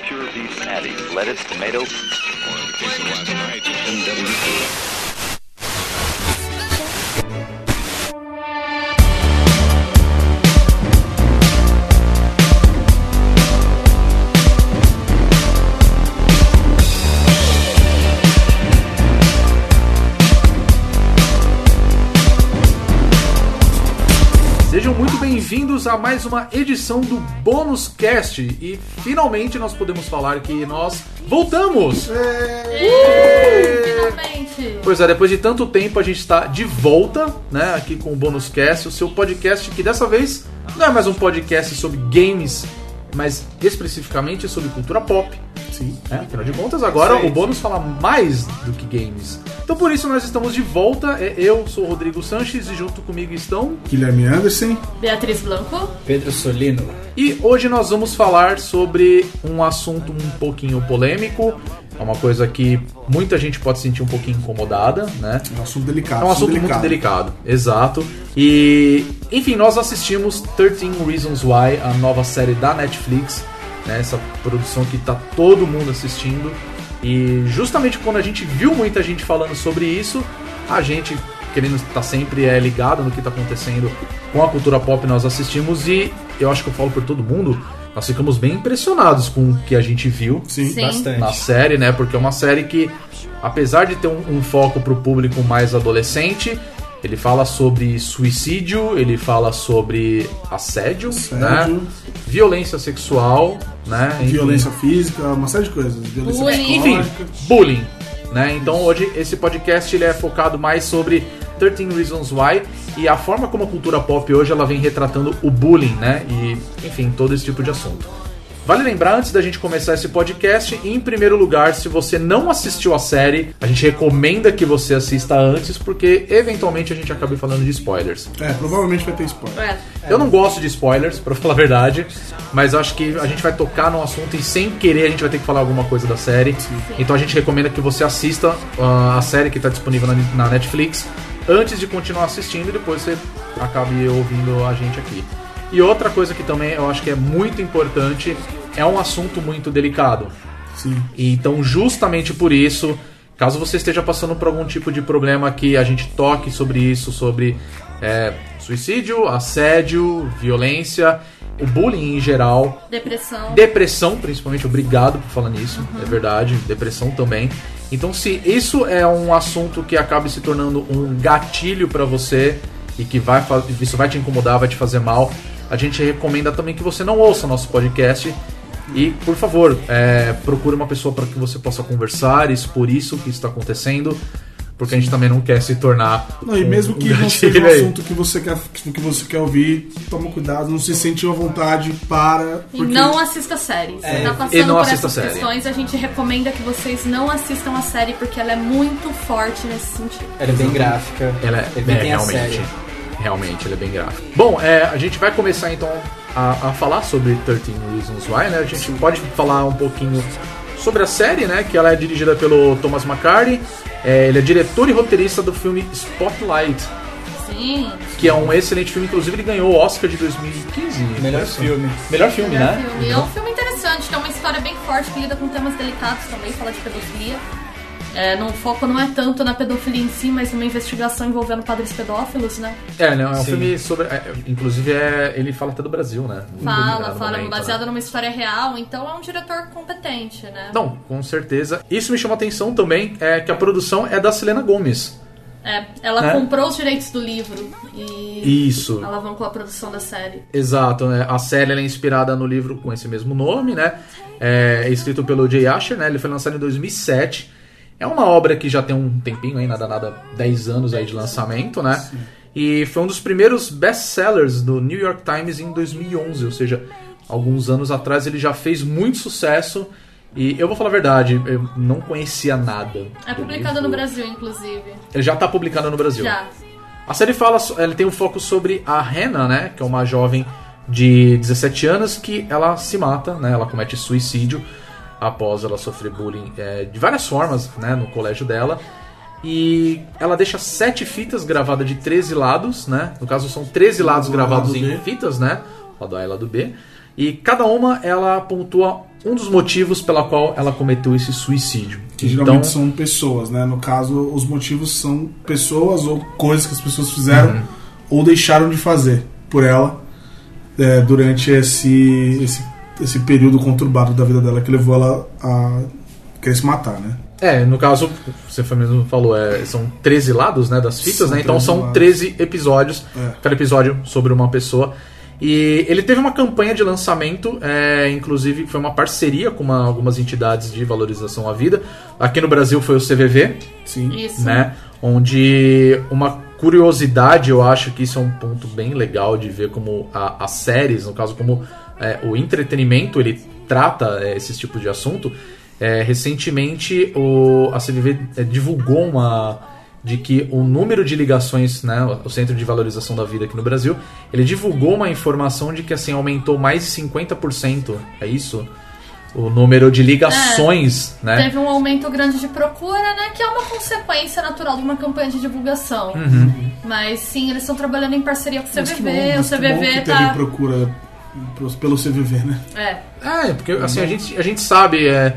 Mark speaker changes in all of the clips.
Speaker 1: Veggie Patty, lettuce, tomato.
Speaker 2: Sejam muito bem-vindos a mais uma edição do Bônus Cast e finalmente nós podemos falar que nós voltamos.
Speaker 3: Finalmente!
Speaker 2: Pois é, depois de tanto tempo a gente está de volta, né, aqui com o Bônus Cast, o seu podcast que dessa vez não é mais um podcast sobre games, mas especificamente sobre cultura pop. Sim. afinal de contas, agora
Speaker 4: Isso aí.
Speaker 2: o Bônus fala mais do que games. Então por isso nós estamos de volta. É, Eu sou o Rodrigo Sanches e junto comigo estão
Speaker 5: Guilherme Anderson.
Speaker 3: Beatriz Blanco?
Speaker 4: Pedro Solino.
Speaker 2: E hoje nós vamos falar sobre um assunto um pouquinho polêmico, é uma coisa que muita gente pode se sentir um pouquinho incomodada, né?
Speaker 5: É um assunto delicado.
Speaker 2: É um assunto muito delicado, exato. E, enfim, nós assistimos 13 Reasons Why, a nova série da Netflix, né? essa produção que tá todo mundo assistindo. E justamente quando a gente viu muita gente falando sobre isso, a gente, querendo estar sempre é, ligado no que tá acontecendo com a cultura pop, nós assistimos e eu acho que eu falo por todo mundo, nós ficamos bem impressionados com o que a gente viu
Speaker 5: Sim.
Speaker 3: Sim.
Speaker 2: na
Speaker 4: Bastante.
Speaker 2: série, né? Porque é uma série que, apesar de ter um, um foco pro público mais adolescente, ele fala sobre suicídio, ele fala sobre assédio,
Speaker 5: Assédio.
Speaker 2: né? Violência sexual, né? Enfim,
Speaker 5: Violência física, uma série de coisas. Violência
Speaker 3: Bullying.
Speaker 2: Enfim,
Speaker 5: psicológica.
Speaker 2: bullying, né? Então hoje esse podcast ele é focado mais sobre 13 Reasons Why e a forma como a cultura pop hoje ela vem retratando o bullying, né? E, enfim, todo esse tipo de assunto. Vale lembrar, antes da gente começar esse podcast, em primeiro lugar, se você não assistiu a série, a gente recomenda que você assista antes, porque eventualmente a gente acaba falando de spoilers.
Speaker 5: É, provavelmente vai ter spoiler.
Speaker 3: Ué,
Speaker 2: É. Eu não gosto de spoilers, pra falar a verdade, mas acho que a gente vai tocar no assunto e sem querer a gente vai ter que falar alguma coisa da série. Então a gente recomenda que você assista ah, a série que tá disponível na, na Netflix antes de continuar assistindo e depois você acabe ouvindo a gente aqui. E outra coisa que também eu acho que é muito importante é um assunto muito delicado.
Speaker 5: Sim.
Speaker 2: Então, justamente por isso, caso você esteja passando por algum tipo de problema que a gente toque sobre isso, sobre é, suicídio, assédio, violência, o bullying em geral,
Speaker 3: depressão.
Speaker 2: depressão principalmente, obrigado por falar nisso, é verdade, depressão também. Então, se isso é um assunto que acaba se tornando um gatilho pra você e que vai fa- isso vai te incomodar, vai te fazer mal, a gente recomenda também que você não ouça nosso podcast. E, por favor, é, procure uma pessoa para que você possa conversar, expor isso que está acontecendo, porque a gente também não quer se tornar.
Speaker 5: Não, e
Speaker 2: um-
Speaker 5: mesmo
Speaker 2: um
Speaker 5: que não
Speaker 2: gatilho
Speaker 5: seja um
Speaker 2: aí.
Speaker 5: assunto que você quer, que você quer ouvir, toma cuidado, não se sentiu à vontade para.
Speaker 3: E não assista séries. Se tá passando
Speaker 2: É, e não
Speaker 3: por
Speaker 2: assista
Speaker 3: essas
Speaker 2: série.
Speaker 3: questões, a gente recomenda que vocês não assistam a série porque ela é muito forte nesse sentido.
Speaker 4: Ela é bem gráfica.
Speaker 2: Ela é,
Speaker 4: bem
Speaker 2: é,
Speaker 4: tem a
Speaker 2: realmente.
Speaker 4: série.
Speaker 2: Realmente, ela é bem gráfica. Bom, é, a gente vai começar então a, a falar sobre 13 Reasons Why, né? A gente pode falar um pouquinho sobre a série, né? Que ela é dirigida pelo Thomas McCarthy. É, ele é diretor e roteirista do filme Spotlight,
Speaker 3: Sim.
Speaker 2: que é um excelente filme. Inclusive, ele ganhou o Oscar de 2015.
Speaker 4: Melhor
Speaker 2: Isso.
Speaker 4: filme.
Speaker 2: Melhor filme,
Speaker 3: melhor
Speaker 2: né?
Speaker 3: filme. É um filme interessante, que é uma história bem forte, que lida com temas delicados também, fala de pedofilia. É, não, o foco não é tanto na pedofilia em si, mas numa investigação envolvendo padres pedófilos, né?
Speaker 2: É, né? É um
Speaker 4: Sim.
Speaker 2: filme sobre. é, inclusive, é, ele fala até do Brasil, né?
Speaker 3: Fala,
Speaker 2: No
Speaker 3: fala,
Speaker 2: momento, né?
Speaker 3: baseado numa história real, então é um diretor competente, né?
Speaker 2: Não, com certeza. Isso me chama atenção também, é que a produção é da Selena Gomes.
Speaker 3: É, ela
Speaker 2: Né?
Speaker 3: comprou os direitos do livro e,
Speaker 2: Isso.
Speaker 3: alavancou a produção da série.
Speaker 2: Exato, né? A série ela é inspirada no livro com esse mesmo nome, né? É, escrito pelo Jay Asher, né? Ele foi lançado em 2007. É uma obra que já tem um tempinho aí, nada nada, 10 anos aí de lançamento, né? E foi um dos primeiros best-sellers do New York Times em 2011, ou seja, alguns anos atrás ele já fez muito sucesso. E eu vou falar a verdade, eu não conhecia nada.
Speaker 3: É
Speaker 2: do
Speaker 3: publicada
Speaker 2: livro.
Speaker 3: no Brasil, inclusive.
Speaker 2: Ele já tá publicado no Brasil.
Speaker 3: Já.
Speaker 2: A série fala, ela tem um foco sobre a Hannah, né, que é uma jovem de 17 anos que ela se mata, né, ela comete suicídio após ela sofrer bullying é, de várias formas, né, no colégio dela. E ela deixa sete fitas gravadas de 13 lados, né? No caso são 13 lados
Speaker 5: Do
Speaker 2: gravados
Speaker 5: lado
Speaker 2: em
Speaker 5: B.
Speaker 2: fitas, né? Lado A e lado B. E cada uma ela pontua um dos motivos pela qual ela cometeu esse suicídio.
Speaker 5: Que geralmente
Speaker 2: Então-
Speaker 5: são pessoas, né? No caso, os motivos são pessoas ou coisas que as pessoas fizeram ou deixaram de fazer por ela é, durante esse, esse, esse período conturbado da vida dela que levou ela a querer se matar, né?
Speaker 2: É, no caso, você mesmo falou, é, são 13 lados né, das fitas,
Speaker 5: São
Speaker 2: né? Então
Speaker 5: 13
Speaker 2: são
Speaker 5: lados.
Speaker 2: 13 episódios,
Speaker 5: É.
Speaker 2: cada episódio sobre uma pessoa. E ele teve uma campanha de lançamento, é, inclusive foi uma parceria com uma- algumas entidades de valorização à vida. Aqui no Brasil foi o CVV,
Speaker 5: Sim.
Speaker 3: Isso.
Speaker 2: né? Onde uma curiosidade, eu acho que isso é um ponto bem legal de ver como a- as séries, no caso, como é, o entretenimento, ele trata é, esses tipos de assunto. É, recentemente, o, a CVV é, divulgou uma de que o número de ligações, né, o Centro de Valorização da Vida aqui no Brasil, ele divulgou uma informação de que assim aumentou mais de 50%, é isso? O número de ligações, né?
Speaker 3: Teve um aumento grande de procura, né? Que é uma consequência natural de uma campanha de divulgação. Mas sim, eles estão trabalhando em parceria com o
Speaker 5: Uhum. Mas
Speaker 3: CVV.
Speaker 5: que bom, mas
Speaker 3: o
Speaker 5: que bom que
Speaker 3: CVV
Speaker 5: teve
Speaker 3: tá.
Speaker 5: procura pro- pelo CVV, né?
Speaker 3: É,
Speaker 2: É, porque
Speaker 5: Uhum.
Speaker 2: assim, a gente, a gente sabe é,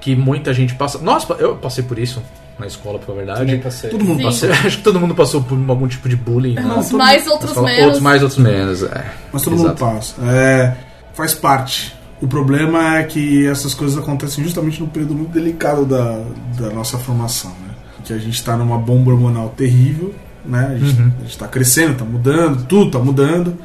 Speaker 2: que muita gente passa. Nossa, eu passei por isso na escola, pra verdade.
Speaker 4: passei.
Speaker 5: Todo mundo tá
Speaker 3: Sim.
Speaker 5: passou.
Speaker 2: Passei- acho que todo mundo passou por algum tipo de bullying. né?
Speaker 5: Não,
Speaker 3: uns
Speaker 5: todo-
Speaker 3: mais,
Speaker 2: Na
Speaker 3: outros
Speaker 2: escola,
Speaker 3: menos.
Speaker 2: Outros mais, outros menos. É.
Speaker 5: Mas todo
Speaker 2: Exato.
Speaker 5: mundo passa. É, faz parte. O problema é que essas coisas acontecem justamente num período muito delicado da, da nossa formação, né? Que a gente tá numa bomba hormonal terrível, né? A gente, a gente tá crescendo, tá mudando, tudo tá mudando.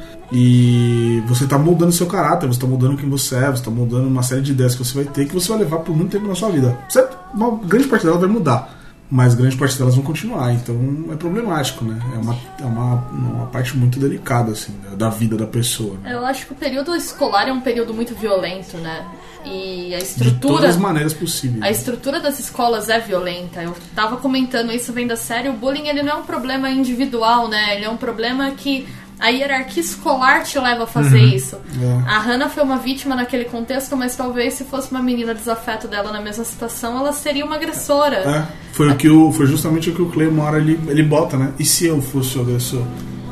Speaker 5: E você tá mudando seu caráter, você tá mudando quem você é, você tá mudando uma série de ideias que você vai ter que você vai levar por muito tempo na sua vida. Certo? Uma grande parte delas vai mudar, mas grande parte delas vão continuar, então é problemático, né? É uma, é uma, uma parte muito delicada, assim, da, da vida da pessoa. Né?
Speaker 3: eu acho que o período escolar é um período muito violento, né? E a
Speaker 5: De todas
Speaker 3: estrutura.
Speaker 5: as maneiras possíveis. né?
Speaker 3: A estrutura das escolas é violenta. Eu tava comentando isso vendo a série. O bullying ele não é um problema individual, né? Ele é um problema que a hierarquia escolar te leva a fazer isso.
Speaker 5: É.
Speaker 3: A Hannah foi uma vítima naquele contexto, mas talvez se fosse uma menina desafeto dela na mesma situação, ela seria uma agressora.
Speaker 5: É, foi, o que o, foi justamente o que o Claymore ele, ele bota, né? E se eu fosse o agressor?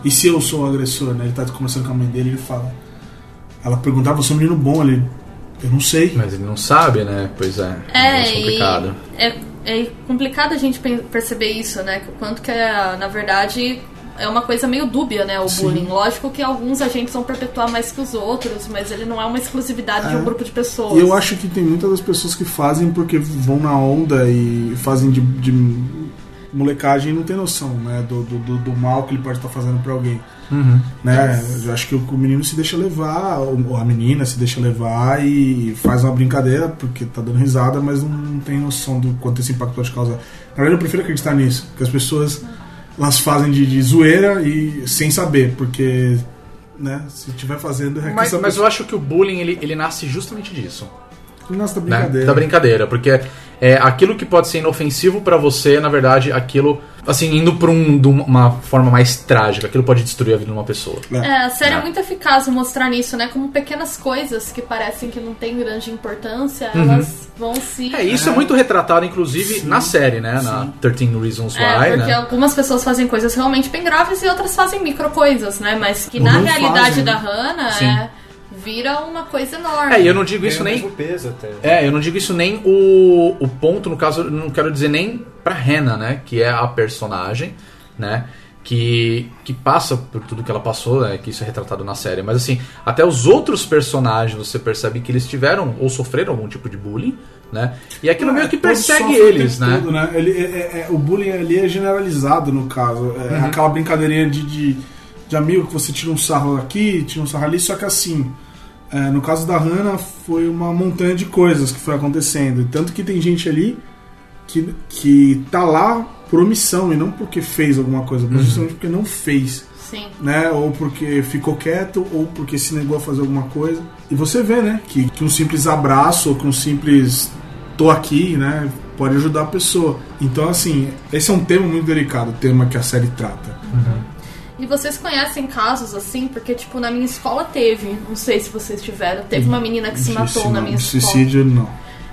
Speaker 5: E se eu sou o agressor, né? Ele tá conversando com a mãe dele e ele fala. Ela perguntava, você é um menino bom? Ele, eu não sei.
Speaker 2: Mas ele não sabe, né? Pois é.
Speaker 3: É,
Speaker 2: é complicado.
Speaker 3: e é, é complicado a gente pen- perceber isso, né? O quanto que, é, na verdade, é uma coisa meio dúbia, né? O
Speaker 5: Sim.
Speaker 3: bullying. Lógico que alguns agentes vão perpetuar mais que os outros, mas ele não é uma exclusividade de um grupo de pessoas.
Speaker 5: E eu acho que tem muitas das pessoas que fazem porque vão na onda e fazem de, de molecagem e não tem noção, né? Do, do, do- do mal que ele pode estar fazendo pra alguém.
Speaker 2: Uhum.
Speaker 5: Né? Eu acho que o menino se deixa levar, ou a menina se deixa levar e faz uma brincadeira porque tá dando risada, mas não tem noção do quanto esse impacto pode causar. Na verdade, eu prefiro acreditar nisso, que as pessoas elas fazem de, de zoeira e sem saber, porque né, se estiver fazendo, é que
Speaker 2: Mas,
Speaker 5: essa
Speaker 2: mas eu
Speaker 5: pessoa
Speaker 2: acho que o bullying ele, ele nasce justamente disso.
Speaker 5: nasce da
Speaker 2: né?
Speaker 5: brincadeira.
Speaker 2: Da brincadeira, porque é, aquilo que pode ser inofensivo pra você, na verdade, aquilo, assim, indo pra um, de uma forma mais trágica, aquilo pode destruir a vida de uma pessoa.
Speaker 3: É, a série é
Speaker 2: Ah.
Speaker 3: muito eficaz em mostrar nisso, né? Como pequenas coisas que parecem que não têm grande importância, elas vão se.
Speaker 2: É, isso é, muito retratado, inclusive, na série, né? Na 13 Reasons
Speaker 3: É,
Speaker 2: Why,
Speaker 3: porque
Speaker 2: né?
Speaker 3: algumas pessoas fazem coisas realmente bem graves e outras fazem micro coisas, né? Mas que na
Speaker 5: não
Speaker 3: realidade
Speaker 5: fazem,
Speaker 3: da
Speaker 5: né?
Speaker 3: Hannah
Speaker 2: Sim.
Speaker 3: é, vira uma coisa enorme.
Speaker 2: É, e eu não digo
Speaker 4: Tem
Speaker 2: isso
Speaker 4: o
Speaker 2: nem.
Speaker 4: mesmo peso até.
Speaker 2: É, eu não digo isso nem o, o ponto, no caso, eu não quero dizer nem pra Hannah, né? Que é a personagem, né? Que, que passa por tudo que ela passou, né? Que isso é retratado na série. Mas assim, até os outros personagens você percebe que eles tiveram ou sofreram algum tipo de bullying, né? E aquilo meio que
Speaker 5: Todos
Speaker 2: persegue
Speaker 5: sofrem é, o
Speaker 2: eles,
Speaker 5: tempo
Speaker 2: né?
Speaker 5: todo, Ele- é- é- é- o bullying ali é generalizado, no caso. É
Speaker 2: Uhum.
Speaker 5: aquela brincadeirinha de, de, de amigo que você tira um sarro aqui, tira um sarro ali, só que assim. é, no caso da Hannah, foi uma montanha de coisas que foi acontecendo. Tanto que tem gente ali que, que tá lá por omissão e não porque fez alguma coisa,
Speaker 2: Uhum.
Speaker 5: mas justamente porque não fez
Speaker 3: Sim.
Speaker 5: né? Ou porque ficou quieto, ou porque se negou a fazer alguma coisa. E você vê, né? Que, que um simples abraço, ou que um simples tô aqui, né? Pode ajudar a pessoa. Então, assim, esse é um tema muito delicado, o tema que a série trata.
Speaker 3: E vocês conhecem casos assim? Porque, tipo, na minha escola teve. Não sei se vocês tiveram. Teve uma menina que se matou
Speaker 5: Suicídio,
Speaker 3: na
Speaker 5: não.
Speaker 3: minha escola.
Speaker 5: Suicídio, não.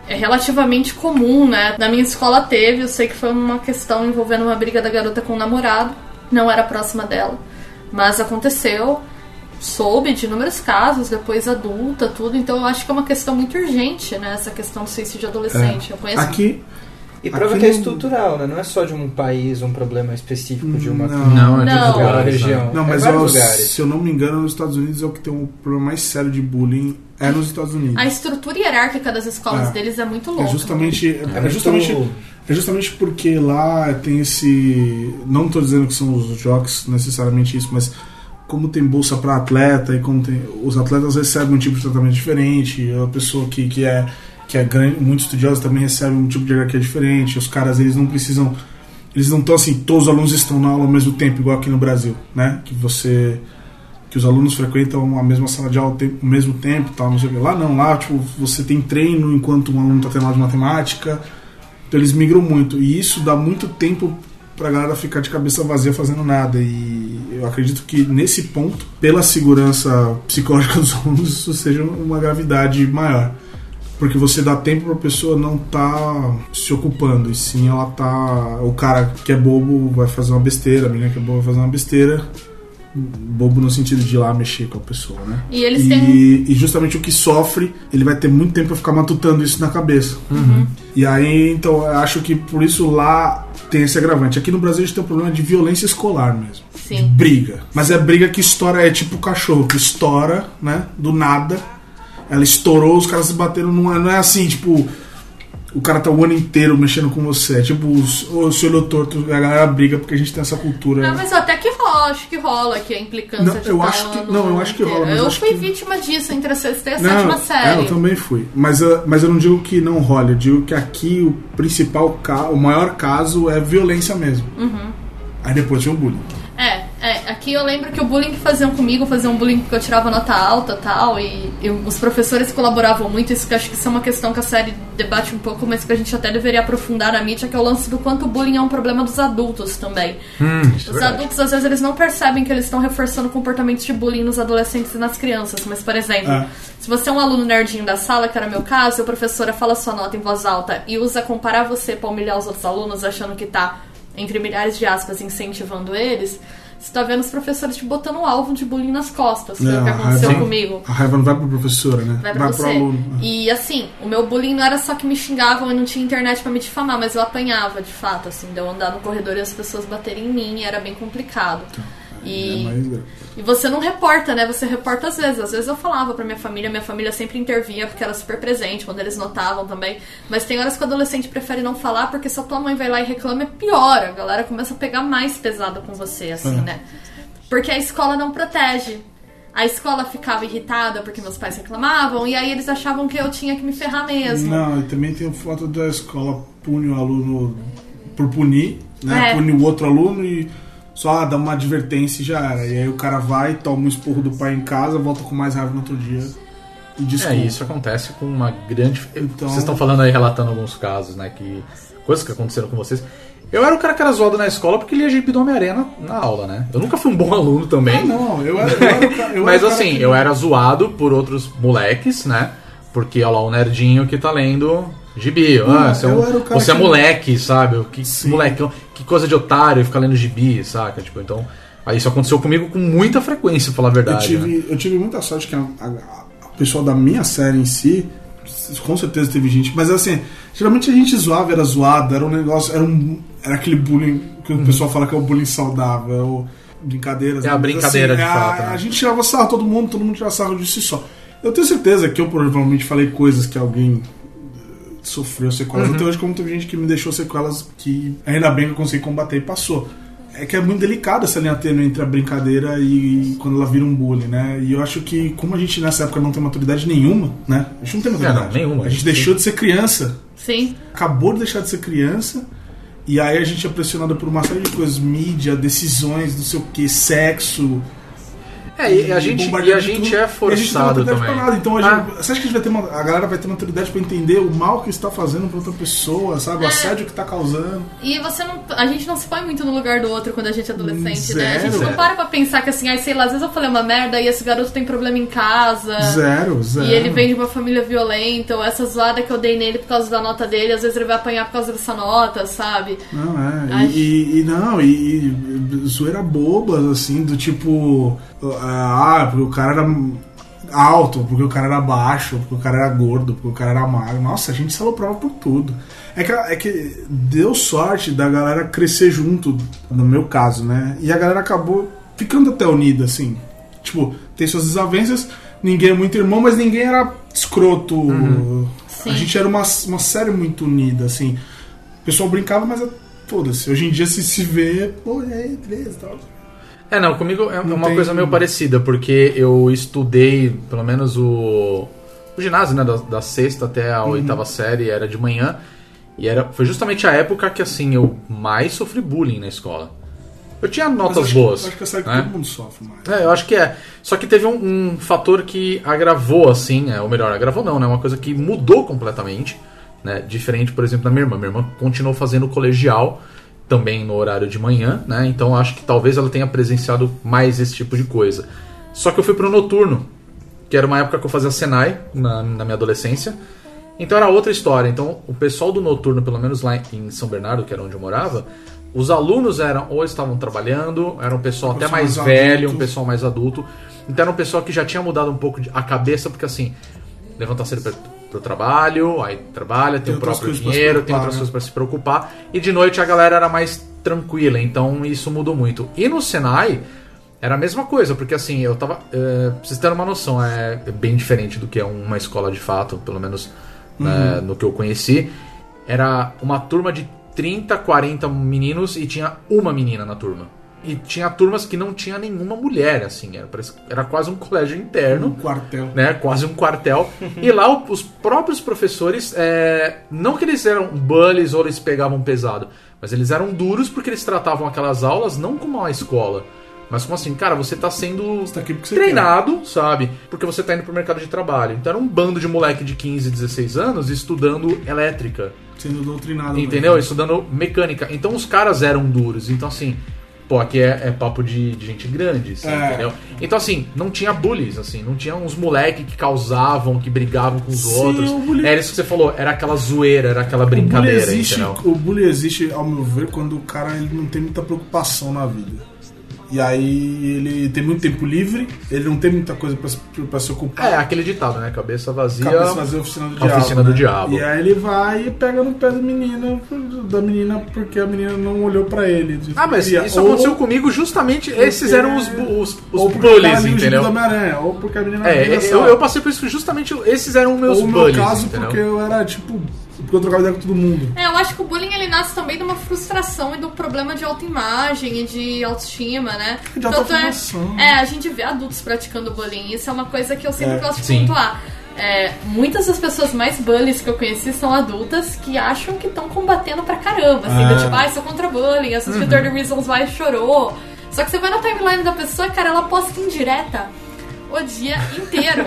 Speaker 3: é relativamente comum, né? Na minha escola teve, eu sei que foi uma questão envolvendo uma briga da garota com o namorado, não era próxima dela, mas aconteceu. soube de inúmeros casos, depois adulta, tudo. Então eu acho que é uma questão muito urgente, né? Essa questão do suicídio adolescente. Eu conheço
Speaker 5: É. Aqui.
Speaker 4: E prova
Speaker 5: Aqui
Speaker 4: que é
Speaker 5: não-
Speaker 4: estrutural, né? Não é só de um país, um problema específico de uma
Speaker 5: Não.
Speaker 2: Não, é de
Speaker 3: Não.
Speaker 2: outro lugar,
Speaker 4: daquela
Speaker 2: não.
Speaker 4: região.
Speaker 5: Não,
Speaker 4: É
Speaker 5: mas
Speaker 4: vários
Speaker 5: ó,
Speaker 4: lugares.
Speaker 5: se eu não me engano, nos Estados Unidos é o que tem um problema mais sério de bullying. É nos Estados Unidos.
Speaker 3: A estrutura hierárquica das escolas
Speaker 5: É.
Speaker 3: deles é muito
Speaker 5: É
Speaker 3: louca.
Speaker 5: justamente,
Speaker 4: É
Speaker 5: é,
Speaker 4: muito-
Speaker 5: justamente, é justamente porque lá tem esse. Não tô dizendo que são os jogos necessariamente isso, mas como tem bolsa para atleta e como tem, os atletas recebem um tipo de tratamento diferente, a pessoa que, que é que é grande, muito estudiosa também recebe um tipo de hierarquia diferente. Os caras eles não precisam, eles não estão assim todos os alunos estão na aula ao mesmo tempo igual aqui no Brasil, né? Que você que os alunos frequentam a mesma sala de aula ao tempo- ao mesmo tempo, tal, não sei o que. Lá não, lá tipo, você tem treino enquanto um aluno está tendo aula de matemática. Então eles migram muito. E isso dá muito tempo pra galera ficar de cabeça vazia fazendo nada. E eu acredito que nesse ponto, pela segurança psicológica dos alunos, isso seja uma gravidade maior. Porque você dá tempo pra pessoa não tá se ocupando, e sim ela tá. O cara que é bobo vai fazer uma besteira, a menina que é boba vai fazer uma besteira. Bobo no sentido de ir lá mexer com a pessoa, né?
Speaker 3: E eles
Speaker 5: e,
Speaker 3: têm-
Speaker 5: e justamente o que sofre, ele vai ter muito tempo pra ficar matutando isso na cabeça. E aí, então, eu acho que por isso lá tem esse agravante. Aqui no Brasil a gente tem um problema de violência escolar mesmo.
Speaker 3: Sim.
Speaker 5: De briga. Mas é briga que estoura, é tipo cachorro, que estoura, né? Do nada. Ela estourou, os caras se bateram. Não é, não é assim, tipo. O cara tá o ano inteiro mexendo com você. É tipo, os- ô, se olhou torto, a galera briga porque a gente tem essa cultura.
Speaker 3: Não, mas até que rola, acho que rola aqui a implicância
Speaker 5: Não,
Speaker 3: de
Speaker 5: eu
Speaker 3: tá
Speaker 5: acho que-
Speaker 3: no-
Speaker 5: não, eu acho que rola, mas
Speaker 3: Eu
Speaker 5: acho
Speaker 3: fui
Speaker 5: que-
Speaker 3: vítima disso entre a sexta e a
Speaker 5: Não,
Speaker 3: sétima série.
Speaker 5: É, eu também fui. Mas, eu- mas eu não digo que não rola, eu digo que aqui o principal, ca- o maior caso é violência mesmo.
Speaker 3: Uhum.
Speaker 5: Aí depois tinha o bullying.
Speaker 3: É, é, aqui eu lembro que o bullying que faziam comigo, faziam um bullying que eu tirava nota alta tal, e, e os professores colaboravam muito, isso que eu acho que isso é uma questão que a série debate um pouco, mas que a gente até deveria aprofundar na mídia, que é o lance do quanto o bullying é um problema dos adultos também. Os adultos, às vezes, eles não percebem que eles estão reforçando comportamentos de bullying nos adolescentes e nas crianças, mas, por exemplo,
Speaker 5: É.
Speaker 3: se você é um aluno nerdinho da sala, que era meu caso, e a professora fala sua nota em voz alta e usa comparar você pra humilhar os outros alunos, achando que tá, entre milhares de aspas, incentivando eles, você tá vendo os professores te botando um alvo de bullying nas costas, foi
Speaker 5: É,
Speaker 3: o que
Speaker 5: a
Speaker 3: aconteceu
Speaker 5: raiva-
Speaker 3: comigo.
Speaker 5: A raiva não vai pra professora, né?
Speaker 3: Vai pra
Speaker 5: pro
Speaker 3: você.
Speaker 5: aluno.
Speaker 3: E assim, o meu bullying não era só que me xingavam e não tinha internet pra me difamar, mas eu apanhava de fato, assim, de eu andar no corredor e as pessoas baterem em mim, era bem complicado.
Speaker 5: É
Speaker 3: E,
Speaker 5: mais grave.
Speaker 3: e você não reporta, né? Você reporta às vezes. Às vezes eu falava pra minha família, minha família sempre intervia porque era super presente, quando eles notavam também. Mas tem horas que o adolescente prefere não falar porque se a tua mãe vai lá e reclama, é pior. A galera começa a pegar mais pesado com você, assim,
Speaker 5: É.
Speaker 3: né? Porque a escola não protege. A escola ficava irritada porque meus pais reclamavam e aí eles achavam que eu tinha que me ferrar mesmo.
Speaker 5: Não, e também tem foto da escola pune o aluno por punir, né?
Speaker 3: É.
Speaker 5: Pune o outro aluno e só ah, dá uma advertência e já era. E aí o cara vai, toma um esporro do pai em casa, volta com mais raiva no outro dia e
Speaker 2: É,
Speaker 5: desculpa.
Speaker 2: isso acontece com uma grande.
Speaker 5: Então-
Speaker 2: Vocês estão falando aí, relatando alguns casos, né? Que. Coisas que aconteceram com vocês. Eu era o cara que era zoado na escola porque lia gibi do Homem-Aranha na, na aula, né? Eu nunca fui um bom aluno também.
Speaker 5: Ah, Não, eu era, eu era o cara. eu
Speaker 2: Mas
Speaker 5: era o cara
Speaker 2: assim,
Speaker 5: que-
Speaker 2: eu era zoado por outros moleques, né? Porque, olha lá, o nerdinho que tá lendo gibi. Ah,
Speaker 5: Não,
Speaker 2: você é,
Speaker 5: eu
Speaker 2: um-
Speaker 5: era o cara
Speaker 2: você é
Speaker 5: que-
Speaker 2: moleque, sabe? Que
Speaker 5: Sim.
Speaker 2: moleque, que coisa de otário ficar lendo gibi, saca? Tipo, então. Aí isso aconteceu comigo com muita frequência, pra falar a
Speaker 5: Eu
Speaker 2: verdade. né?
Speaker 5: tive, eu tive muita sorte que a, a- a pessoa da minha série em si, com certeza teve gente, mas assim, geralmente a gente zoava, era zoado, era um negócio, era, um, era aquele bullying que o pessoal fala que é o bullying saudável, é o- brincadeiras.
Speaker 2: Uhum. É a
Speaker 5: né? Mas,
Speaker 2: brincadeira, de
Speaker 5: é a-
Speaker 2: fato, né?
Speaker 5: A gente tirava sarro, todo mundo, todo mundo tirava sarro de si só. Eu tenho certeza que eu provavelmente falei coisas que alguém eh, sofreu
Speaker 2: Uhum.
Speaker 5: sequelas até hoje, como teve gente que me deixou sequelas que ainda bem que eu consegui combater e passou. É que é muito delicada essa linha tênue entre a brincadeira e quando ela vira um bullying, né? E eu acho que, como a gente nessa época não tem maturidade nenhuma, né? A gente não tem maturidade.
Speaker 2: É, não, nenhuma.
Speaker 5: A gente deixou de ser criança
Speaker 3: Sim.
Speaker 5: acabou de deixar de ser criança e aí a gente é pressionado por uma série de coisas, mídia, decisões, não sei o que, sexo.
Speaker 2: É, e a gente, e a
Speaker 5: bombardeio de
Speaker 2: gente
Speaker 5: tudo.
Speaker 2: é
Speaker 5: E a gente não tem
Speaker 2: forçado
Speaker 5: maturidade
Speaker 2: também.
Speaker 5: pra nada. Então a
Speaker 2: Ah.
Speaker 5: gente, você acha que a, gente vai ter uma- a galera vai ter maturidade pra entender o mal que está fazendo pra outra pessoa, sabe?
Speaker 3: É.
Speaker 5: O assédio que tá causando.
Speaker 3: E você não. A gente não se põe muito no lugar do outro quando a gente é adolescente, né? A gente
Speaker 5: Zero.
Speaker 3: não para pra pensar que assim, ai, sei lá, às vezes eu falei uma merda e esse garoto tem problema em casa.
Speaker 5: Zero, zero.
Speaker 3: É. E ele vem de uma família violenta, ou essa zoada que eu dei nele por causa da nota dele, às vezes ele vai apanhar por causa dessa nota, sabe?
Speaker 5: Não, é.
Speaker 3: Ai.
Speaker 5: E, e- e não, e, e zoeira boba, assim, do tipo. a- ah, porque o cara era alto, porque o cara era baixo, porque o cara era gordo, porque o cara era magro. Nossa, a gente se aloprava por tudo. É que, é que deu sorte da galera crescer junto, no meu caso, né? E a galera acabou ficando até unida, assim. Tipo, tem suas desavenças, ninguém é muito irmão, mas ninguém era escroto.
Speaker 3: Uhum. Sim.
Speaker 5: A gente era uma, uma série muito unida, assim. O pessoal brincava, mas é- foda-se. Hoje em dia se se vê, pô, e aí, beleza, tal.
Speaker 2: É, não, comigo é
Speaker 5: Não
Speaker 2: uma
Speaker 5: tem- um-
Speaker 2: coisa meio parecida, porque eu estudei, pelo menos o, o ginásio, né, da, da sexta até a
Speaker 5: Uhum.
Speaker 2: oitava série, era de manhã, e era, foi justamente a época que, assim, eu mais sofri bullying na escola. Eu tinha
Speaker 5: Mas
Speaker 2: notas
Speaker 5: acho que-
Speaker 2: boas.
Speaker 5: Acho que é série que
Speaker 2: né?
Speaker 5: todo mundo sofre mais.
Speaker 2: É, eu acho que é. Só que teve um, um fator que agravou, assim, é, ou melhor, agravou não, né? Uma coisa que mudou completamente, né? Diferente, por exemplo, da minha irmã. Minha irmã continuou fazendo colegial, também no horário de manhã, né? Então acho que talvez ela tenha presenciado mais esse tipo de coisa. Só que eu fui pro noturno, que era uma época que eu fazia Senai, na, na minha adolescência. Então era outra história. Então o pessoal do noturno, pelo menos lá em São Bernardo, que era onde eu morava, os alunos eram ou estavam trabalhando, era um pessoal até
Speaker 5: Pessoal
Speaker 2: mais
Speaker 5: mais
Speaker 2: velho,
Speaker 5: adulto.
Speaker 2: um pessoal mais adulto. Então era um pessoal que já tinha mudado um pouco de- a cabeça, porque assim, levantar cedo pra, pro trabalho, aí trabalha, tem,
Speaker 5: Tem
Speaker 2: o
Speaker 5: outras
Speaker 2: próprio
Speaker 5: coisas pra se
Speaker 2: dinheiro, tem
Speaker 5: preocupar,
Speaker 2: outras
Speaker 5: né?
Speaker 2: coisas pra se preocupar. E de noite a galera era mais tranquila, então isso mudou muito. E no Senai era a mesma coisa, porque assim, eu tava. É, pra vocês terem uma noção, é bem diferente do que é uma escola de fato, pelo menos né, no que eu conheci. Era uma turma de 30, 40 meninos e tinha uma menina na turma. E tinha turmas que não tinha nenhuma mulher, assim, era, parece- era quase um colégio interno
Speaker 5: Um quartel.
Speaker 2: né? Quase um quartel. e lá o- os próprios professores, é, não que eles eram bullies ou eles pegavam pesado, mas eles eram duros porque eles tratavam aquelas aulas não como uma escola, mas como assim, cara, você tá sendo
Speaker 5: Você tá aqui porque você
Speaker 2: treinado, sabe? Porque você tá indo pro mercado de trabalho. Então era um bando de moleque de 15, 16 anos estudando elétrica.
Speaker 5: quer, sendo doutrinado.
Speaker 2: Entendeu? é
Speaker 5: né?
Speaker 2: Estudando mecânica. Então os caras eram duros. Então, assim, pô, aqui é, é papo de, de gente grande, assim,
Speaker 5: É.
Speaker 2: entendeu? Então, assim, não tinha bullies, assim, não tinha uns moleque que causavam, que brigavam com os
Speaker 5: Sim,
Speaker 2: outros.
Speaker 5: o bullying-
Speaker 2: Era isso que você falou, era aquela zoeira, era aquela
Speaker 5: o
Speaker 2: brincadeira,
Speaker 5: bullying existe,
Speaker 2: entendeu?
Speaker 5: O bullying existe, ao meu ver, quando o cara ele não tem muita preocupação na vida. E aí ele tem muito tempo livre, ele não tem muita coisa pra, se- pra se ocupar.
Speaker 2: É, aquele ditado, né? Cabeça vazia.
Speaker 5: Cabeça fazer a oficina do
Speaker 2: a
Speaker 5: diabo. né?
Speaker 2: oficina do diabo.
Speaker 5: E aí ele vai e pega no pé da menina, da menina porque a menina não olhou pra ele.
Speaker 2: Ah, mas
Speaker 5: Queria.
Speaker 2: isso
Speaker 5: Ou-
Speaker 2: aconteceu comigo justamente. Esses
Speaker 5: porque-
Speaker 2: eram os, bu- os,
Speaker 5: ou
Speaker 2: os
Speaker 5: porque tá
Speaker 2: bullies,
Speaker 5: ali o gibi
Speaker 2: entendeu?
Speaker 5: do Homem-Aranha, ou porque a menina
Speaker 2: É,
Speaker 5: vira
Speaker 2: eu,
Speaker 5: só-
Speaker 2: eu passei por isso justamente. Esses eram meus
Speaker 5: Ou o meu
Speaker 2: bullies,
Speaker 5: caso,
Speaker 2: entendeu?
Speaker 5: porque eu era tipo. Porque eu trocava ideia com todo mundo.
Speaker 3: É, eu acho que o bullying ele nasce também de uma frustração e do problema de autoimagem e de autoestima, né?
Speaker 5: De autoafirmação.
Speaker 3: é, é, a gente vê adultos praticando bullying. Isso é uma coisa que eu sempre
Speaker 5: É,
Speaker 3: gosto de
Speaker 2: sim.
Speaker 3: pontuar. É, muitas das pessoas mais bullies que eu conheci são adultas que acham que estão combatendo pra caramba. Assim,
Speaker 5: Ah.
Speaker 3: do tipo, ah, isso é contra bullying, a
Speaker 2: Uhum.
Speaker 3: subscritor de Reasons Why um chorou. Só que você vai na timeline da pessoa, cara, ela posta indireta o dia inteiro.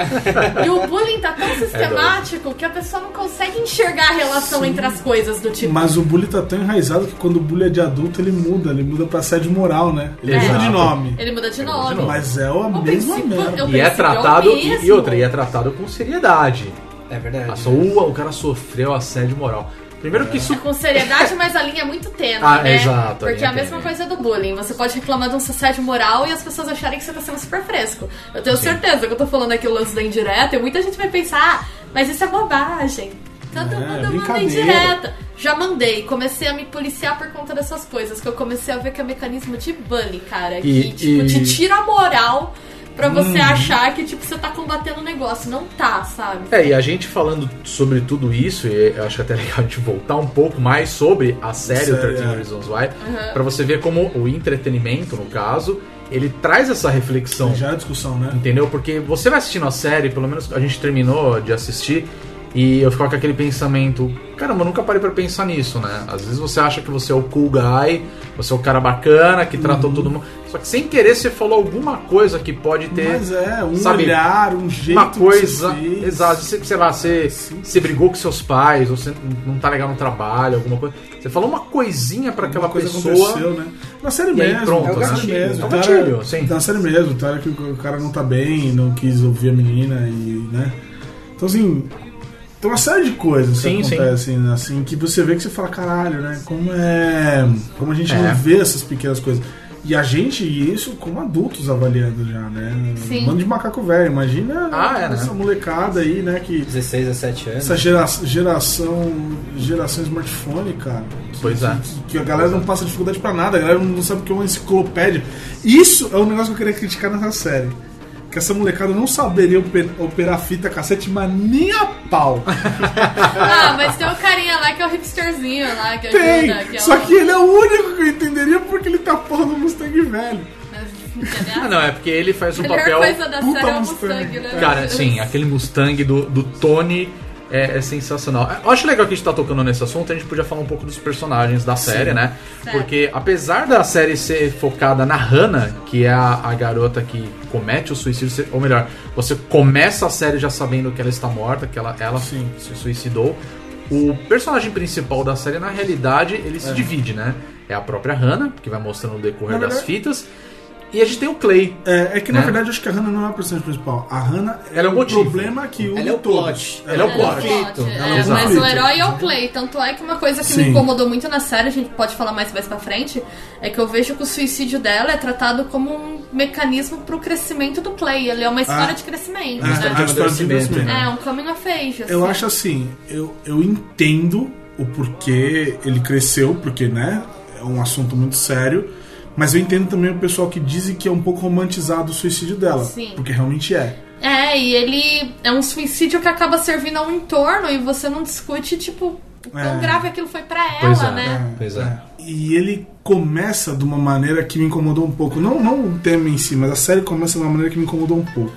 Speaker 3: e o bullying tá
Speaker 2: É
Speaker 3: tão sistemático que a pessoa não consegue enxergar a relação entre as coisas do tipo.
Speaker 5: Mas o bullying tá tão enraizado que quando o bullying é de adulto, ele muda, ele muda pra sede moral, né? Ele
Speaker 2: Exato.
Speaker 5: muda de nome.
Speaker 3: Ele muda de
Speaker 2: Ele muda de
Speaker 3: nome.
Speaker 2: nome.
Speaker 5: Mas é a
Speaker 3: O
Speaker 5: mesma
Speaker 3: princípio-
Speaker 5: merda.
Speaker 3: eu-
Speaker 2: E é
Speaker 3: princípio é o
Speaker 2: tratado. E, e
Speaker 3: mesmo.
Speaker 2: outra, e é tratado com seriedade.
Speaker 4: É verdade.
Speaker 2: Ah, só,
Speaker 5: um-
Speaker 2: "Ua, o cara sofreu assédio moral. Primeiro
Speaker 5: É.
Speaker 2: que isso.
Speaker 3: Tipo, Com seriedade, mas a linha é muito tênue,
Speaker 2: Ah,
Speaker 3: né?
Speaker 2: exato, a
Speaker 3: Porque
Speaker 2: linha
Speaker 3: é a
Speaker 2: é
Speaker 3: mesma
Speaker 2: tênue.
Speaker 3: coisa do bullying. Você pode reclamar de um assédio moral e as pessoas acharem que você tá sendo super fresco. Eu tenho certeza que eu tô falando aqui o lance da indireta e muita gente vai pensar, ah, mas isso é bobagem. Todo
Speaker 5: É,
Speaker 3: mundo manda
Speaker 5: brincadeira.
Speaker 3: indireta. Já mandei, comecei a me policiar por conta dessas coisas, que eu comecei a ver que é mecanismo de bullying, cara.
Speaker 2: E-
Speaker 3: que, tipo,
Speaker 2: e- Uhum.
Speaker 3: te tira a moral pra você achar que, tipo, você tá combatendo o negócio. Não tá, sabe?
Speaker 2: É, e a gente falando sobre tudo isso, e eu acho que até é legal a gente voltar um pouco mais sobre a série
Speaker 5: Série,
Speaker 2: 13
Speaker 5: é.
Speaker 2: Reasons Why, pra você ver como o entretenimento, no caso, ele traz essa reflexão.
Speaker 5: Já é discussão, né?
Speaker 2: Entendeu? Porque você vai assistindo a série, pelo menos a gente terminou de assistir, e eu ficava com aquele pensamento, caramba, eu nunca parei pra pensar nisso, né? Às vezes você acha que você é o cool guy, você é o cara bacana, que
Speaker 5: Uhum.
Speaker 2: tratou todo mundo. Só que sem querer você falou alguma coisa que pode ter
Speaker 5: Mas é, um
Speaker 2: sabe,
Speaker 5: olhar, um jeito
Speaker 2: uma coisa.
Speaker 5: que você fez.
Speaker 2: Exato, você- sei lá, você,
Speaker 5: Sim.
Speaker 2: você brigou com seus pais, ou você não tá legal no trabalho, alguma coisa. Você falou uma coisinha pra aquela
Speaker 5: Alguma é coisa
Speaker 2: pessoa.
Speaker 5: aconteceu, né? Na série
Speaker 2: E aí,
Speaker 5: mesmo,
Speaker 2: pronto,
Speaker 5: na
Speaker 4: né?
Speaker 5: série mesmo.
Speaker 2: É um
Speaker 5: Então,
Speaker 2: gatilho,
Speaker 5: era-
Speaker 2: sim.
Speaker 5: Na série mesmo, então era que o cara não tá bem, não quis ouvir a menina e, né? Então assim, tem uma série de coisas
Speaker 2: Sim,
Speaker 5: que
Speaker 2: sim.
Speaker 5: acontecem, né? assim, que você vê que você fala, caralho, né? Como é. Como a gente
Speaker 2: É.
Speaker 5: não vê essas pequenas coisas. E a gente, isso como adultos avaliando já, né?
Speaker 3: Sim.
Speaker 5: Um bando de macaco velho, imagina
Speaker 2: Ah, é, né?
Speaker 5: essa molecada aí, né? Que
Speaker 4: 16 a 7 anos. Ah,
Speaker 5: essa gera- geração, geração smartphone, cara. Que-
Speaker 2: Pois é.
Speaker 5: Que, que a galera não passa dificuldade pra nada, a galera não sabe o que é uma enciclopédia. Isso é um negócio que eu queria criticar nessa série. Que essa molecada não saberia ope- operar fita cassete, mas nem a pau.
Speaker 3: Ah, mas tem o carinha lá que é o hipsterzinho lá, que ajuda, que
Speaker 5: Tem!
Speaker 3: é
Speaker 5: Só
Speaker 3: o...
Speaker 5: que ele é o único que eu entenderia porque ele tá porra no Mustang velho.
Speaker 2: Ah, não, é porque ele faz
Speaker 3: A
Speaker 2: um
Speaker 3: melhor
Speaker 2: papel.
Speaker 3: coisa da
Speaker 5: puta
Speaker 3: série é o
Speaker 5: Mustang,
Speaker 3: Mustang, né?
Speaker 2: Cara, sim, aquele Mustang do, do Tony é, é sensacional. Eu acho legal que a gente tá tocando nesse assunto, a gente podia falar um pouco dos personagens da série, né?
Speaker 3: Certo.
Speaker 2: Porque apesar da série ser focada na Hannah, que é a, a garota que comete o suicídio, você- ou melhor, você começa a série já sabendo que ela está morta, que ela, ela
Speaker 5: Sim.
Speaker 2: se suicidou. O personagem principal da série, na realidade, ele se divide, né? É a própria Hannah, que vai mostrando o decorrer
Speaker 5: Na
Speaker 2: das
Speaker 5: verdade-
Speaker 2: fitas. E a gente tem o Clay,
Speaker 5: É, é que na
Speaker 2: Né?
Speaker 5: verdade eu acho que a Hannah não é a personagem principal. A Hannah é,
Speaker 2: Ela é o
Speaker 5: o
Speaker 2: motivo.
Speaker 5: problema que une
Speaker 4: Ela é o
Speaker 5: todos.
Speaker 4: plot.
Speaker 5: Ela é
Speaker 3: Ela
Speaker 5: o
Speaker 3: é o
Speaker 5: plot.
Speaker 3: plot,
Speaker 4: Ela
Speaker 3: é,
Speaker 5: é um
Speaker 3: mas
Speaker 5: conflito.
Speaker 3: o herói é o Clay. Tanto é que uma coisa que me
Speaker 5: Sim.
Speaker 3: incomodou muito na série, a gente pode falar mais mais pra frente, é que eu vejo que o suicídio dela é tratado como um mecanismo pro crescimento do Clay. Ele é uma história
Speaker 5: Ah.
Speaker 3: de crescimento,
Speaker 5: É, a
Speaker 3: né?
Speaker 5: história de
Speaker 4: amadurecimento,
Speaker 5: Bruce Wayne.
Speaker 3: É, um coming of age, assim.
Speaker 5: Eu acho assim, eu, eu entendo o porquê ele cresceu, porque, né, é um assunto muito sério, mas eu entendo também o pessoal que dizem que é um pouco romantizado o suicídio dela,
Speaker 3: Sim.
Speaker 5: porque realmente é.
Speaker 3: É, e ele é um suicídio que acaba servindo ao entorno e você não discute, tipo, o quão
Speaker 5: É.
Speaker 3: grave aquilo foi pra ela,
Speaker 2: Pois é,
Speaker 3: né?
Speaker 4: Pois é.
Speaker 5: E ele começa de uma maneira que me incomodou um pouco. Não, não o tema em si, mas a série começa de uma maneira que me incomodou um pouco.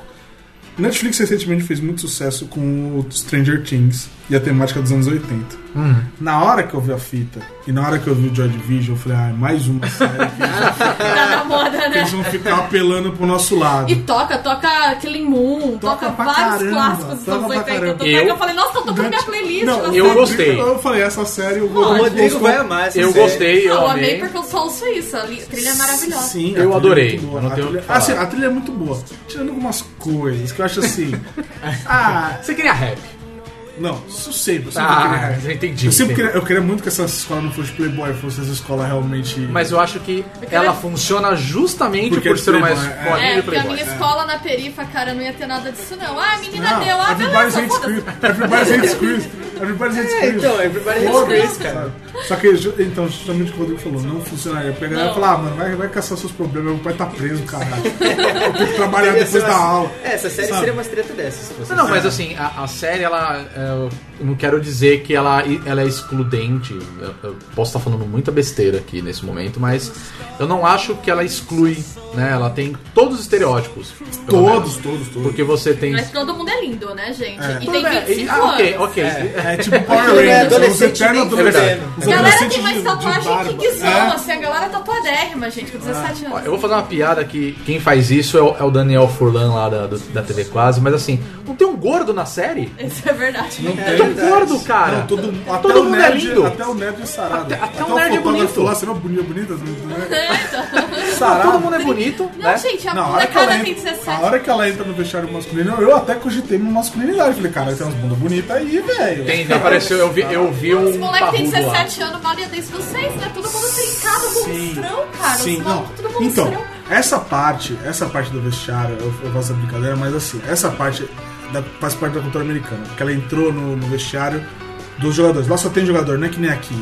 Speaker 5: Netflix recentemente fez muito sucesso com o Stranger Things e a temática dos anos 80.
Speaker 4: Hum.
Speaker 5: Na hora que eu vi a fita e na hora que eu vi o Joy Division, eu falei, ah, mais uma série que eles-
Speaker 3: Tá na moda,
Speaker 5: que eles
Speaker 3: né?
Speaker 5: vão ficar apelando pro nosso
Speaker 3: E
Speaker 5: lado.
Speaker 3: toca, toca Killing Moon,
Speaker 5: Toca
Speaker 3: toca,
Speaker 5: pra
Speaker 3: vários
Speaker 5: caramba,
Speaker 3: clássicos dos
Speaker 5: toca
Speaker 3: anos
Speaker 5: pra
Speaker 3: 80.
Speaker 5: caramba.
Speaker 3: Tanto é que
Speaker 2: Eu-
Speaker 3: eu falei, nossa, tá tocando minha playlist. nossa.
Speaker 2: eu gostei.
Speaker 5: Eu falei, essa série eu
Speaker 4: O
Speaker 5: vou.
Speaker 4: Rodrigo vai amar essa
Speaker 2: eu
Speaker 4: série.
Speaker 2: gostei, eu
Speaker 3: Não, eu
Speaker 2: amei.
Speaker 3: amei porque eu sou suíça. A li- trilha é maravilhosa.
Speaker 5: Sim, a
Speaker 2: Eu
Speaker 5: trilha é
Speaker 2: adorei,
Speaker 5: muito boa.
Speaker 2: eu não
Speaker 5: A
Speaker 2: tenho o que
Speaker 5: trilha-
Speaker 2: falar.
Speaker 5: assim, a trilha é muito boa. Tirando algumas coisas que eu acho assim. ah,
Speaker 2: Você queria rap.
Speaker 5: Não, isso eu sei, eu sempre
Speaker 2: Ah,
Speaker 5: queria.
Speaker 2: eu entendi.
Speaker 5: Eu sempre
Speaker 2: entendi.
Speaker 5: queria, eu queria muito que essa escola não fosse Playboy, fosse essa escola realmente.
Speaker 2: Mas eu acho que
Speaker 3: queria-
Speaker 2: ela funciona justamente
Speaker 5: Porque
Speaker 2: por
Speaker 5: é
Speaker 2: ser uma
Speaker 5: Playboy, é.
Speaker 2: escolinha
Speaker 3: É,
Speaker 2: de
Speaker 3: porque a
Speaker 2: Playboy.
Speaker 3: minha escola na perifa, cara, não ia ter nada disso, não. Ah, a menina
Speaker 5: não,
Speaker 3: deu, ah,
Speaker 5: everybody's
Speaker 3: beleza,
Speaker 5: hate
Speaker 3: foda-se.
Speaker 5: script. Everybody's hate script. Everybody's hate
Speaker 4: É,
Speaker 5: script.
Speaker 4: então, Everybody Hates
Speaker 5: Foda-se,
Speaker 4: Chris, cara.
Speaker 5: sabe? Só que, ju- então, justamente o que o Rodrigo falou, não funcionaria. Porque a galera
Speaker 3: Não.
Speaker 5: ia falar, ah, mano, vai, vai caçar seus problemas, meu pai tá preso, caralho. Eu tenho que trabalhar
Speaker 4: Seria
Speaker 5: depois
Speaker 4: uma-
Speaker 5: da aula.
Speaker 4: É, essa série
Speaker 5: Sabe?
Speaker 4: seria uma treta dessas. se você
Speaker 2: Não, não,
Speaker 4: sabe.
Speaker 2: mas assim, a, a série, ela. é, Eu não quero dizer que ela, ela é excludente. Eu, eu posso estar falando muita besteira aqui nesse momento, mas eu não acho que ela exclui, né? Ela tem todos os estereótipos. pelo
Speaker 5: Todos,
Speaker 2: menos.
Speaker 5: todos, todos.
Speaker 2: Porque você tem.
Speaker 3: Mas todo mundo é lindo, né, gente? E
Speaker 2: Tudo
Speaker 3: tem
Speaker 2: bem,
Speaker 3: 25
Speaker 2: ah, ok,
Speaker 3: anos.
Speaker 2: ok.
Speaker 5: É tipo Power
Speaker 4: Ele é
Speaker 5: Rangers, os
Speaker 4: adolescente né?
Speaker 5: eternos
Speaker 4: bem
Speaker 5: adolescentes.
Speaker 4: pequeno.
Speaker 5: Os
Speaker 3: A galera
Speaker 5: adolescentes
Speaker 3: tem mais
Speaker 5: de- de
Speaker 3: tatuagem que
Speaker 5: barba.
Speaker 3: guizão,
Speaker 5: É.
Speaker 3: assim, a galera tatuadérrima, gente, com 17
Speaker 2: Ó,
Speaker 3: anos.
Speaker 2: Eu vou fazer uma piada que quem faz isso é o, é o Daniel Furlan lá da, do- da TV Quase, mas assim, não tem um gordo na série?
Speaker 3: Isso é verdade.
Speaker 5: Não
Speaker 2: É
Speaker 5: tem.
Speaker 2: tão gordo, cara.
Speaker 5: Não, todo, até
Speaker 2: Todo
Speaker 5: o
Speaker 2: mundo
Speaker 5: nerd,
Speaker 2: é lindo.
Speaker 5: Até o nerd é sarado.
Speaker 2: Até- até o nerd é
Speaker 5: fotógrafo
Speaker 2: bonito.
Speaker 5: Lá, você não é bonita, bonita? né?
Speaker 2: Não,
Speaker 5: Sarado.
Speaker 2: todo mundo é bonito,
Speaker 3: Não,
Speaker 2: né?
Speaker 3: gente, a
Speaker 5: Não, é. a hora, que
Speaker 3: molecada
Speaker 5: ela
Speaker 3: tem
Speaker 5: entra,
Speaker 3: 17.
Speaker 5: a hora que ela entra no vestiário masculino, eu até cogitei minha masculinidade. Falei, cara, tem umas bundas bonitas aí, velho.
Speaker 2: Tem, tem, apareceu, eu vi, eu vi um
Speaker 3: Esse moleque tem
Speaker 2: parrudo lá.
Speaker 3: 17 anos, Maria desde vocês, né? Todo mundo trincado, monstrão, cara.
Speaker 5: Sim,
Speaker 3: Os
Speaker 5: não.
Speaker 3: malucos, todo mundo
Speaker 5: Então,
Speaker 3: monstrão.
Speaker 5: essa parte, essa parte do vestiário, eu, eu faço a brincadeira, mas assim, essa parte da- faz parte da cultura americana. Porque ela entrou no, no vestiário dos jogadores. Lá só tem jogador, não é que nem aqui.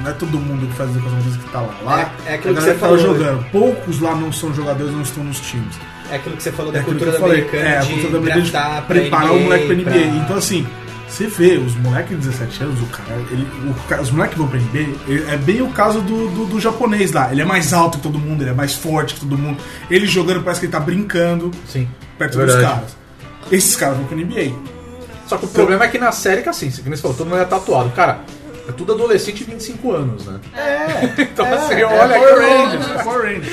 Speaker 5: Não é todo mundo que faz educação física que tá lá. Lá
Speaker 4: É- é aquilo
Speaker 5: a
Speaker 4: que
Speaker 5: galera
Speaker 4: você
Speaker 5: tá
Speaker 4: falou.
Speaker 5: jogando. Poucos lá não são jogadores, não estão nos times.
Speaker 4: É aquilo que você falou
Speaker 5: É
Speaker 4: da
Speaker 5: aquilo que
Speaker 4: cultura
Speaker 5: eu falei.
Speaker 4: americana.
Speaker 5: É, a
Speaker 4: de
Speaker 5: cultura da americana de
Speaker 4: draftar pra
Speaker 5: preparar o
Speaker 4: NBA,
Speaker 5: moleque pra NBA.
Speaker 4: pra-
Speaker 5: Então, assim, você vê, os moleques de 17 anos, o cara, ele, o ca- os moleques que vão pra NBA, ele- é bem o caso do, do, do japonês lá. Ele é mais alto que todo mundo, ele é mais forte que todo mundo. Ele jogando parece que ele tá brincando
Speaker 2: Sim.
Speaker 5: perto
Speaker 2: é
Speaker 5: dos
Speaker 2: verdade.
Speaker 5: caras. Esses caras vão pra NBA.
Speaker 2: Só que o problema é que na série que assim, que nem você falou, todo mundo é tatuado. Cara, é tudo adolescente de 25 anos, né? É. então assim, olha
Speaker 5: Power
Speaker 2: que
Speaker 5: Rangers, é Power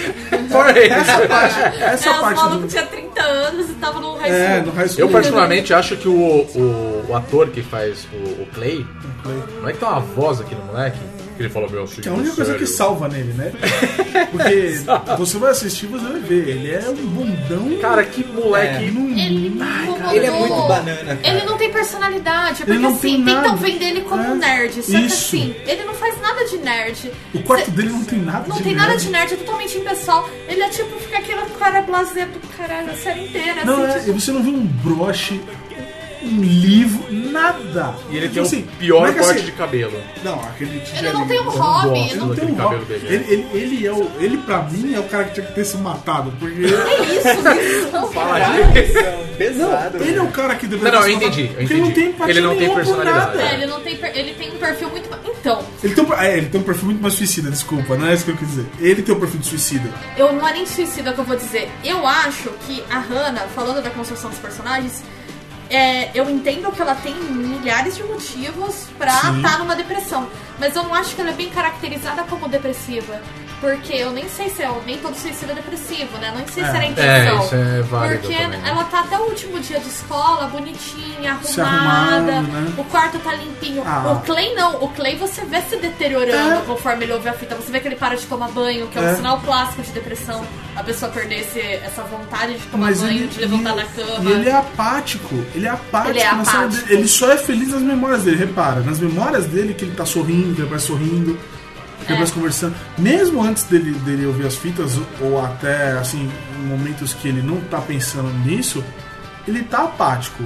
Speaker 5: Rangers. Essa parte, essa
Speaker 3: é, os
Speaker 5: parte
Speaker 3: malucos
Speaker 5: do...
Speaker 3: tinha 30 anos e tava no high
Speaker 5: É,
Speaker 3: school.
Speaker 5: no high school.
Speaker 2: Eu particularmente acho que o, o, o ator que faz o, o Clay, o moleque tem uma voz aqui no moleque, que ele fala meu
Speaker 5: Que é a única coisa que salva nele, né? Porque você vai assistir, você vai ver. Ele é um bundão.
Speaker 2: Cara, que moleque.
Speaker 5: que não
Speaker 3: Ele me incomodou.
Speaker 4: Ele é muito banana, cara.
Speaker 3: Ele não tem personalidade, porque
Speaker 5: Ele não
Speaker 3: assim,
Speaker 5: tem nada.
Speaker 3: tentam vender ele como
Speaker 5: É.
Speaker 3: um nerd. Só que
Speaker 5: Isso.
Speaker 3: assim, ele não faz nada de nerd.
Speaker 5: O quarto
Speaker 3: Cê-
Speaker 5: dele não tem nada
Speaker 3: Não
Speaker 5: de
Speaker 3: tem nada
Speaker 5: nerd.
Speaker 3: de nerd, é totalmente impessoal. Ele é tipo, fica aquele cara blasé do caralho a série inteira.
Speaker 5: Não,
Speaker 3: assim,
Speaker 5: é, você não viu um broche, um livro, nada.
Speaker 2: E ele
Speaker 5: Tipo
Speaker 2: tem
Speaker 5: assim,
Speaker 2: o pior
Speaker 5: não é que
Speaker 2: corte
Speaker 5: assim-
Speaker 2: de cabelo.
Speaker 5: Não, aquele
Speaker 3: Ele não
Speaker 5: tigelinho.
Speaker 3: tem um
Speaker 2: não
Speaker 3: hobby.
Speaker 2: gosto.
Speaker 3: ele
Speaker 5: Ele não tem um
Speaker 2: Aquele
Speaker 5: cabelo
Speaker 2: cabelo dele, né?
Speaker 5: Ele, ele, ele é o. Ele pra mim é o cara que tinha que ter se matado. Porque.
Speaker 3: não tem tipo, isso, É, isso. Não,
Speaker 2: Fala
Speaker 3: cara.
Speaker 2: aí.
Speaker 4: Pesado. né?
Speaker 5: ele é o cara que
Speaker 2: Não,
Speaker 5: deveria
Speaker 2: não,
Speaker 5: ter
Speaker 2: eu
Speaker 5: se matado,
Speaker 2: entendi, eu
Speaker 5: porque ele não
Speaker 2: entendi.
Speaker 5: tem empatia
Speaker 2: Ele não tem
Speaker 5: nenhuma por
Speaker 2: personalidade.
Speaker 5: nada.
Speaker 3: É, ele não tem. per- Ele tem um perfil muito. Então,
Speaker 5: Ele tem, um, é, ele tem um perfil muito mais suicida, desculpa, não é isso que eu quis dizer. Ele tem um perfil de suicida.
Speaker 3: eu não é nem suicida que eu vou dizer. Eu acho que a Hannah, falando da construção dos personagens, é, eu entendo que ela tem milhares de motivos pra
Speaker 5: Sim.
Speaker 3: estar numa depressão. Mas eu não acho que ela é bem caracterizada como depressiva. Porque eu nem sei se é. Nem todo suicida é depressivo, né? Nem sei se
Speaker 5: É.
Speaker 3: era a
Speaker 5: É,
Speaker 3: intenção.
Speaker 2: isso é válido
Speaker 3: Porque
Speaker 2: também, né?
Speaker 3: ela tá até o último dia de escola, bonitinha,
Speaker 5: Se
Speaker 3: arrumada.
Speaker 5: arrumando, né?
Speaker 3: O quarto tá limpinho.
Speaker 5: Ah.
Speaker 3: O Clay não. O Clay você vê se deteriorando
Speaker 5: É.
Speaker 3: conforme ele ouve a fita. Você vê que ele para de tomar banho, que é um
Speaker 5: É.
Speaker 3: sinal clássico de depressão. A pessoa perder esse- essa vontade de tomar
Speaker 5: Mas
Speaker 3: banho,
Speaker 5: ele,
Speaker 3: de levantar
Speaker 5: e-
Speaker 3: da cama.
Speaker 5: E ele é apático. Ele é apático.
Speaker 3: Ele é
Speaker 5: na série dele.
Speaker 3: apático.
Speaker 5: Ele só é feliz nas memórias dele, repara. Nas memórias dele que ele tá sorrindo, que ele vai sorrindo, que
Speaker 3: É.
Speaker 5: ele vai conversando. Mesmo antes dele, dele ouvir as fitas, ou até assim, em momentos que ele não tá pensando nisso, ele tá apático.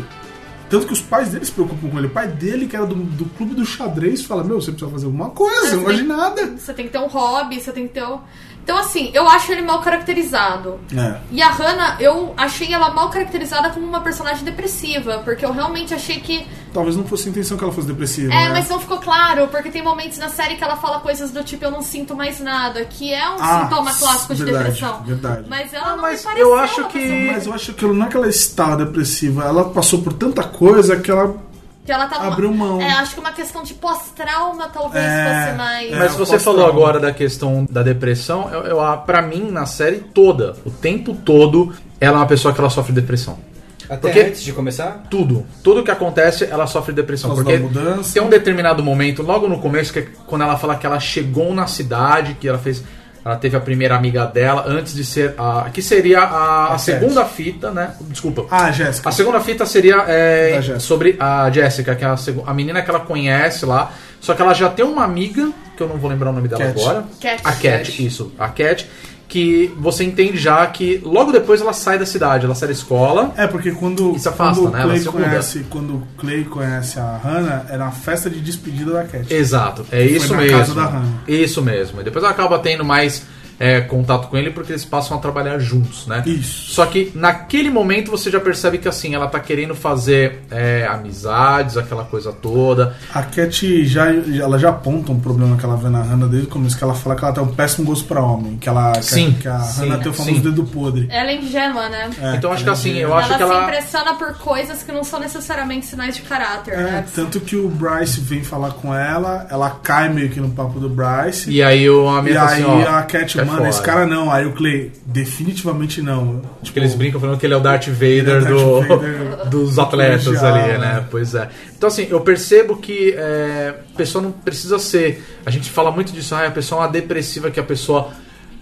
Speaker 5: Tanto que os pais dele se preocupam com ele. O pai dele, que era do, do clube do xadrez, fala: Meu, você precisa fazer alguma coisa,
Speaker 3: Você
Speaker 5: não gosto de
Speaker 3: tem-
Speaker 5: nada.
Speaker 3: Você tem que ter um hobby, você tem que ter um... Então, assim, eu acho ele mal caracterizado.
Speaker 5: É.
Speaker 3: E a Hannah, eu achei ela mal caracterizada como uma personagem depressiva, porque eu realmente achei que.
Speaker 5: Talvez não fosse a intenção que ela fosse depressiva.
Speaker 3: É,
Speaker 5: né?
Speaker 3: mas não ficou claro, porque tem momentos na série que ela fala coisas do tipo eu não sinto mais nada, que é um
Speaker 5: Ah,
Speaker 3: sintoma clássico de
Speaker 5: verdade,
Speaker 3: depressão.
Speaker 5: verdade. Ah,
Speaker 3: Mas ela não
Speaker 2: mas
Speaker 3: me pareceu
Speaker 2: eu acho
Speaker 3: uma
Speaker 2: que-
Speaker 3: pessoa-
Speaker 5: Mas eu acho que ela- não é que ela estava depressiva, ela passou por tanta coisa que ela.
Speaker 3: que ela tá numa-
Speaker 5: abriu mão.
Speaker 3: É, acho que uma questão de pós-trauma talvez
Speaker 5: É,
Speaker 3: fosse mais.
Speaker 5: é.
Speaker 2: Mas
Speaker 5: eu
Speaker 2: você
Speaker 5: posso
Speaker 2: falou
Speaker 5: falar.
Speaker 2: agora da questão da depressão, eu, eu, a- pra mim, na série toda, o tempo todo, ela é uma pessoa que ela sofre depressão.
Speaker 4: Até
Speaker 2: Porque-
Speaker 4: antes de começar?
Speaker 2: Tudo. Tudo que acontece, ela sofre depressão.
Speaker 5: Por causa
Speaker 2: Porque
Speaker 5: da mudança.
Speaker 2: tem um determinado momento, logo no começo, que é quando ela fala que ela chegou na cidade, que ela fez. Ela teve a primeira amiga dela antes de ser a. Que seria a, a
Speaker 5: A Cat.
Speaker 2: segunda fita, né? Desculpa.
Speaker 5: Ah, Jéssica.
Speaker 2: A segunda fita seria é,
Speaker 5: Da Jéssica.
Speaker 2: sobre a Jessica, que é a, segu- a menina que ela conhece lá. Só que ela já tem uma amiga, que eu não vou lembrar o nome dela
Speaker 5: Cat.
Speaker 2: agora.
Speaker 3: Cat.
Speaker 2: A Cat,
Speaker 4: Cat.
Speaker 2: isso. A Cat. Que você entende já que logo depois ela sai da cidade, ela sai da escola.
Speaker 5: É, porque quando,
Speaker 2: E se afasta,
Speaker 5: quando
Speaker 2: né?
Speaker 5: o
Speaker 2: Ela
Speaker 5: Clay
Speaker 2: se muda.
Speaker 5: conhece, quando o Clay conhece a Hannah, era a festa de despedida da Cat.
Speaker 2: Exato, é
Speaker 5: Foi
Speaker 2: isso
Speaker 5: na
Speaker 2: mesmo.
Speaker 5: casa da Hannah.
Speaker 2: Isso mesmo. E depois ela acaba tendo mais é, contato com ele porque eles passam a trabalhar juntos, né?
Speaker 5: Isso.
Speaker 2: Só que naquele momento você já percebe que assim, ela tá querendo fazer é, amizades, aquela coisa toda.
Speaker 5: A Cat já, ela já aponta um problema que ela vê na Hannah desde o começo, que ela fala que ela tem um péssimo gosto pra homem, que ela que a-
Speaker 2: Sim,
Speaker 5: que a
Speaker 2: sim,
Speaker 5: Hannah tem o famoso
Speaker 2: sim.
Speaker 5: dedo podre.
Speaker 3: Ela é ingênua, né?
Speaker 5: É,
Speaker 2: então acho que assim, eu
Speaker 3: Ela é
Speaker 2: acho que
Speaker 3: se
Speaker 2: ela.
Speaker 3: impressiona por coisas que não são necessariamente sinais de caráter,
Speaker 5: É,
Speaker 3: né?
Speaker 5: tanto que o Bryce vem falar com ela, ela cai meio que no papo do Bryce.
Speaker 2: E aí o amigo
Speaker 5: E
Speaker 2: fala
Speaker 5: aí
Speaker 2: assim, ó,
Speaker 5: a Cat,
Speaker 2: sai
Speaker 5: mano,
Speaker 2: fora.
Speaker 5: esse cara é não. Aí o Clay, definitivamente não.
Speaker 2: Tipo, eles brincam falando que ele é o Darth Vader,
Speaker 5: é o Darth
Speaker 2: do-
Speaker 5: Vader
Speaker 2: dos atletas
Speaker 5: colegial,
Speaker 2: ali, né?
Speaker 5: né?
Speaker 2: Pois é. Então, assim, eu percebo que é, a pessoa não precisa ser. A gente fala muito disso, ah, a pessoa é uma depressiva que a pessoa.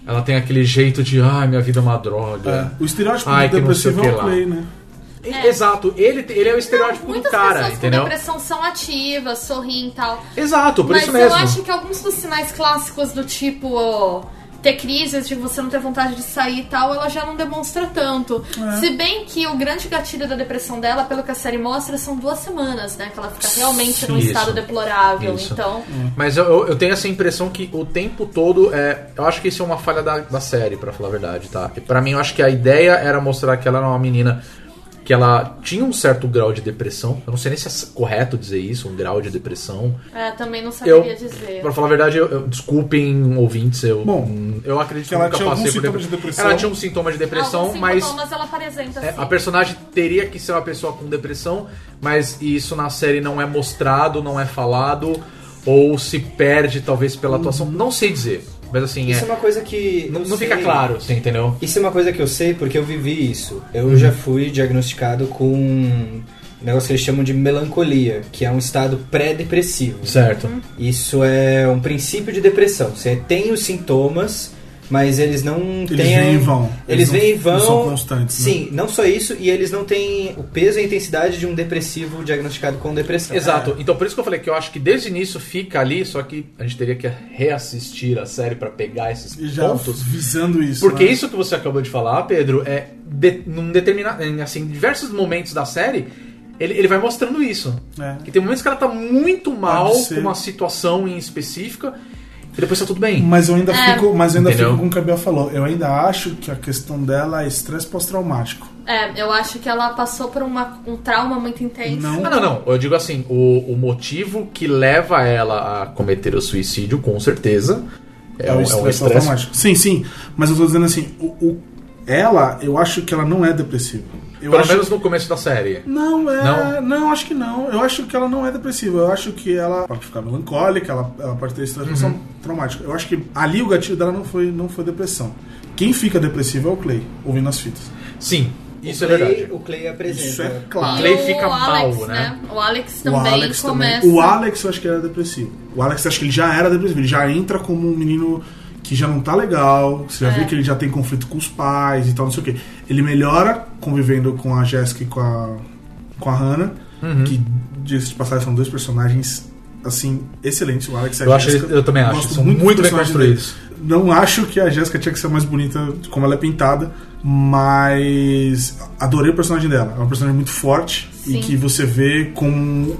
Speaker 2: Ela tem aquele jeito de, ai, minha vida é uma droga.
Speaker 5: O estereótipo
Speaker 2: Ai,
Speaker 5: do
Speaker 2: que não sei
Speaker 5: depressivo
Speaker 2: o que
Speaker 5: é o
Speaker 2: lá.
Speaker 5: Clay, né?
Speaker 2: E- Exato, ele, ele é o estereótipo do
Speaker 3: É. Muitas
Speaker 2: cara,
Speaker 3: pessoas
Speaker 2: entendeu?
Speaker 3: com depressão são ativas, sorriem e tal.
Speaker 2: Exato, por
Speaker 3: Mas
Speaker 2: isso
Speaker 3: eu
Speaker 2: mesmo.
Speaker 3: acho que alguns dos sinais clássicos do tipo ó, ter crises, de você não ter vontade de sair e tal, ela já não demonstra tanto.
Speaker 5: É.
Speaker 3: Se bem que o grande gatilho da depressão dela, pelo que a série mostra, são duas semanas, né? Que ela fica realmente num
Speaker 2: Isso.
Speaker 3: estado deplorável.
Speaker 2: Isso. Hum.
Speaker 3: Então,
Speaker 2: Mas eu- eu, eu tenho essa impressão que o tempo todo é. Eu acho que isso é uma falha da, da série, pra falar a verdade, tá? E pra mim, eu acho que a ideia era mostrar que ela era uma menina que ela tinha um certo grau de depressão. Eu não sei nem se é correto dizer isso, um grau de depressão.
Speaker 3: é, também não
Speaker 2: Eu,
Speaker 3: saberia dizer.
Speaker 2: pra falar a verdade, eu, eu- desculpem ouvintes, eu,
Speaker 5: Bom,
Speaker 2: eu acredito que
Speaker 5: que ela
Speaker 2: nunca
Speaker 5: tinha algum
Speaker 2: passei por
Speaker 5: sintoma
Speaker 2: depressão.
Speaker 5: de depressão.
Speaker 2: Ela tinha um sintoma de depressão,
Speaker 3: Alguns
Speaker 2: mas
Speaker 3: sintomas assim, ela apresenta assim.
Speaker 2: é,
Speaker 3: sim.
Speaker 2: a personagem teria que ser uma pessoa com depressão, mas isso na série não é mostrado, não é falado, ou se perde talvez pela atuação. Não sei dizer, mas assim,
Speaker 4: Isso é
Speaker 2: é,
Speaker 4: uma coisa que.
Speaker 2: não,
Speaker 4: eu
Speaker 2: não fica
Speaker 4: sei.
Speaker 2: claro, você entendeu?
Speaker 4: Isso é uma coisa que eu sei porque eu vivi isso. Eu já
Speaker 5: Uhum.
Speaker 4: fui diagnosticado com um negócio que eles chamam de melancolia, que é um estado pré-depressivo.
Speaker 2: Certo.
Speaker 4: Isso é um princípio de depressão. Você tem os sintomas, mas eles não
Speaker 5: Eles
Speaker 4: têm.
Speaker 5: vêm e vão. Eles
Speaker 4: Eles,
Speaker 5: não-
Speaker 4: vêm e vão.
Speaker 5: não são constantes, né?
Speaker 4: Sim, não só isso, e eles não têm o peso e a intensidade de um depressivo diagnosticado com depressão.
Speaker 2: Exato. Então por isso que eu falei que eu acho que desde o início fica ali, só que a gente teria que reassistir a série pra pegar esses
Speaker 5: E já
Speaker 2: pontos.
Speaker 5: visando isso.
Speaker 2: Porque
Speaker 5: né?
Speaker 2: isso que você acabou de falar, Pedro, é de, num determinado, em, assim, diversos momentos da série, ele, ele vai mostrando isso.
Speaker 5: É.
Speaker 2: Que tem momentos que ela tá muito mal
Speaker 5: Pode ser.
Speaker 2: com uma situação em específica e depois tá tudo bem.
Speaker 5: Mas eu ainda
Speaker 3: É.
Speaker 5: fico, mas eu ainda
Speaker 2: Entendeu?
Speaker 5: fico com o que a Bia falou. Eu ainda acho que a questão dela é estresse pós-traumático.
Speaker 3: É, eu acho que ela passou por uma- um trauma muito intenso.
Speaker 5: Não.
Speaker 2: Ah, não, não. Eu digo assim, o, o motivo que leva ela a cometer o suicídio, com certeza, é, um- é um estresse.
Speaker 5: Sim, sim. Mas eu tô dizendo assim, o, o- ela, eu acho que ela não é depressiva. Eu
Speaker 2: Pelo
Speaker 5: acho-
Speaker 2: menos no começo da série.
Speaker 5: Não, é.
Speaker 2: Não?
Speaker 5: Não? acho que não. Eu acho que ela não é depressiva. Eu acho que ela pode ficar melancólica, ela, ela pode ter transformação traumática. Eu acho que ali o gatilho dela não foi, não foi depressão. Quem fica depressivo é o Clay, ouvindo as fitas.
Speaker 2: Sim, isso
Speaker 4: Clay,
Speaker 2: é verdade.
Speaker 4: O Clay apresenta.
Speaker 5: Isso é
Speaker 3: E
Speaker 5: claro.
Speaker 2: Clay
Speaker 3: o
Speaker 2: fica
Speaker 3: Alex,
Speaker 2: mal, né?
Speaker 3: O Alex também começa.
Speaker 5: O Alex eu acho que era depressivo. O Alex eu acho que ele já era depressivo. Ele já entra como um menino que já não tá legal. Você já
Speaker 3: É.
Speaker 5: vê que ele já tem conflito com os pais e tal, não sei o quê. Ele melhora convivendo com a Jéssica e com a, com a Hannah.
Speaker 2: Uhum.
Speaker 5: Que, diga-se de passagem, são dois personagens assim, excelentes. O Alex e a
Speaker 2: Eu acho
Speaker 5: Jéssica.
Speaker 2: eles- eu também acho,
Speaker 5: Gosto
Speaker 2: são
Speaker 5: do
Speaker 2: muito bem
Speaker 5: personagem
Speaker 2: construídos.
Speaker 5: deles. Não acho que a Jéssica tinha que ser mais bonita como ela é pintada, mas adorei o personagem dela. É um personagem muito forte
Speaker 3: Sim.
Speaker 5: e que você vê como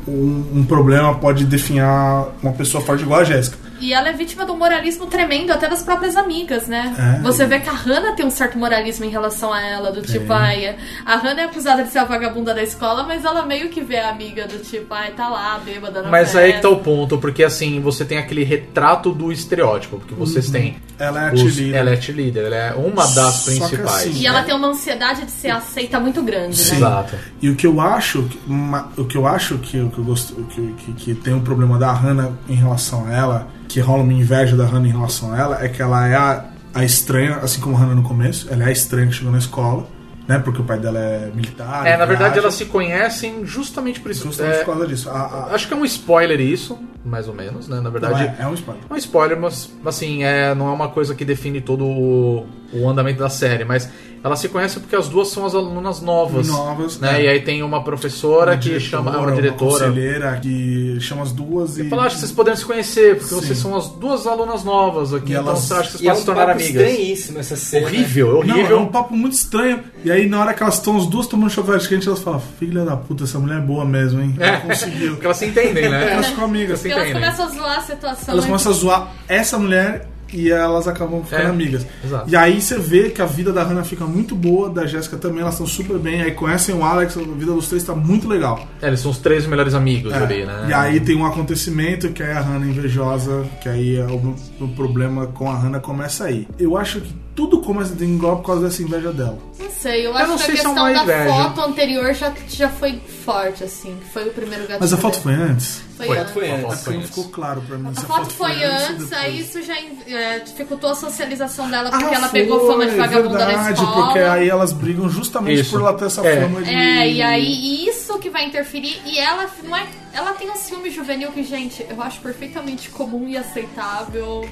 Speaker 5: um, um problema pode definhar uma pessoa forte igual a Jéssica.
Speaker 3: E ela é vítima de um moralismo tremendo, até das próprias amigas, né?
Speaker 5: É.
Speaker 3: Você vê que a Hannah tem um certo moralismo em relação a ela, do tipo, ai, a Hannah é acusada de ser a vagabunda da escola, mas ela meio que vê a amiga do tipo, ai, tá lá, bêbada na
Speaker 2: Mas
Speaker 3: festa.
Speaker 2: aí que tá o ponto, porque assim, você tem aquele retrato do estereótipo, porque vocês têm.
Speaker 5: Ela é a
Speaker 2: os-
Speaker 5: cheerleader.
Speaker 2: Ela é cheerleader, ela é uma das
Speaker 5: Só que
Speaker 2: principais.
Speaker 5: assim,
Speaker 3: E ela tem uma ansiedade de ser aceita muito grande,
Speaker 5: Sim.
Speaker 3: né?
Speaker 2: Exato.
Speaker 5: E o que eu acho, que- ma- o que eu acho que o que eu gosto, o que, que, que tem um problema da Hannah em relação a ela, que rola uma inveja da Hannah em relação a ela, é que ela é a, a estranha, assim como a Hannah no começo, ela é a estranha que chegou na escola, né? Porque o pai dela é militar.
Speaker 2: É, na verdade
Speaker 5: viaja,
Speaker 2: elas se conhecem justamente por isso.
Speaker 5: justamente
Speaker 2: É,
Speaker 5: por causa disso. A- a-
Speaker 2: acho que é um spoiler isso, mais ou menos, né? Na
Speaker 5: não,
Speaker 2: verdade.
Speaker 5: é, é um spoiler.
Speaker 2: Um spoiler, mas assim, é, não é uma coisa que define todo o, o andamento da série, mas elas se conhecem porque as duas são as alunas novas.
Speaker 5: Novas,
Speaker 2: né?
Speaker 5: é.
Speaker 2: E aí tem uma professora
Speaker 5: Uma
Speaker 2: que chama é uma
Speaker 5: Uma
Speaker 2: diretora.
Speaker 5: conselheira que chama as duas e.
Speaker 2: Fala, acho que vocês podem se conhecer, porque
Speaker 5: Sim.
Speaker 2: vocês são as duas alunas novas aqui,
Speaker 5: E
Speaker 2: então
Speaker 5: elas-
Speaker 2: você acha que vocês
Speaker 4: E é
Speaker 2: podem
Speaker 4: um
Speaker 2: se tornar
Speaker 4: papo né?
Speaker 2: amigas.
Speaker 4: estranhíssimo essa cena.
Speaker 2: Horrível,
Speaker 5: Não,
Speaker 2: horrível.
Speaker 5: é um papo muito estranho. E aí, na hora que elas estão as duas tomando chocolate quente, elas falam: Filha da puta, essa mulher é boa mesmo, hein? Ela conseguiu.
Speaker 2: Porque elas se entendem, né?
Speaker 5: Elas ficam amigas.
Speaker 2: Sim.
Speaker 5: assim.
Speaker 3: Porque elas
Speaker 2: Entende.
Speaker 3: começam a zoar a situação.
Speaker 5: Elas
Speaker 3: né?
Speaker 5: começam a zoar essa mulher e elas acabam ficando
Speaker 2: É,
Speaker 5: amigas.
Speaker 2: exato.
Speaker 5: E aí você vê que a vida da Hannah fica muito boa, da Jéssica também, elas estão super bem. Aí conhecem o Alex, a vida dos três tá muito legal.
Speaker 2: É, eles são os três melhores amigos
Speaker 5: É.
Speaker 2: ali, né?
Speaker 5: E aí tem um acontecimento que aí a Hannah é invejosa, que aí é o, o problema com a Hannah começa aí. Eu acho que tudo começa a desenrolar por causa dessa inveja dela.
Speaker 3: Não sei, eu
Speaker 2: Eu não
Speaker 3: acho que
Speaker 2: sei
Speaker 3: a
Speaker 2: se é
Speaker 3: questão
Speaker 2: uma
Speaker 3: da
Speaker 2: inveja.
Speaker 3: foto anterior já, já foi forte, assim. que Foi o primeiro gatilho.
Speaker 5: Mas a foto
Speaker 3: dela.
Speaker 5: foi antes?
Speaker 3: Foi,
Speaker 2: Foi,
Speaker 3: antes.
Speaker 4: Foi
Speaker 2: Uma
Speaker 4: antes.
Speaker 2: foto
Speaker 5: É porque
Speaker 2: foi
Speaker 5: não
Speaker 2: antes.
Speaker 5: ficou claro pra mim.
Speaker 3: A
Speaker 5: se
Speaker 3: foto foi
Speaker 5: ou
Speaker 3: antes,
Speaker 5: depois.
Speaker 3: aí isso já é, dificultou a socialização dela, porque
Speaker 5: Ah,
Speaker 3: ela pegou
Speaker 5: foi,
Speaker 3: fama de vagabunda na
Speaker 5: verdade,
Speaker 3: escola.
Speaker 5: porque aí elas brigam justamente
Speaker 2: Isso.
Speaker 5: por ela ter essa
Speaker 2: É.
Speaker 5: fama de...
Speaker 3: É, e aí isso que vai interferir. E ela não é. Ela tem um ciúme juvenil que, gente, eu acho perfeitamente comum e aceitável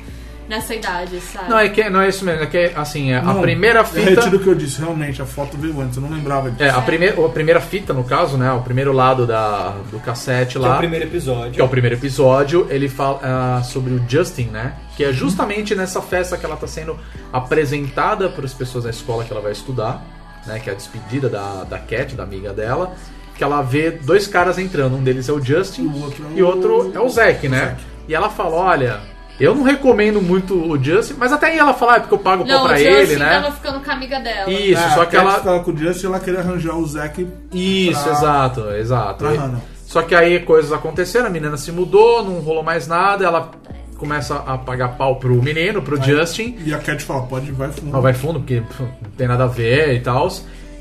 Speaker 3: nessa idade, sabe?
Speaker 2: Não, é que não é isso mesmo, é que assim, é, a
Speaker 5: Não,
Speaker 2: primeira
Speaker 5: Eu
Speaker 2: fita.
Speaker 5: retiro o que eu disse, realmente, a foto veio antes, eu não lembrava disso.
Speaker 2: É, a, primeir, a primeira fita, no caso, né? O primeiro lado da, do cassete
Speaker 4: Que é o
Speaker 2: lá.
Speaker 4: primeiro episódio.
Speaker 2: Que é o primeiro episódio, ele fala ah, sobre o Justin, né? Que
Speaker 5: Uhum.
Speaker 2: é justamente nessa festa que ela tá sendo apresentada para as pessoas da escola que ela vai estudar, né? Que é a despedida da, da Cat, da amiga dela. Que ela vê dois caras entrando, um deles é o Justin
Speaker 5: E o outro é o-
Speaker 2: e outro é o Zack, né?
Speaker 5: Zack.
Speaker 2: E ela fala: olha, eu não recomendo muito o Justin, mas até aí ela fala: ah, é porque eu pago
Speaker 3: não
Speaker 2: pau pra
Speaker 3: o Justin
Speaker 2: ele, né?
Speaker 3: tava ficando com a amiga dela.
Speaker 2: Isso,
Speaker 5: É,
Speaker 2: só
Speaker 5: a
Speaker 2: que
Speaker 5: Cat
Speaker 2: ela.
Speaker 5: tava com o Justin e ela queria arranjar o Zack
Speaker 2: Isso,
Speaker 5: pra-
Speaker 2: exato, exato.
Speaker 5: pra
Speaker 2: E-
Speaker 5: Hannah.
Speaker 2: Só que aí coisas aconteceram, a menina se mudou, não rolou mais nada, ela começa a pagar pau pro menino, pro Justin.
Speaker 5: E a Cat fala, pode, vai fundo.
Speaker 2: Não vai fundo, porque pô, não tem nada a ver e tal.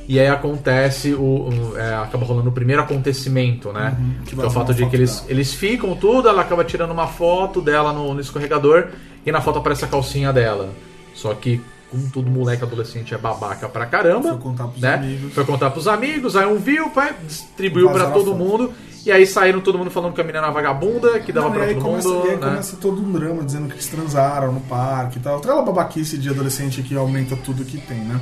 Speaker 2: E aí acontece o. o- é, acaba rolando o primeiro acontecimento, né?
Speaker 5: Uhum, que
Speaker 2: que é
Speaker 5: vai
Speaker 2: o
Speaker 5: tomar
Speaker 2: fato
Speaker 5: uma
Speaker 2: de
Speaker 5: foto
Speaker 2: que eles,
Speaker 5: dela.
Speaker 2: eles ficam tudo, ela acaba tirando uma foto dela no, no escorregador e na foto aparece a calcinha dela. Só que, como todo moleque adolescente é babaca pra caramba
Speaker 5: Foi contar pros
Speaker 2: né?
Speaker 5: amigos.
Speaker 2: Foi contar pros amigos, aí um viu, pai, distribuiu pra
Speaker 5: Vazaram a
Speaker 2: todo
Speaker 5: foto.
Speaker 2: mundo. E aí saíram todo mundo falando que a menina era vagabunda, que dava
Speaker 5: Não, e
Speaker 2: pra
Speaker 5: aí
Speaker 2: todo
Speaker 5: começa,
Speaker 2: mundo.
Speaker 5: E aí
Speaker 2: né?
Speaker 5: começa todo um drama dizendo que eles transaram no parque e tal. Aquela babaquice de adolescente que aumenta tudo que tem, né?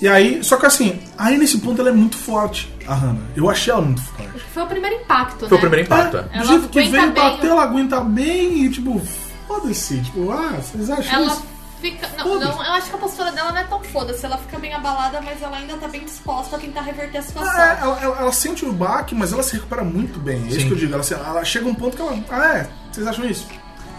Speaker 5: E aí, só que assim, aí nesse ponto ela é muito forte, a Hannah. Eu achei ela muito forte.
Speaker 3: Foi o primeiro impacto,
Speaker 2: Foi o
Speaker 3: né?
Speaker 2: primeiro impacto. é.
Speaker 5: do
Speaker 3: Ela
Speaker 5: jeito que
Speaker 3: aguenta
Speaker 5: veio,
Speaker 3: bem,
Speaker 5: bateu,
Speaker 3: ó.
Speaker 5: ela aguenta bem e tipo, foda-se. Tipo, ah, vocês acham
Speaker 3: Ela
Speaker 5: isso?
Speaker 3: fica. Não,
Speaker 5: Foda-se.
Speaker 3: não, eu acho que a postura dela não é tão foda-se. Ela fica bem abalada, mas ela ainda tá bem disposta a tentar reverter a situação.
Speaker 5: Ah, é, ela, ela- ela sente o baque, mas ela se recupera muito bem. É isso
Speaker 2: Sim.
Speaker 5: que eu digo. Ela, se- ela chega um ponto que ela. Ah, é? Vocês acham isso?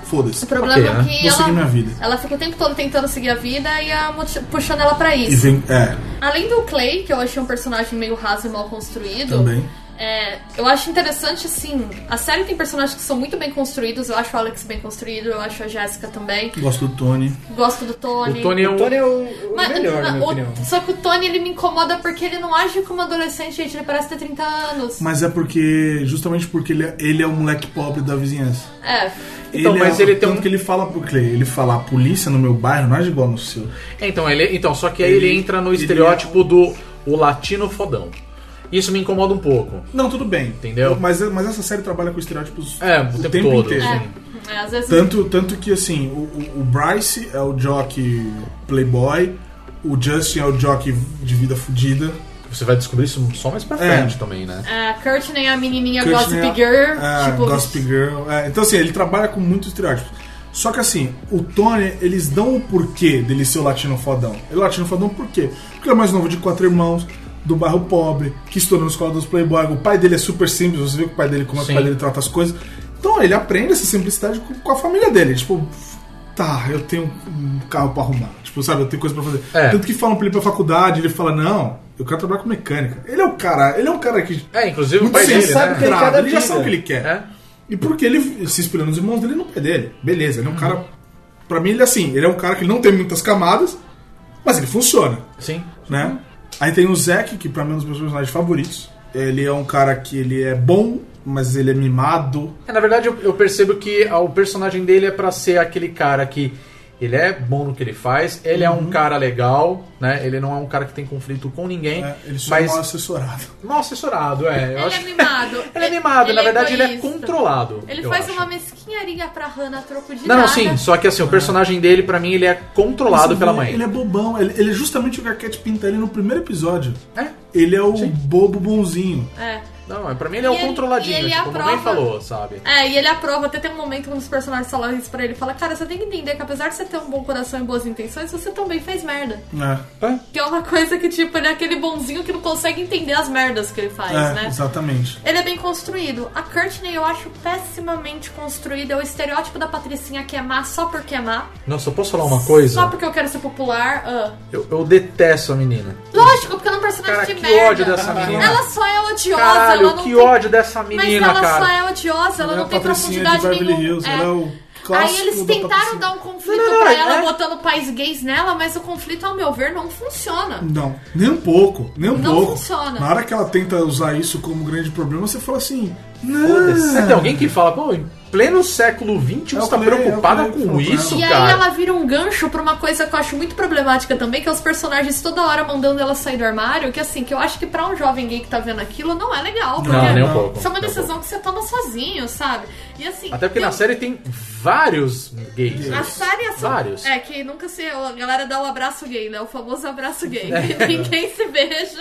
Speaker 5: Foda-se.
Speaker 3: O problema
Speaker 2: Ok, né?
Speaker 3: é que
Speaker 5: Vou seguir
Speaker 3: ela,
Speaker 5: minha vida.
Speaker 3: ela fica o tempo todo tentando seguir a vida e a moti- puxando ela pra
Speaker 5: E
Speaker 3: isso.
Speaker 5: vem. É,
Speaker 3: Além do Clay, que eu achei um personagem meio raso e mal construído.
Speaker 5: também.
Speaker 3: é, eu acho interessante, assim, a série tem personagens que são muito bem construídos. Eu acho o Alex bem construído, eu acho a Jéssica também.
Speaker 5: Gosto do Tony.
Speaker 3: Gosto do Tony.
Speaker 2: O Tony é um.
Speaker 4: O Tony é o, o
Speaker 3: Mas-
Speaker 4: melhor, na minha
Speaker 3: o-
Speaker 4: opinião.
Speaker 3: Só que o Tony ele me incomoda porque ele não age como adolescente, gente. Ele parece ter 30 anos.
Speaker 5: Mas é porque, justamente porque ele é, ele é o moleque pobre da vizinhança.
Speaker 3: É.
Speaker 2: Então, mas
Speaker 5: é,
Speaker 2: ele tem
Speaker 5: tanto
Speaker 2: um-
Speaker 5: que ele fala pro Clay, ele fala, a polícia no meu bairro não é igual no seu.
Speaker 2: Então, ele, então, só que aí ele,
Speaker 5: Ele-
Speaker 2: entra no
Speaker 5: ele-
Speaker 2: estereótipo do o latino fodão. Isso me incomoda um pouco.
Speaker 5: Não, tudo bem.
Speaker 2: Entendeu?
Speaker 5: Mas, mas essa série trabalha com estereótipos
Speaker 2: É, o
Speaker 5: o,
Speaker 2: tempo
Speaker 5: tempo,
Speaker 2: todo, assim.
Speaker 5: inteiro.
Speaker 2: sim.
Speaker 3: É, às vezes.
Speaker 5: Tanto, tanto que, assim, o, o- o Bryce é o jockey playboy, o Justin é o jockey de vida fudida.
Speaker 2: Você vai descobrir isso só mais pra frente também, né?
Speaker 3: É, Courtney é a menininha
Speaker 5: Kurt
Speaker 3: Gossip
Speaker 5: Neal-
Speaker 3: Girl.
Speaker 5: É,
Speaker 3: tipo,
Speaker 5: Gossip Girl. é. Então, assim, ele trabalha com muitos estereótipos. Só que, assim, o Tony, eles dão o porquê dele ser o latino fodão. Ele é latino fodão por quê? Porque ele é mais novo de quatro irmãos, do bairro pobre, que estudou na escola dos playboy. O pai dele é super simples, você vê que o pai dele, como é que
Speaker 2: Sim.
Speaker 5: o pai dele trata as coisas. Então, ele aprende essa simplicidade com, com a família dele. Tipo, tá, eu tenho um carro pra arrumar. Tipo, sabe, eu tenho coisa pra fazer.
Speaker 2: É.
Speaker 5: Tanto que falam pra ele ir pra faculdade, ele fala, não... Eu quero trabalhar com mecânica. Ele é o cara, ele é um cara que
Speaker 2: É, inclusive o
Speaker 5: muito
Speaker 2: pai
Speaker 5: sensato,
Speaker 2: dele,
Speaker 5: ele,
Speaker 4: sabe
Speaker 2: né?
Speaker 4: que ele quer da
Speaker 5: já
Speaker 4: vida.
Speaker 5: sabe o que ele quer.
Speaker 2: É.
Speaker 5: E porque ele se inspirou nos irmãos dele e no pai dele. Beleza,
Speaker 2: Uhum.
Speaker 5: ele é um cara. Pra mim, ele é assim, ele é um cara que não tem muitas camadas, mas ele funciona,
Speaker 2: Sim.
Speaker 5: né? Aí tem o Zack, que pra mim é um dos meus personagens favoritos. Ele é um cara que ele é bom, mas ele é mimado.
Speaker 2: É, na verdade, eu, eu percebo que ah, o personagem dele é pra ser aquele cara que ele é bom no que ele faz, ele
Speaker 5: Uhum.
Speaker 2: é um cara legal, né? Ele não é um cara que tem conflito com ninguém,
Speaker 5: né? Ele só é
Speaker 2: mas
Speaker 5: mal
Speaker 2: mal...
Speaker 5: assessorado.
Speaker 2: assessorado, é. Eu
Speaker 3: Ele
Speaker 2: acho
Speaker 3: é
Speaker 2: que-
Speaker 3: mimado.
Speaker 2: ele é mimado, na verdade ele é
Speaker 3: egoísta.
Speaker 2: controlado.
Speaker 3: Ele
Speaker 2: eu
Speaker 3: faz
Speaker 2: acho.
Speaker 3: uma mesquinharia pra Hannah a troco de
Speaker 2: Não, não,
Speaker 3: nada.
Speaker 2: sim, só que assim, o personagem dele, pra mim, ele é controlado
Speaker 5: Você
Speaker 2: pela
Speaker 5: vê,
Speaker 2: mãe.
Speaker 5: Ele é bobão, ele, ele é justamente o que a Cat pinta ele no primeiro episódio.
Speaker 2: É?
Speaker 5: Ele é o bobo bonzinho.
Speaker 3: É.
Speaker 2: Não, é- pra mim ele é
Speaker 3: E
Speaker 2: o
Speaker 3: ele-
Speaker 2: controladinho,
Speaker 3: e ele
Speaker 2: tipo, a mãe
Speaker 3: aprova.
Speaker 2: falou, sabe?
Speaker 3: É, e ele aprova, até tem um momento um dos personagens fala isso pra ele, fala, cara, você tem que entender que apesar de você ter um bom coração e boas intenções, você também fez merda.
Speaker 5: né?
Speaker 3: Que é uma coisa que, tipo, ele é aquele bonzinho que não consegue entender as merdas que ele faz,
Speaker 5: É,
Speaker 3: né?
Speaker 5: exatamente.
Speaker 3: Ele é bem construído. A Courtney eu acho pessimamente construída. É o estereótipo da Patricinha que é má só porque é má.
Speaker 2: Não, só posso falar uma coisa?
Speaker 3: Só porque eu quero ser popular. ah.
Speaker 2: Eu, eu detesto a menina.
Speaker 3: Lógico, porque ela é um personagem
Speaker 2: Cara,
Speaker 3: de
Speaker 2: que
Speaker 3: merda.
Speaker 2: ódio dessa menina.
Speaker 3: Ela só é odiosa. ela
Speaker 2: Caralho,
Speaker 3: não
Speaker 2: que
Speaker 3: tem-
Speaker 2: ódio dessa
Speaker 3: Mas
Speaker 2: menina,
Speaker 3: ela
Speaker 2: cara.
Speaker 3: só é odiosa, ela
Speaker 2: Né,
Speaker 5: Ela é
Speaker 3: não
Speaker 5: a
Speaker 3: tem
Speaker 5: Patricinha de
Speaker 3: profundidade
Speaker 5: Beverly
Speaker 3: nenhuma.
Speaker 5: Hills, ela é o
Speaker 3: Aí
Speaker 5: clássico
Speaker 3: eles
Speaker 5: da
Speaker 3: tentaram
Speaker 5: Patricinha.
Speaker 3: dar um conflito
Speaker 2: Não, não, não,
Speaker 3: pra ela,
Speaker 2: é.
Speaker 3: botando pais gays nela, mas o conflito, ao meu ver, não funciona.
Speaker 5: Não, nem um pouco, nem um
Speaker 3: Não
Speaker 5: pouco.
Speaker 3: funciona.
Speaker 5: Na hora que ela tenta usar isso como grande problema, você fala assim: não.
Speaker 2: Foda-se. Tem alguém que fala, pô, em pleno século XX
Speaker 5: É o
Speaker 2: você tá
Speaker 5: Clay,
Speaker 2: preocupada
Speaker 5: é o Clay
Speaker 2: com
Speaker 5: que falou
Speaker 2: isso,
Speaker 3: E aí
Speaker 2: cara?
Speaker 3: ela vira um gancho pra uma coisa que eu acho muito problemática também, que é os personagens toda hora mandando ela sair do armário, que assim, que eu acho que pra um jovem gay que tá vendo aquilo não é legal, porque
Speaker 2: Não, nem um
Speaker 5: Não.
Speaker 2: pouco.
Speaker 3: isso é uma
Speaker 2: nem um
Speaker 3: decisão
Speaker 2: pouco.
Speaker 3: que você toma sozinho, sabe? E assim.
Speaker 2: Até porque na
Speaker 3: eu-
Speaker 2: série tem vários gays.
Speaker 3: A série é só.
Speaker 2: Vários.
Speaker 3: É, que nunca se. A galera dá o abraço gay, né? O famoso abraço gay.
Speaker 2: É.
Speaker 3: Ninguém se beija.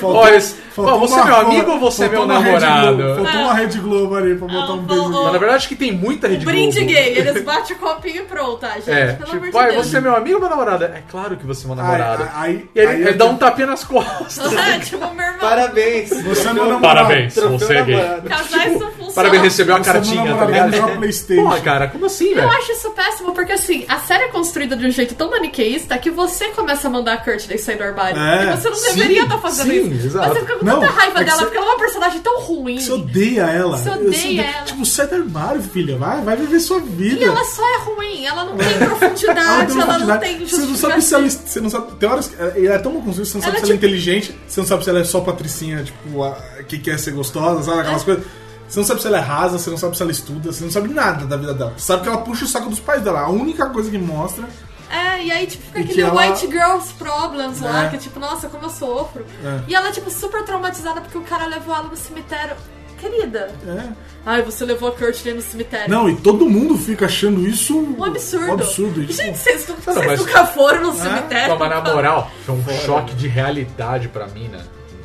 Speaker 5: Faltou,
Speaker 2: Olha, esse-
Speaker 5: faltou
Speaker 2: ó, você é
Speaker 5: uma
Speaker 2: meu
Speaker 5: rola-
Speaker 2: amigo ou você é meu
Speaker 5: faltou uma Rede
Speaker 2: namorado?
Speaker 5: Globo, Faltou uma Rede Globo ali pra botar
Speaker 3: Ah, vou-
Speaker 5: um beijo.
Speaker 2: Mas, na verdade, acho que tem muita rede
Speaker 3: Brinde
Speaker 2: Globo.
Speaker 3: gay, eles batem o copinho e pronto, tá, gente?
Speaker 2: É,
Speaker 3: Pelo
Speaker 2: tipo,
Speaker 3: amor
Speaker 2: pai,
Speaker 3: de Deus.
Speaker 2: você é meu amigo ou meu namorado? É claro que você é meu
Speaker 5: Aí-
Speaker 2: namorado.
Speaker 5: aí-
Speaker 2: e ele,
Speaker 5: aí
Speaker 2: ele
Speaker 5: eu
Speaker 2: dá
Speaker 5: tenho-
Speaker 2: um tapinha nas costas.
Speaker 3: É, tipo, meu irmão.
Speaker 4: Parabéns!
Speaker 5: Você é meu namorado.
Speaker 4: Troféu namorado.
Speaker 3: Casais
Speaker 2: tipo,
Speaker 3: não funcionam.
Speaker 2: Parabéns, recebeu a
Speaker 5: Você é meu
Speaker 2: cartinha, tá
Speaker 5: namorado,
Speaker 2: ligado?
Speaker 5: eu vou jogar Playstation.
Speaker 2: Porra, cara, como assim,
Speaker 3: Eu
Speaker 2: velho?
Speaker 3: acho isso péssimo, porque assim, a série é construída de um jeito tão maniqueísta que você começa a mandar a Courtney sair do armário.
Speaker 5: É,
Speaker 3: e você não
Speaker 2: sim,
Speaker 3: deveria estar fazendo
Speaker 2: sim,
Speaker 3: isso.
Speaker 2: exato.
Speaker 3: Mas você fica com
Speaker 5: Não,
Speaker 3: tanta raiva
Speaker 5: é que
Speaker 3: dela,
Speaker 5: você-
Speaker 3: porque ela é uma personagem tão ruim.
Speaker 5: Você odeia ela.
Speaker 3: Você
Speaker 5: Eu-
Speaker 3: odeia
Speaker 5: você
Speaker 3: ela.
Speaker 5: Tipo, sai do armário, filha. Vai, vai viver sua vida.
Speaker 3: E ela só é ruim, ela não tem
Speaker 5: Ela
Speaker 3: profundidade,
Speaker 5: tem uma
Speaker 3: ela não
Speaker 5: quantidade-
Speaker 3: tem
Speaker 5: Você não sabe se
Speaker 3: justificativa.
Speaker 5: ela. Você não sabe, tem horas que ela é tão mal construída, você não sabe
Speaker 3: Ela
Speaker 5: se ela
Speaker 3: é
Speaker 5: é inteligente, você não sabe se ela é só patricinha, tipo, a- que quer ser gostosa, sabe? Aquelas coisas. Você não sabe se ela é rasa, você não sabe se ela estuda, você não sabe nada da vida dela. Você sabe que ela puxa o saco dos pais dela. A única coisa que mostra
Speaker 3: É, e aí, tipo, fica
Speaker 5: E
Speaker 3: aquele
Speaker 5: que ela-
Speaker 3: White Girls Problems lá,
Speaker 5: É.
Speaker 3: que é tipo, nossa, como eu sofro.
Speaker 5: É.
Speaker 3: E ela, tipo, super traumatizada porque o cara levou ela no cemitério. Querida,
Speaker 5: É.
Speaker 3: ai, você levou a Courtney no cemitério.
Speaker 5: Não, e todo mundo fica achando isso um,
Speaker 3: É. Um absurdo.
Speaker 5: Um absurdo. E, tipo,
Speaker 3: Gente, vocês, nu- vocês
Speaker 2: mas-
Speaker 3: nunca foram
Speaker 5: É.
Speaker 3: no cemitério?
Speaker 2: Não, mas na moral, foi um choque de realidade pra mim, né?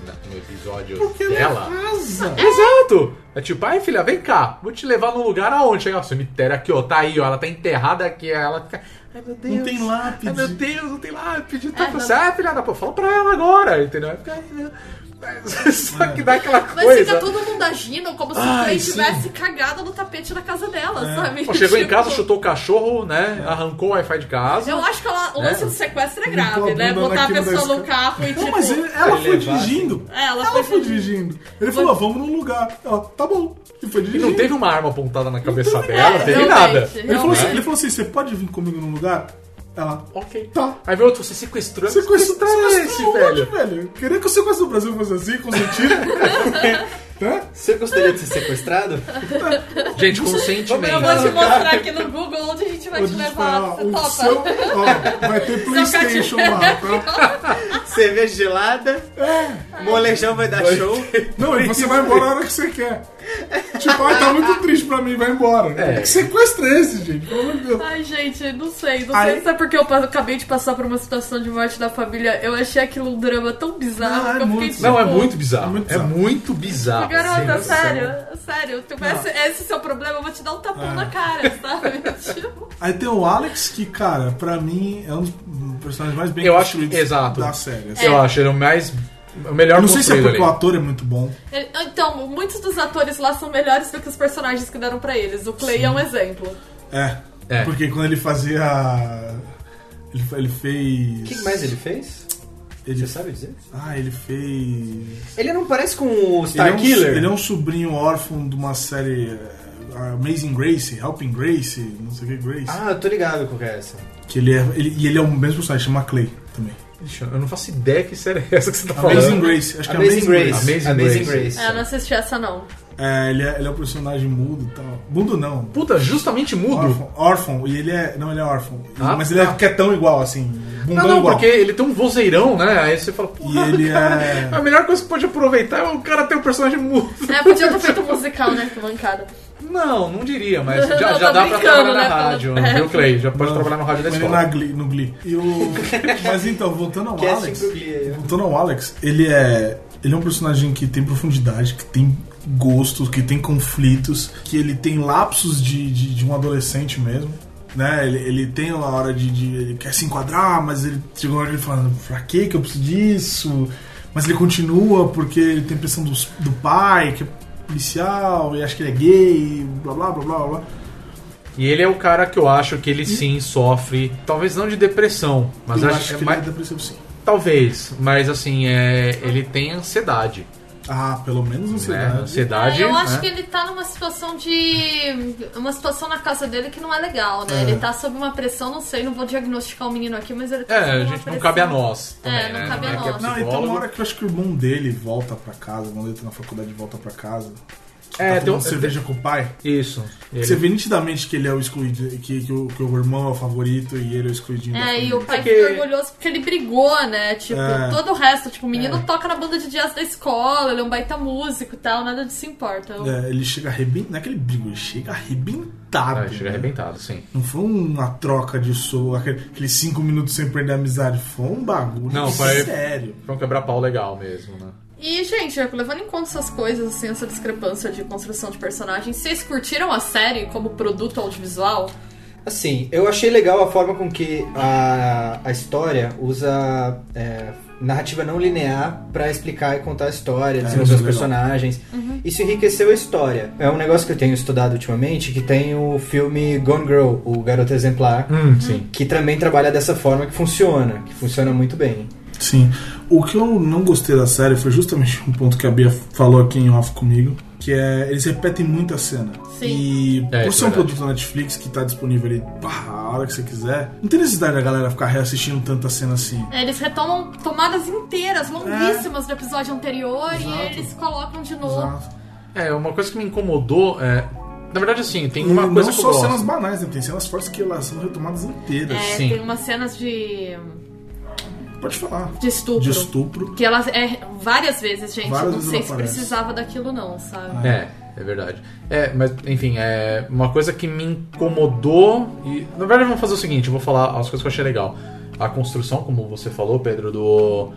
Speaker 2: na- No episódio
Speaker 5: Porque né, ela é
Speaker 2: dela.
Speaker 5: arrasa.
Speaker 2: Exato! É tipo, ai filha, vem cá, vou te levar num lugar aonde? Aí, ó, cemitério aqui, ó, tá aí, ó, ela tá enterrada aqui, aí ela fica. Ai meu Deus!
Speaker 5: Não tem lápide.
Speaker 2: Ai meu Deus, não tem lápide.
Speaker 3: É,
Speaker 2: Tá falando
Speaker 3: não-
Speaker 2: assim, ah, filha da pô, fala pra ela agora, entendeu? Aí fica, ai, meu- Mas Só que dá aquela
Speaker 3: Mas
Speaker 2: coisa.
Speaker 3: fica todo mundo agindo como se o
Speaker 5: é. Ai,
Speaker 3: Clay
Speaker 5: sim. É.
Speaker 3: tivesse cagado no tapete da casa dela, sabe?
Speaker 2: Pô, Chegou em
Speaker 3: Tipo,
Speaker 2: casa, chutou o cachorro, né? Arrancou o Wi-Fi de casa.
Speaker 3: Eu acho que ela, o lance do sequestro é grave,
Speaker 5: Botou a
Speaker 3: né?
Speaker 5: bunda
Speaker 3: Botar a
Speaker 5: naquilo
Speaker 3: pessoa
Speaker 5: da
Speaker 3: no carro e
Speaker 5: Não,
Speaker 3: tipo.
Speaker 5: mas ele- ela
Speaker 4: ele
Speaker 5: foi
Speaker 4: levar,
Speaker 5: dirigindo.
Speaker 3: É, ela
Speaker 5: Ela
Speaker 3: foi
Speaker 5: foi dirigindo. Ele falou, ah, vamos num lugar. Ela, tá bom. E foi
Speaker 2: E
Speaker 5: dirigindo.
Speaker 2: não teve uma arma apontada na cabeça
Speaker 5: teve
Speaker 2: dela, não
Speaker 5: nada.
Speaker 2: teve
Speaker 3: Realmente.
Speaker 2: nada.
Speaker 5: Ele falou, assim,
Speaker 3: Realmente.
Speaker 5: ele falou assim, você pode vir comigo num lugar? Ela,
Speaker 2: Ok.
Speaker 5: Tá.
Speaker 2: Aí veio outro, você sequestrou.
Speaker 5: sequestrou
Speaker 2: Sequestrou esse, velho.
Speaker 5: velho. Queria que o sequestro do Brasil fosse assim, consentido. né?
Speaker 4: Você gostaria de ser sequestrado?
Speaker 2: Gente, consentimento.
Speaker 3: Eu vou te mostrar aqui no Google onde a gente vai
Speaker 5: Onde
Speaker 3: te
Speaker 5: a gente
Speaker 3: levar.
Speaker 5: fala,
Speaker 3: Você
Speaker 5: o
Speaker 3: topa?
Speaker 5: seu... Ó, vai ter Playstation lá, tá?
Speaker 4: Cerveja gelada, Ah. molejão vai dar show.
Speaker 5: Não, e você vai embora a hora que você quer. Tipo, ah, tá muito triste pra mim, vai embora.
Speaker 2: É.
Speaker 5: É. Sequestra esse, gente. Pelo amor de Deus.
Speaker 3: Ai, gente, não sei. Não
Speaker 5: Ai.
Speaker 3: sei se é porque eu pa- acabei de passar por uma situação de morte da família. Eu achei aquilo um drama tão bizarro
Speaker 5: Não, é
Speaker 3: que eu fiquei
Speaker 5: muito.
Speaker 3: tipo.
Speaker 2: Não, é muito bizarro.
Speaker 5: É muito
Speaker 2: É
Speaker 5: bizarro.
Speaker 2: muito bizarro. sem
Speaker 3: Garota,
Speaker 2: noção.
Speaker 3: sério, sério, tu- esse, esse é seu problema, eu vou te dar um
Speaker 5: É.
Speaker 3: tapão na cara, sabe? Tipo,
Speaker 5: Aí tem o Alex, que, cara, pra mim é um dos personagens mais bem
Speaker 2: Eu acho
Speaker 5: construídos
Speaker 2: exato. É.
Speaker 5: da série.
Speaker 3: É.
Speaker 5: assim.
Speaker 2: Eu acho ele o mais. O melhor
Speaker 5: Eu não sei se é
Speaker 2: construído
Speaker 5: porque o
Speaker 2: ali.
Speaker 5: ator é muito bom.
Speaker 3: ele- então, muitos dos atores lá são melhores do que os personagens que deram pra eles. O Clay é um exemplo.
Speaker 5: É.
Speaker 2: É.
Speaker 5: Porque quando ele fazia. Ele, fa- ele fez.
Speaker 4: O que mais ele fez?
Speaker 5: Ele,
Speaker 4: Você sabe dizer?
Speaker 5: ah, ele fez.
Speaker 4: Ele não parece com o
Speaker 5: ele, é
Speaker 4: Star
Speaker 5: um,
Speaker 4: Killer?
Speaker 5: ele é um sobrinho órfão de uma série. eh, Amazing Grace, Helping Grace, não sei o que, Grace.
Speaker 4: Ah, eu tô ligado com essa.
Speaker 5: Que ele é, ele, e ele é o mesmo personagem, chama Clay também.
Speaker 2: Ixi, Eu não faço ideia que série é essa que você tá falando.
Speaker 5: Amazing Grace, acho que é
Speaker 4: Amazing Grace.
Speaker 2: Amazing
Speaker 4: Amazing,
Speaker 2: Grace.
Speaker 4: Grace.
Speaker 3: É, eu não assisti essa não.
Speaker 5: É, ele é, ele é um personagem mudo e tal. Mudo não,
Speaker 2: Puta, justamente mudo.
Speaker 5: Órfão, órfão, e ele é. Não, ele é órfão.
Speaker 2: Ah,
Speaker 5: mas
Speaker 4: tá.
Speaker 5: ele é quietão igual, assim. Bundão
Speaker 2: Não, não,
Speaker 5: igual.
Speaker 2: porque ele tem um vozeirão, né? Aí você fala, porra,
Speaker 5: E ele
Speaker 2: cara,
Speaker 5: é-
Speaker 2: a melhor coisa que pode aproveitar é o cara ter um personagem mudo.
Speaker 3: É, podia ter feito um musical, né, que bancada.
Speaker 2: Não, não diria, mas
Speaker 3: Não,
Speaker 2: já,
Speaker 3: tô
Speaker 2: já dá pra
Speaker 3: brincando,
Speaker 2: trabalhar na
Speaker 3: né,
Speaker 2: rádio,
Speaker 3: falando-
Speaker 2: viu, Clay? Já pode
Speaker 5: Não,
Speaker 2: trabalhar no rádio da
Speaker 5: ele é
Speaker 2: escola. é
Speaker 5: na Glee- no Glee. E o- mas então, voltando ao
Speaker 4: Casting
Speaker 2: assim,
Speaker 5: Alex.
Speaker 4: pro Glee
Speaker 2: né?
Speaker 4: aí, ó.
Speaker 5: Voltando ao Alex, ele é. Ele é um personagem que tem profundidade, que tem gostos, que tem conflitos, que ele tem lapsos de, de, de um adolescente mesmo. Né? Ele, ele tem a hora de, de- Ele quer se enquadrar, mas ele chegou uma hora que ele fala, pra que que eu preciso disso? Mas ele continua porque ele tem pressão dos- do pai, que é policial, e acha que ele é gay, e blá blá blá blá blá.
Speaker 2: E ele é o cara que eu acho que ele sim sofre, talvez não de depressão, mas
Speaker 5: eu
Speaker 2: acho,
Speaker 5: acho
Speaker 2: é
Speaker 5: que
Speaker 2: mais-
Speaker 5: ele é depressivo sim.
Speaker 2: talvez, mas assim, é, ele tem ansiedade,
Speaker 5: Ah, pelo menos não sei.
Speaker 2: né?
Speaker 5: né?
Speaker 2: Ansiedade,
Speaker 3: É, eu acho
Speaker 2: né?
Speaker 3: que ele tá numa situação de. Uma situação na casa dele que não é legal, né? Ele tá sob uma pressão, não sei, não vou diagnosticar o menino aqui, mas ele tá sob
Speaker 2: É,
Speaker 3: uma
Speaker 2: gente, não
Speaker 3: pressão.
Speaker 2: cabe a nós também,
Speaker 3: É, não
Speaker 2: né?
Speaker 3: cabe a
Speaker 2: é que é
Speaker 3: nós.
Speaker 5: Não, então
Speaker 2: psicólogo.
Speaker 5: uma hora que eu acho que o irmão dele volta pra casa, quando ele tá na faculdade volta pra casa.
Speaker 2: É, tem
Speaker 5: tá
Speaker 2: um-
Speaker 5: tomando cerveja com o pai.
Speaker 2: Isso. Ele-
Speaker 5: Você vê nitidamente que ele é o excluído, que, que, o, que o irmão é o favorito e ele é o excluidinho. da
Speaker 3: É, e
Speaker 5: família.
Speaker 3: o pai
Speaker 2: Porque-
Speaker 3: fica orgulhoso porque ele brigou, né? Tipo,
Speaker 5: É.
Speaker 3: todo o resto, tipo, o menino
Speaker 2: É.
Speaker 3: toca na banda de jazz da escola, ele é um baita músico e tal, nada disso importa. Eu-
Speaker 5: É, ele chega arrebentado. Não é que ele briga, ele chega arrebentado.
Speaker 2: Ah, ele chega
Speaker 5: né?
Speaker 2: arrebentado, sim.
Speaker 5: Não foi uma troca de soco, aquele- aqueles cinco minutos sem perder a amizade. Foi um bagulho
Speaker 2: Não, foi-
Speaker 5: sério.
Speaker 2: Foi um quebra-pau legal mesmo, né?
Speaker 3: E, gente, levando em conta essas coisas, assim, essa discrepância de construção de personagem, vocês curtiram a série como produto audiovisual?
Speaker 4: Assim, eu achei legal a forma com que a, a história usa é, narrativa não linear pra explicar e contar a história, desenvolver
Speaker 5: isso é
Speaker 4: os
Speaker 5: legal.
Speaker 4: personagens.
Speaker 3: Uhum.
Speaker 4: Isso enriqueceu a história. É um negócio que eu tenho estudado ultimamente, que tem o filme Gone Girl, o Garoto Exemplar,
Speaker 5: Hum,
Speaker 3: Uhum.
Speaker 2: sim.
Speaker 4: que também trabalha dessa forma que funciona, que funciona muito bem.
Speaker 5: Sim. O que eu não gostei da série foi justamente um ponto que a Bia falou aqui em off comigo, que é eles repetem muita cena.
Speaker 3: Sim.
Speaker 5: E
Speaker 2: É,
Speaker 5: por
Speaker 2: isso
Speaker 5: ser
Speaker 2: é
Speaker 5: um
Speaker 2: verdade.
Speaker 5: produto da Netflix que tá disponível ali pá, a hora que você quiser, não tem necessidade da galera ficar reassistindo tanta cena assim.
Speaker 3: É, Eles retomam tomadas inteiras, longuíssimas do episódio anterior,
Speaker 5: É. Exato.
Speaker 3: Uhum. e eles colocam de novo.
Speaker 5: Exato.
Speaker 2: É, uma coisa que me incomodou é. Na verdade, assim, tem uma
Speaker 5: não
Speaker 2: coisa que eu
Speaker 5: só
Speaker 2: gosto.
Speaker 5: cenas banais, né? Tem cenas fortes que elas são retomadas inteiras.
Speaker 3: É,
Speaker 2: Sim.
Speaker 3: tem umas cenas de,
Speaker 5: Pode falar.
Speaker 3: de estupro.
Speaker 5: De estupro.
Speaker 3: Que ela é várias vezes, gente.
Speaker 5: Várias
Speaker 3: não
Speaker 5: vezes
Speaker 3: sei
Speaker 5: ela
Speaker 3: se
Speaker 5: aparece. Ah.
Speaker 3: precisava daquilo, não, sabe?
Speaker 2: É, é verdade. É, mas enfim, é uma coisa que me incomodou e na verdade vamos fazer o seguinte, eu vou falar as coisas que eu achei legal. A construção, como você falou, Pedro, do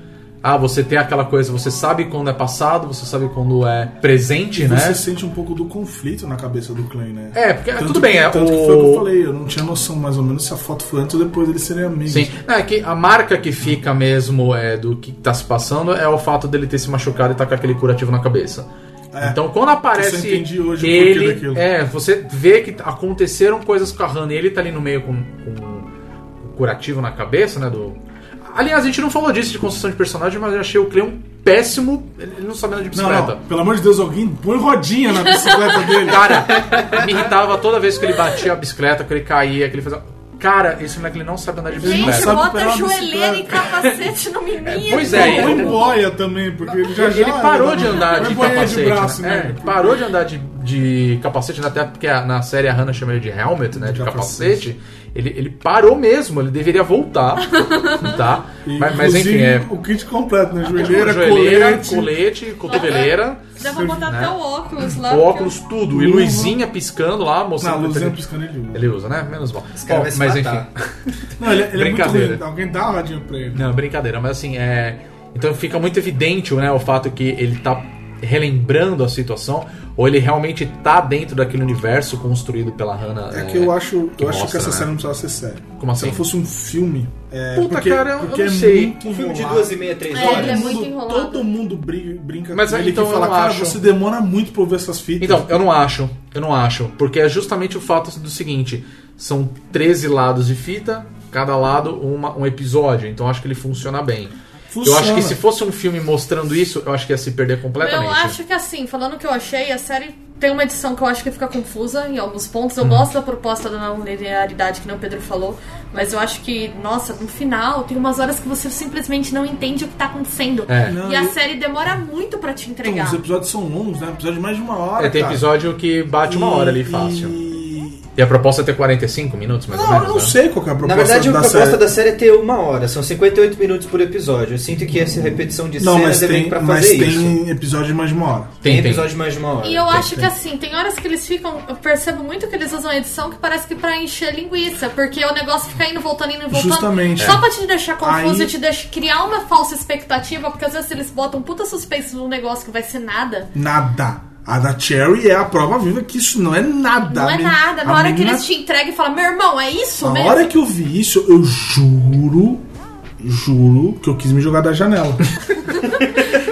Speaker 2: ah, você tem aquela coisa, você sabe quando é passado, você sabe quando é presente,
Speaker 5: E
Speaker 2: né?
Speaker 5: você sente um pouco do conflito na cabeça do Klein, né?
Speaker 2: É, porque
Speaker 5: Tanto
Speaker 2: tudo bem,
Speaker 5: que,
Speaker 2: é
Speaker 5: tanto
Speaker 2: o
Speaker 5: que foi o que eu falei, eu não tinha noção mais ou menos se a foto foi antes ou depois eles serem amigos.
Speaker 2: Sim, Não, é que a marca que fica mesmo é, do que tá se passando é o fato dele ter se machucado e tá com aquele curativo na cabeça.
Speaker 5: É.
Speaker 2: Então quando
Speaker 5: Eu só
Speaker 2: aparece
Speaker 5: entendi hoje o porquê
Speaker 2: ele,
Speaker 5: daquilo.
Speaker 2: é, você vê que aconteceram coisas com a Hannah e ele tá ali no meio com, com o curativo na cabeça, né, do... Aliás, a gente não falou disso de construção de personagem, mas eu achei o Cleon péssimo, ele não sabe andar de
Speaker 5: Não,
Speaker 2: bicicleta. Tá.
Speaker 5: não, pelo amor de Deus, alguém põe rodinha na bicicleta dele.
Speaker 2: Cara, me irritava toda vez que ele batia a bicicleta, que ele caía, que ele fazia... Cara, esse moleque ele não sabe andar de
Speaker 5: Ele não
Speaker 2: bicicleta.
Speaker 3: Gente,
Speaker 5: É, sabe
Speaker 3: bota
Speaker 5: operar uma
Speaker 3: joelheira e
Speaker 5: bicicleta.
Speaker 3: capacete no menino.
Speaker 2: pois é,
Speaker 5: Põe
Speaker 2: ele-
Speaker 5: boia também, porque ele já
Speaker 2: Ele
Speaker 5: já
Speaker 2: parou de andar
Speaker 5: Põe
Speaker 2: de
Speaker 5: boia
Speaker 2: capacete.
Speaker 5: de braço,
Speaker 2: né?
Speaker 5: né?
Speaker 2: É, ele parou de andar de, de capacete, né? até porque a- na série a Hannah chama ele de helmet, né? De,
Speaker 5: De
Speaker 2: capacete. Ele, ele parou mesmo, ele deveria voltar. tá?
Speaker 5: E,
Speaker 2: Mas, mas enfim,
Speaker 5: inclusive,
Speaker 2: é. Ah,
Speaker 5: O kit completo, né? Joelheira,
Speaker 2: joelheira,
Speaker 5: colete,
Speaker 2: colete, cotoveleira,
Speaker 3: Dá
Speaker 5: é.
Speaker 3: pra botar até o óculos lá.
Speaker 2: o
Speaker 3: porque-
Speaker 2: óculos, tudo. E
Speaker 4: Uhum.
Speaker 5: Luva.
Speaker 2: luzinha piscando lá,
Speaker 5: Na
Speaker 2: mostrando.
Speaker 5: luz,
Speaker 2: que
Speaker 5: ele
Speaker 2: ele,
Speaker 5: piscando ele. usa.
Speaker 2: ele usa, né? Menos mal.
Speaker 4: Esse cara
Speaker 2: Bom,
Speaker 4: vai se
Speaker 2: mas
Speaker 4: matar.
Speaker 2: enfim.
Speaker 5: Não, ele, ele é muito
Speaker 2: Brincadeira.
Speaker 5: ruim. Alguém dá uma rodinha pra ele.
Speaker 2: Não, brincadeira, mas assim, é. Então fica muito evidente né, o fato que ele tá relembrando a situação, ou ele realmente tá dentro daquele universo construído pela Hannah.
Speaker 5: É que eu acho que,
Speaker 2: que
Speaker 5: eu acho que
Speaker 2: mostra,
Speaker 5: essa
Speaker 2: né?
Speaker 5: série não precisava ser série.
Speaker 2: Como assim?
Speaker 5: Se ela fosse um filme. É,
Speaker 2: Puta,
Speaker 5: porque,
Speaker 2: cara, eu- eu
Speaker 5: porque
Speaker 2: não
Speaker 5: é
Speaker 2: sei.
Speaker 5: Muito
Speaker 4: Um filme de
Speaker 5: enrolado.
Speaker 4: duas e meia, três
Speaker 3: É,
Speaker 5: Todo
Speaker 3: ele é
Speaker 4: horas.
Speaker 3: muito
Speaker 5: mundo-
Speaker 3: enrolado.
Speaker 5: Todo mundo brin- brinca
Speaker 2: Mas,
Speaker 5: com ele
Speaker 2: então,
Speaker 5: que
Speaker 2: eu
Speaker 5: fala,
Speaker 2: não
Speaker 5: cara,
Speaker 2: acho."
Speaker 5: você demora muito pra eu ver essas fitas.
Speaker 2: Então, eu não acho, eu não acho, porque é justamente o fato do seguinte: são 13 lados de fita, cada lado uma- um episódio, então eu acho que ele funciona bem.
Speaker 5: Funciona.
Speaker 2: Eu acho que se fosse um filme mostrando isso, eu acho que ia se perder completamente.
Speaker 3: Eu acho que assim, falando o que eu achei, a série tem uma edição que eu acho que fica confusa em alguns pontos.
Speaker 2: Uhum.
Speaker 3: Eu gosto da proposta da não linearidade que nem o Pedro falou, mas eu acho que, nossa, no final tem umas horas que você simplesmente não entende o que tá acontecendo.
Speaker 2: É.
Speaker 5: Não,
Speaker 3: e a
Speaker 5: eu-
Speaker 3: série demora muito pra te
Speaker 5: Então,
Speaker 3: entregar.
Speaker 5: os episódios são longos, né? Episódio de mais de uma hora.
Speaker 2: É, tem
Speaker 5: cara.
Speaker 2: episódio que bate uma
Speaker 5: E-
Speaker 2: hora ali fácil.
Speaker 5: e-
Speaker 2: E a proposta é ter 45 minutos, mais ou
Speaker 5: Não, eu
Speaker 2: menos.
Speaker 5: não
Speaker 2: né?
Speaker 5: sei qual que é a
Speaker 4: Na
Speaker 5: proposta
Speaker 4: verdade, a
Speaker 5: da
Speaker 4: proposta
Speaker 5: série.
Speaker 4: da série é ter uma hora. São 58 minutos por episódio. Eu sinto que essa repetição de
Speaker 5: Não,
Speaker 4: cenas
Speaker 5: mas
Speaker 4: é bem
Speaker 5: tem,
Speaker 4: pra
Speaker 5: mas
Speaker 4: fazer isso.
Speaker 5: tem episódio de mais de uma hora.
Speaker 2: Tem, tem.
Speaker 4: episódio de mais de uma hora.
Speaker 3: E eu acho que
Speaker 5: tem.
Speaker 3: assim, tem horas que eles ficam. Eu percebo muito que eles usam a edição que parece que pra encher linguiça, porque o negócio fica indo, voltando, indo e voltando.
Speaker 5: Justamente.
Speaker 3: Só
Speaker 5: É.
Speaker 3: pra te deixar confuso
Speaker 5: Aí-
Speaker 3: e te deixar criar uma falsa expectativa, porque às vezes eles botam puta suspense num negócio que vai ser nada.
Speaker 5: Nada. A da Cherry é a prova viva que isso não é nada.
Speaker 3: Não
Speaker 5: A
Speaker 3: é
Speaker 5: men-
Speaker 3: nada. Na
Speaker 5: a
Speaker 3: hora que
Speaker 5: menina-
Speaker 3: eles te entregam e falam, meu irmão, é isso
Speaker 5: Na
Speaker 3: mesmo?
Speaker 5: hora que eu vi isso, eu juro, juro que eu quis me jogar da janela.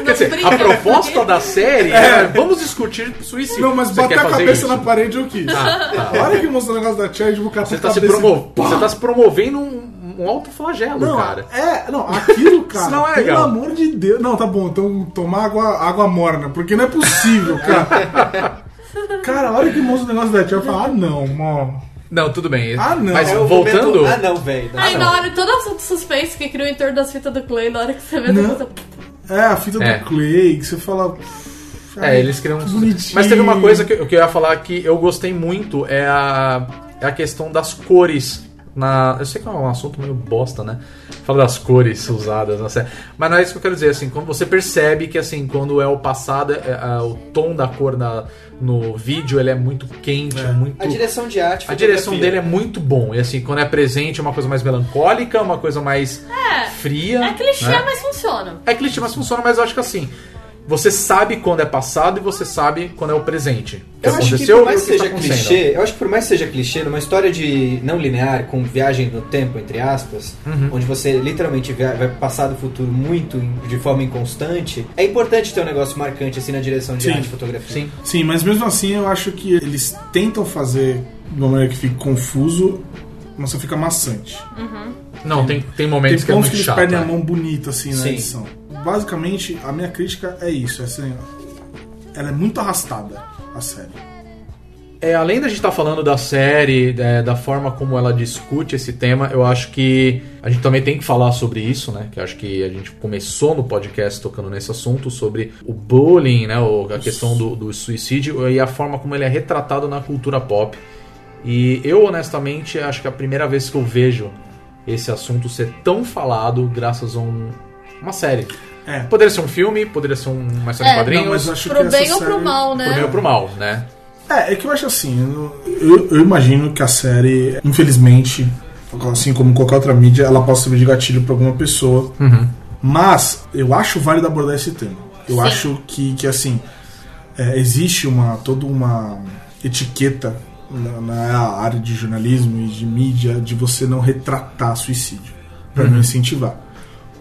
Speaker 2: Quer dizer, a
Speaker 3: Brinca,
Speaker 2: proposta
Speaker 3: porque-
Speaker 2: da série é, vamos discutir suicídio.
Speaker 5: não, mas
Speaker 2: Você
Speaker 5: bater
Speaker 2: quer
Speaker 5: a
Speaker 2: fazer
Speaker 5: cabeça
Speaker 2: isso?
Speaker 5: na parede eu quis.
Speaker 2: Ah,
Speaker 5: A hora que mostrou o negócio da Cherry, eu vou
Speaker 2: Você tá, se promo... você tá se promovendo um, um alto flagelo,
Speaker 5: Não,
Speaker 2: cara.
Speaker 5: é, não, aquilo, cara.
Speaker 2: Isso não é legal.
Speaker 5: Pelo amor de Deus. Não, tá bom, então tomar água, água morna, porque não é possível, cara. cara, a hora que mostra o negócio da tia, eu falo, ah, não, mano.
Speaker 2: Não, tudo bem.
Speaker 5: Ah, não.
Speaker 2: Mas
Speaker 5: É
Speaker 4: o momento-
Speaker 2: voltando.
Speaker 4: Ah, não, velho.
Speaker 3: Aí
Speaker 4: Ah,
Speaker 3: na hora, todo o suspense que criou em torno das fitas do Clay, na hora que você vê,
Speaker 5: Não.
Speaker 3: você-
Speaker 5: É, a fita
Speaker 2: É.
Speaker 5: do Clay, que você fala.
Speaker 2: É, eles criam
Speaker 5: que
Speaker 2: uns-
Speaker 5: bonitinho.
Speaker 2: Mas teve uma coisa que, que eu ia falar que eu gostei muito, é a, é a questão das cores. Na, eu sei que é um assunto meio bosta, né? Fala das cores usadas na série. Mas não é isso que eu quero dizer, assim, quando você percebe que assim, quando é o passado, é- é o tom da cor na- no vídeo ele é muito quente, muito.
Speaker 4: A direção de arte.
Speaker 2: A direção
Speaker 4: fotografia.
Speaker 2: dele é muito bom. E assim, quando é presente, é uma coisa mais melancólica, uma coisa mais fria.
Speaker 3: É clichê,
Speaker 2: né?
Speaker 3: mas funciona.
Speaker 2: É clichê, mas funciona, mas eu acho que assim. Você sabe quando é passado e você sabe quando é o presente. O que
Speaker 4: Eu acho que
Speaker 2: aconteceu
Speaker 4: por
Speaker 2: e o
Speaker 4: mais
Speaker 2: que
Speaker 4: seja
Speaker 2: tá acontecendo.
Speaker 4: clichê, eu acho que por mais seja clichê, numa história de não linear, com viagem no tempo, entre aspas,
Speaker 2: Uhum.
Speaker 4: onde você literalmente via- vai passar do futuro muito em- de forma inconstante, é importante ter um negócio marcante assim na direção de
Speaker 5: Sim.
Speaker 4: arte e fotografia.
Speaker 2: Sim.
Speaker 5: Sim, mas mesmo assim eu acho que eles tentam fazer de uma maneira que fique confuso, mas só fica maçante.
Speaker 2: Não, tem, tem momentos
Speaker 5: Tem
Speaker 2: que é muito
Speaker 5: pontos que eles
Speaker 2: chato.
Speaker 5: perdem
Speaker 2: é.
Speaker 5: a mão bonita, assim, na
Speaker 4: Sim.
Speaker 5: edição. Basicamente, a minha crítica é isso. é Assim, ela é muito arrastada, a série.
Speaker 2: é, além da gente estar falando da série, é, da forma como ela discute esse tema, eu acho que a gente também tem que falar sobre isso, né? Que eu acho que a gente começou no podcast tocando nesse assunto sobre o bullying, né? O, a questão do, do suicídio e a forma como ele é retratado na cultura pop. E eu, honestamente, acho que é a primeira vez que eu vejo esse assunto ser tão falado graças a um- uma série.
Speaker 5: É.
Speaker 2: Poderia ser um filme, poderia ser um- uma série
Speaker 3: É,
Speaker 2: de quadrinhos,
Speaker 5: não, mas acho que
Speaker 3: Pro
Speaker 5: essa
Speaker 3: bem ou pro
Speaker 5: série-
Speaker 3: mal, né?
Speaker 2: pro bem ou pro mal, né?
Speaker 5: É, é que eu acho assim, eu, eu- eu imagino que a série, infelizmente, assim como qualquer outra mídia, ela possa servir de gatilho pra alguma pessoa. Mas eu acho válido abordar esse tema. Eu
Speaker 3: Sim.
Speaker 5: acho que, que assim, é, existe uma toda uma etiqueta na, na área de jornalismo e de mídia de você não retratar suicídio, pra não incentivar.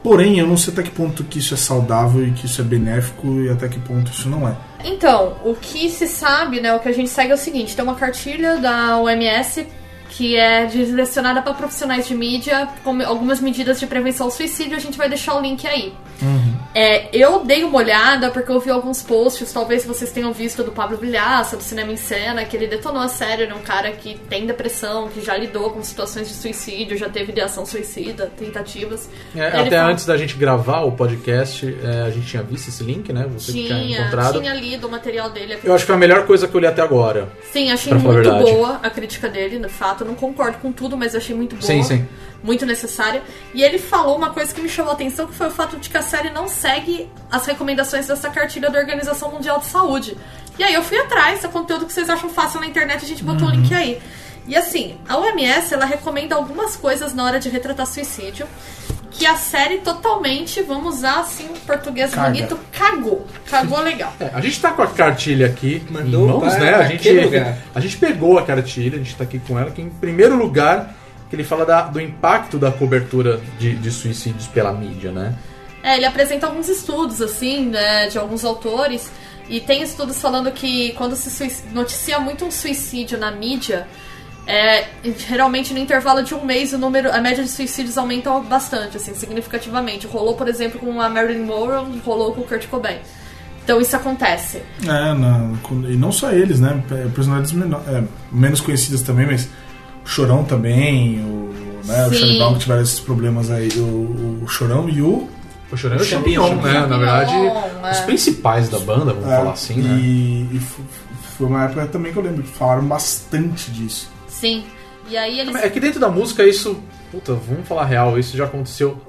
Speaker 5: Porém, eu não sei até que ponto que isso é saudável e que isso é benéfico e até que ponto isso não é.
Speaker 3: Então, o que se sabe, né, o que a gente segue é o seguinte, tem uma cartilha da OMS que é direcionada para profissionais de mídia, com algumas medidas de prevenção ao suicídio, a gente vai deixar o link aí.
Speaker 2: Uhum.
Speaker 3: É, eu dei uma olhada porque eu vi alguns posts, talvez vocês tenham visto do Pablo Vilhaça, do Cinema em Cena, que ele detonou a série, ele é um cara que tem depressão, que já lidou com situações de suicídio, já teve ideação suicida, tentativas.
Speaker 2: É,
Speaker 3: Ele
Speaker 2: até
Speaker 3: fala-
Speaker 2: antes da gente gravar o podcast, é, a gente tinha visto esse link, né? Você que tinha
Speaker 3: Tinha,
Speaker 2: encontrado.
Speaker 3: tinha lido o material dele.
Speaker 2: Eu acho que foi a melhor coisa que eu li até agora.
Speaker 3: Sim, achei
Speaker 2: Pra falar a
Speaker 3: muito
Speaker 2: verdade.
Speaker 3: boa a crítica dele, de fato. Eu não concordo com tudo, mas achei muito boa.
Speaker 2: Sim, sim.
Speaker 3: Muito necessária. E ele falou uma coisa que me chamou a atenção, que foi o fato de que a série não segue as recomendações dessa cartilha da Organização Mundial de Saúde. E aí eu fui atrás, é conteúdo que vocês acham fácil na internet, a gente botou o
Speaker 2: Uhum.
Speaker 3: link aí. E assim, a OMS, ela recomenda algumas coisas na hora de retratar suicídio, que a série totalmente, vamos usar assim um português
Speaker 5: Caga.
Speaker 3: bonito, cagou. Cagou legal.
Speaker 2: É, a gente tá com a cartilha aqui
Speaker 4: Mandou
Speaker 2: em mãos,
Speaker 4: para
Speaker 2: né? A gente,
Speaker 4: aquele lugar.
Speaker 2: a gente pegou a cartilha, a gente tá aqui com ela, que em primeiro lugar, que ele fala da- do impacto da cobertura de, de suicídios pela mídia, né?
Speaker 3: É, ele apresenta alguns estudos, assim, né, de alguns autores. E tem estudos falando que quando se sui- noticia muito um suicídio na mídia, é, geralmente no intervalo de um mês o número, a média de suicídios aumenta bastante, assim, significativamente. Rolou, por exemplo, com a Marilyn Monroe, rolou com o Kurt Cobain. Então isso acontece.
Speaker 5: É, na- com- e não só eles, né? Pe- Personalidades menor- é, menos conhecidas também, mas o Chorão também, o, né, o
Speaker 3: Sim.
Speaker 5: Charlie Brown que tiveram esses problemas aí, o, o Chorão e o.
Speaker 2: O Chorão é
Speaker 5: O
Speaker 2: o
Speaker 5: Champignon,
Speaker 2: champignon, né? Na
Speaker 3: Champignon,
Speaker 2: verdade,
Speaker 3: é.
Speaker 2: os principais da banda, vamos
Speaker 5: é,
Speaker 2: falar assim,
Speaker 5: e,
Speaker 2: né?
Speaker 5: e fo- foi uma época também que eu lembro que falaram bastante disso.
Speaker 3: Sim. E aí eles.
Speaker 2: É que dentro da música isso. Puta, vamos falar real, isso já aconteceu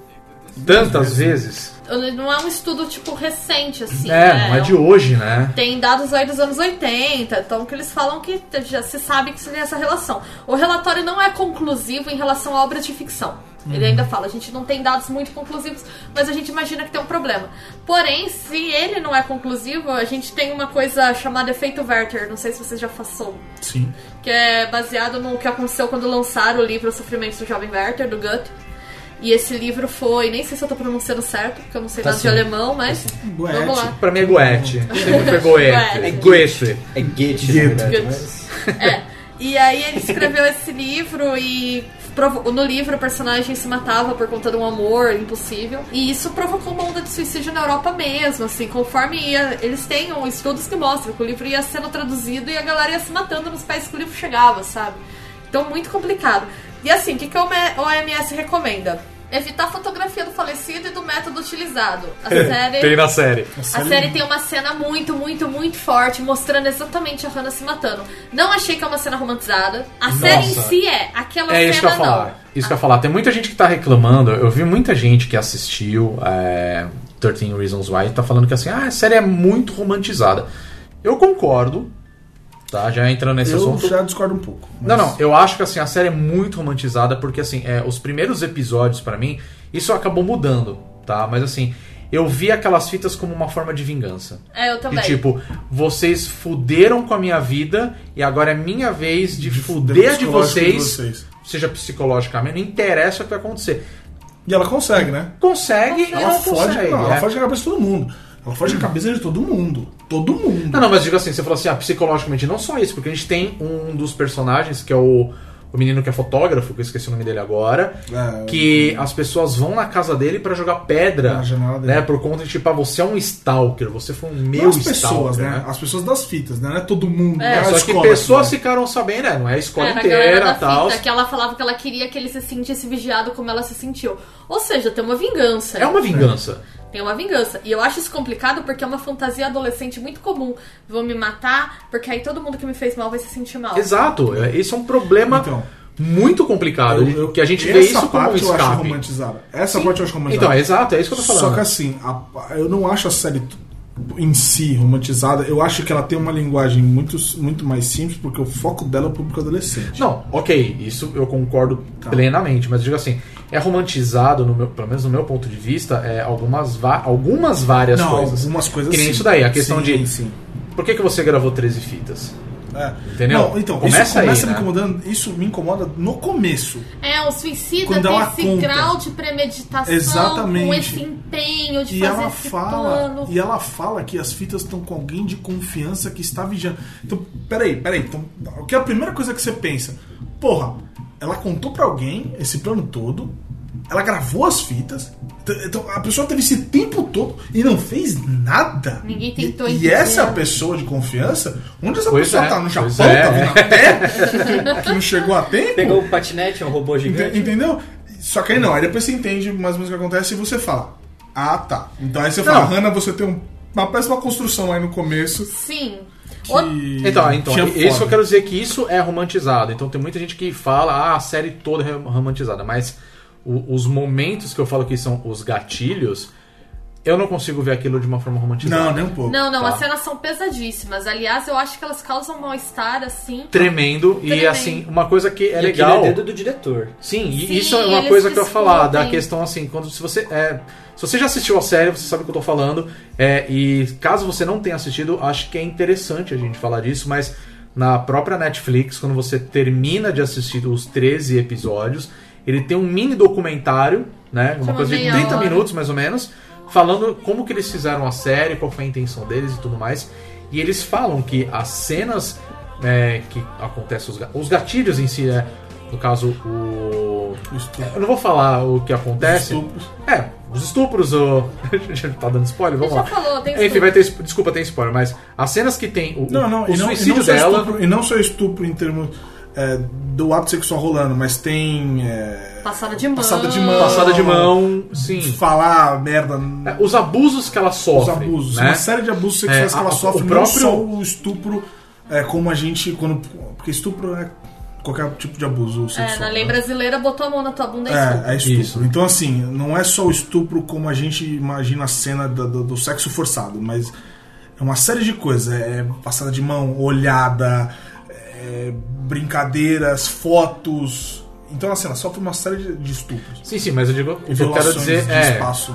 Speaker 2: tantas
Speaker 4: né?
Speaker 2: vezes.
Speaker 3: Não é um estudo, tipo, recente, assim.
Speaker 2: é,
Speaker 3: né?
Speaker 2: não é
Speaker 3: um-
Speaker 2: de hoje, né?
Speaker 3: Tem dados aí dos anos 80, então que eles falam que já se sabe que tem essa relação. O relatório não é conclusivo em relação a obras de ficção. Ele ainda fala, a gente não tem dados muito conclusivos, mas a gente imagina que tem um problema. Porém, se ele não é conclusivo, a gente tem uma coisa chamada efeito Werther, não sei se você já passou,
Speaker 5: Sim.
Speaker 3: que é baseado no que aconteceu quando lançaram o livro Os Sofrimentos do Jovem Werther, do Goethe. E esse livro foi, nem sei se eu tô pronunciando certo, porque eu não sei
Speaker 4: Tá
Speaker 3: nada
Speaker 4: sim.
Speaker 3: de alemão, mas vamos lá.
Speaker 2: Pra mim é Goethe. Sempre foi Goethe.
Speaker 3: É
Speaker 2: Goethe.
Speaker 4: É Goethe, na
Speaker 5: Goethe.
Speaker 4: verdade.
Speaker 3: Goethe.
Speaker 4: mas-
Speaker 3: É. E aí ele escreveu esse livro e provo- no livro o personagem se matava por conta de um amor impossível. E isso provocou uma onda de suicídio na Europa mesmo, assim, conforme ia, eles têm um- estudos que mostram que o livro ia sendo traduzido e a galera ia se matando nos países que o livro chegava, sabe? Então muito complicado. E assim, o que, que a OMS recomenda? Evitar a fotografia do falecido e do método utilizado. A série...
Speaker 2: Tem na série.
Speaker 3: A série tem uma cena muito, muito, muito forte, mostrando exatamente a Hannah se matando. Não achei que é uma cena romantizada. A série em si é, aquela
Speaker 2: É
Speaker 3: cena
Speaker 2: isso que eu ia
Speaker 3: não.
Speaker 2: falar. Isso que eu ia falar. Tem muita gente que tá reclamando. Eu vi muita gente que assistiu é, 13 Reasons Why e tá falando que assim, ah, a série é muito romantizada. Eu concordo, tá? Já entrando nesse
Speaker 5: Eu
Speaker 2: assunto.
Speaker 5: já discordo um pouco. mas-
Speaker 2: Não, não, eu acho que assim, a série é muito romantizada, porque assim, é, os primeiros episódios, pra mim, isso acabou mudando, tá? Mas assim, eu vi aquelas fitas como uma forma de vingança.
Speaker 3: É, eu também.
Speaker 2: E tipo, vocês fuderam com a minha vida e agora é minha vez de, fuder
Speaker 5: fuder
Speaker 2: a de
Speaker 5: psicológico
Speaker 2: vocês,
Speaker 5: de vocês.
Speaker 2: seja psicologicamente, não interessa o que vai acontecer.
Speaker 5: E ela consegue, né?
Speaker 2: Consegue e
Speaker 5: Ela,
Speaker 2: não
Speaker 5: foge,
Speaker 2: consegue.
Speaker 5: não, ela
Speaker 2: é.
Speaker 5: foge da cabeça de todo mundo. Ela foge da cabeça de todo mundo. Todo mundo.
Speaker 2: Não, não, mas digo assim, você falou assim, ah, psicologicamente, não só isso, porque a gente tem um dos personagens que é o, o menino que é fotógrafo, que eu esqueci o nome dele agora,
Speaker 5: É,
Speaker 2: que as pessoas vão na casa dele pra jogar pedra,
Speaker 5: Na janela dele.
Speaker 2: né? Por conta de tipo, ah, você é um stalker, você foi um meu
Speaker 5: não as
Speaker 2: stalker,
Speaker 5: pessoas, né?
Speaker 2: né?
Speaker 5: As pessoas das fitas, né? Não é todo mundo.
Speaker 3: É,
Speaker 2: É,
Speaker 5: não a
Speaker 2: só
Speaker 5: escola,
Speaker 2: que pessoas
Speaker 5: né?
Speaker 2: ficaram sabendo, né? Não é a escola
Speaker 3: Era a galera
Speaker 2: inteira
Speaker 3: da
Speaker 2: e tal.
Speaker 3: fita, que ela falava que ela queria que ele se sentisse vigiado como ela se sentiu. Ou seja, tem uma vingança.
Speaker 2: É uma vingança.
Speaker 3: Tem uma vingança. E eu acho isso complicado porque é uma fantasia adolescente muito comum. Vão me matar, porque aí todo mundo que me fez mal vai se sentir mal.
Speaker 2: Exato. é- Esse é um problema
Speaker 5: Então.
Speaker 2: muito complicado.
Speaker 5: Eu- eu-
Speaker 2: Ah, que a gente
Speaker 5: essa
Speaker 2: vê isso como um
Speaker 5: parte eu acho
Speaker 2: escape.
Speaker 5: romantizada. Essa parte eu acho romantizada.
Speaker 2: Então, é exato, é isso que eu tô falando.
Speaker 5: Só que assim, a- eu não acho a série t- em si romantizada. Eu acho que ela tem uma linguagem muito, muito mais simples, porque o foco dela é o público adolescente.
Speaker 2: Não, ok, isso eu concordo
Speaker 5: Tá.
Speaker 2: plenamente, mas eu digo assim, é romantizado, no meu- pelo menos no meu ponto de vista, é, algumas, va- algumas várias
Speaker 5: Não,
Speaker 2: coisas.
Speaker 5: algumas coisas
Speaker 2: Que nem
Speaker 5: sim.
Speaker 2: isso daí, a questão
Speaker 5: Sim,
Speaker 2: de-
Speaker 5: Sim.
Speaker 2: Por que, que você gravou 13 fitas?
Speaker 5: É.
Speaker 2: Entendeu?
Speaker 5: Não, então, isso
Speaker 2: Começa aí,
Speaker 5: começa me
Speaker 2: né?
Speaker 5: incomodando. Isso me incomoda no começo.
Speaker 3: É, o suicida
Speaker 5: Quando
Speaker 3: tem
Speaker 5: ela
Speaker 3: esse
Speaker 5: conta.
Speaker 3: grau de premeditação,
Speaker 5: Exatamente.
Speaker 3: com esse empenho de
Speaker 2: é
Speaker 5: E
Speaker 3: fazer
Speaker 5: ela
Speaker 3: esse
Speaker 5: fala,
Speaker 3: plano.
Speaker 5: e ela fala que as fitas estão com alguém de confiança que está vigiando. Então, peraí, peraí. Então, o que é a primeira coisa que você pensa? Porra, ela contou pra alguém esse plano todo. Ela gravou as fitas. t- Então, a pessoa teve esse tempo todo e não fez nada.
Speaker 3: Ninguém tentou
Speaker 5: E, e
Speaker 3: entender.
Speaker 5: essa pessoa de confiança, onde essa
Speaker 2: Pois
Speaker 5: pessoa
Speaker 2: é,
Speaker 5: tá? No
Speaker 2: pois
Speaker 5: Japão?
Speaker 2: é.
Speaker 5: Tá vindo a pé? que não chegou a tempo?
Speaker 4: Pegou o patinete, é um robô
Speaker 5: Ente-
Speaker 4: gigante.
Speaker 5: entendeu? Só que aí não, aí depois você entende mais ou menos o que acontece e você fala. Ah, tá. Então aí você fala,
Speaker 2: Não.
Speaker 5: Hannah, você tem um- uma péssima construção aí no começo.
Speaker 3: Sim.
Speaker 5: Que
Speaker 3: O-
Speaker 2: Então, então
Speaker 5: que é
Speaker 2: isso
Speaker 5: foda.
Speaker 2: eu quero dizer que isso é romantizado. Então tem muita gente que fala, ah, a série toda é romantizada, mas o- os momentos que eu falo que são os gatilhos, eu não consigo ver aquilo de uma forma romantizada.
Speaker 5: Não, nem um pouco.
Speaker 3: Não, não,
Speaker 2: Tá.
Speaker 3: as cenas são pesadíssimas. Aliás, eu acho que elas causam mal-estar, assim.
Speaker 2: Tremendo, e
Speaker 3: Tremendo.
Speaker 2: assim, uma coisa que
Speaker 4: E
Speaker 2: é
Speaker 4: aquele
Speaker 2: legal.
Speaker 4: é dedo do diretor.
Speaker 2: Sim, e
Speaker 3: Sim,
Speaker 2: isso é uma
Speaker 3: eles
Speaker 2: coisa que eu ia falar, da
Speaker 3: discutem.
Speaker 2: questão assim, quando se você. é, se você já assistiu a série, você sabe o que eu tô falando. é, e caso você não tenha assistido, acho que é interessante a gente falar disso, mas na própria Netflix, quando você termina de assistir os 13 episódios, ele tem um mini documentário, né? Uma
Speaker 3: Uma
Speaker 2: coisa de
Speaker 3: meia
Speaker 2: 30
Speaker 3: hora.
Speaker 2: minutos, mais ou menos, falando como que eles fizeram a série, qual foi a intenção deles e tudo mais. E eles falam que as cenas é, que acontecem, os, ga- os gatilhos em si, né? No caso, o.
Speaker 5: Estupro.
Speaker 2: Eu não vou falar o que acontece.
Speaker 5: Estupro.
Speaker 2: É, os estupros, o. Já tá dando spoiler, vamos
Speaker 3: Já
Speaker 2: lá.
Speaker 3: falou, tem
Speaker 2: Enfim,
Speaker 3: tudo.
Speaker 2: vai ter. es- Desculpa, tem spoiler, mas as cenas que tem o,
Speaker 5: Não, não,
Speaker 2: o
Speaker 5: e não, e
Speaker 2: suicídio
Speaker 5: não só
Speaker 2: dela.
Speaker 5: estupro, e não só estupro em termos é, do ato sexual rolando, mas tem. é,
Speaker 3: Passada de mão.
Speaker 5: Passada de mão.
Speaker 2: Passada de mão, sim.
Speaker 5: Falar merda.
Speaker 2: É, Os abusos que ela
Speaker 5: Os
Speaker 2: sofre.
Speaker 5: abusos.
Speaker 2: né?
Speaker 5: Uma série de abusos sexuais
Speaker 2: É,
Speaker 5: que
Speaker 2: a-
Speaker 5: ela
Speaker 2: o
Speaker 5: sofre, não
Speaker 2: próprio-
Speaker 5: só o estupro, é, como a gente. quando Porque estupro é qualquer tipo de abuso sexual.
Speaker 3: É, na lei
Speaker 5: né?
Speaker 3: brasileira botou a mão na tua bunda e
Speaker 5: É, é estupro.
Speaker 2: Isso.
Speaker 5: Então, assim, não é só o estupro como a gente imagina a cena do, do- do sexo forçado, mas é uma série de coisas. É passada de mão, olhada, é brincadeiras, fotos. Então, assim, ela sofre uma série de, de estupros.
Speaker 2: Sim, sim, mas eu digo. O que eu quero
Speaker 5: Violações
Speaker 2: dizer
Speaker 5: de
Speaker 2: é.
Speaker 5: espaço.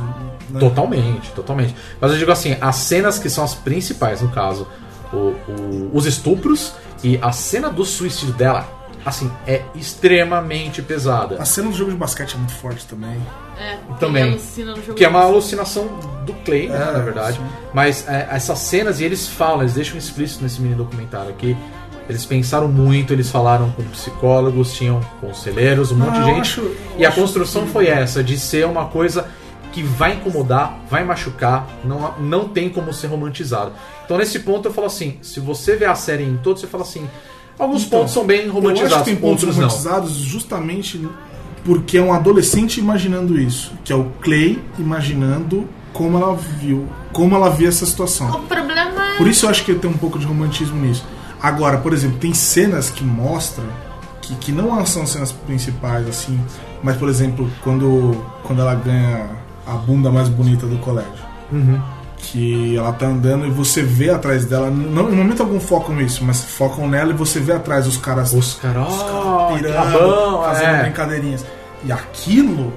Speaker 5: né?
Speaker 2: Totalmente, totalmente. Mas eu digo assim, as cenas que são as principais, no caso, o- o- os estupros e a cena do suicídio dela, assim, é extremamente pesada.
Speaker 5: A cena do jogo de basquete é muito forte também.
Speaker 3: É,
Speaker 2: Também.
Speaker 3: ele alucina no jogo
Speaker 2: Que é uma
Speaker 3: desse.
Speaker 2: alucinação do Clay, né,
Speaker 5: É,
Speaker 2: na verdade.
Speaker 5: sim.
Speaker 2: Mas é, essas cenas, e eles falam, eles deixam explícito nesse mini documentário aqui. Eles pensaram muito, eles falaram com psicólogos, tinham conselheiros, um monte
Speaker 5: Ah,
Speaker 2: de
Speaker 5: eu
Speaker 2: gente.
Speaker 5: acho- eu
Speaker 2: e a
Speaker 5: acho
Speaker 2: construção
Speaker 5: que-
Speaker 2: foi essa, de ser uma coisa que vai incomodar, vai machucar, não, não tem como ser romantizado. Então nesse ponto eu falo assim, se você vê a série em todo, você fala assim, alguns
Speaker 5: Então,
Speaker 2: pontos são bem
Speaker 5: Eu acho que
Speaker 2: romantizados,
Speaker 5: tem pontos
Speaker 2: outros não.
Speaker 5: romantizados justamente porque é um adolescente imaginando isso, que é o Clay imaginando como ela viu, como ela via essa situação.
Speaker 3: O problema é.
Speaker 5: Por isso eu acho que tem um pouco de romantismo nisso. Agora, por exemplo, tem cenas que mostram que, que não são cenas principais assim, mas por exemplo, quando quando ela ganha a bunda mais bonita do colégio
Speaker 2: Uhum.
Speaker 5: que ela tá andando e você vê atrás dela. Não, em momento algum focam nisso, mas focam nela e você vê atrás os caras
Speaker 2: Os caras, ó,
Speaker 5: pirando,
Speaker 2: pirando,
Speaker 5: fazendo
Speaker 2: é.
Speaker 5: brincadeirinhas. E aquilo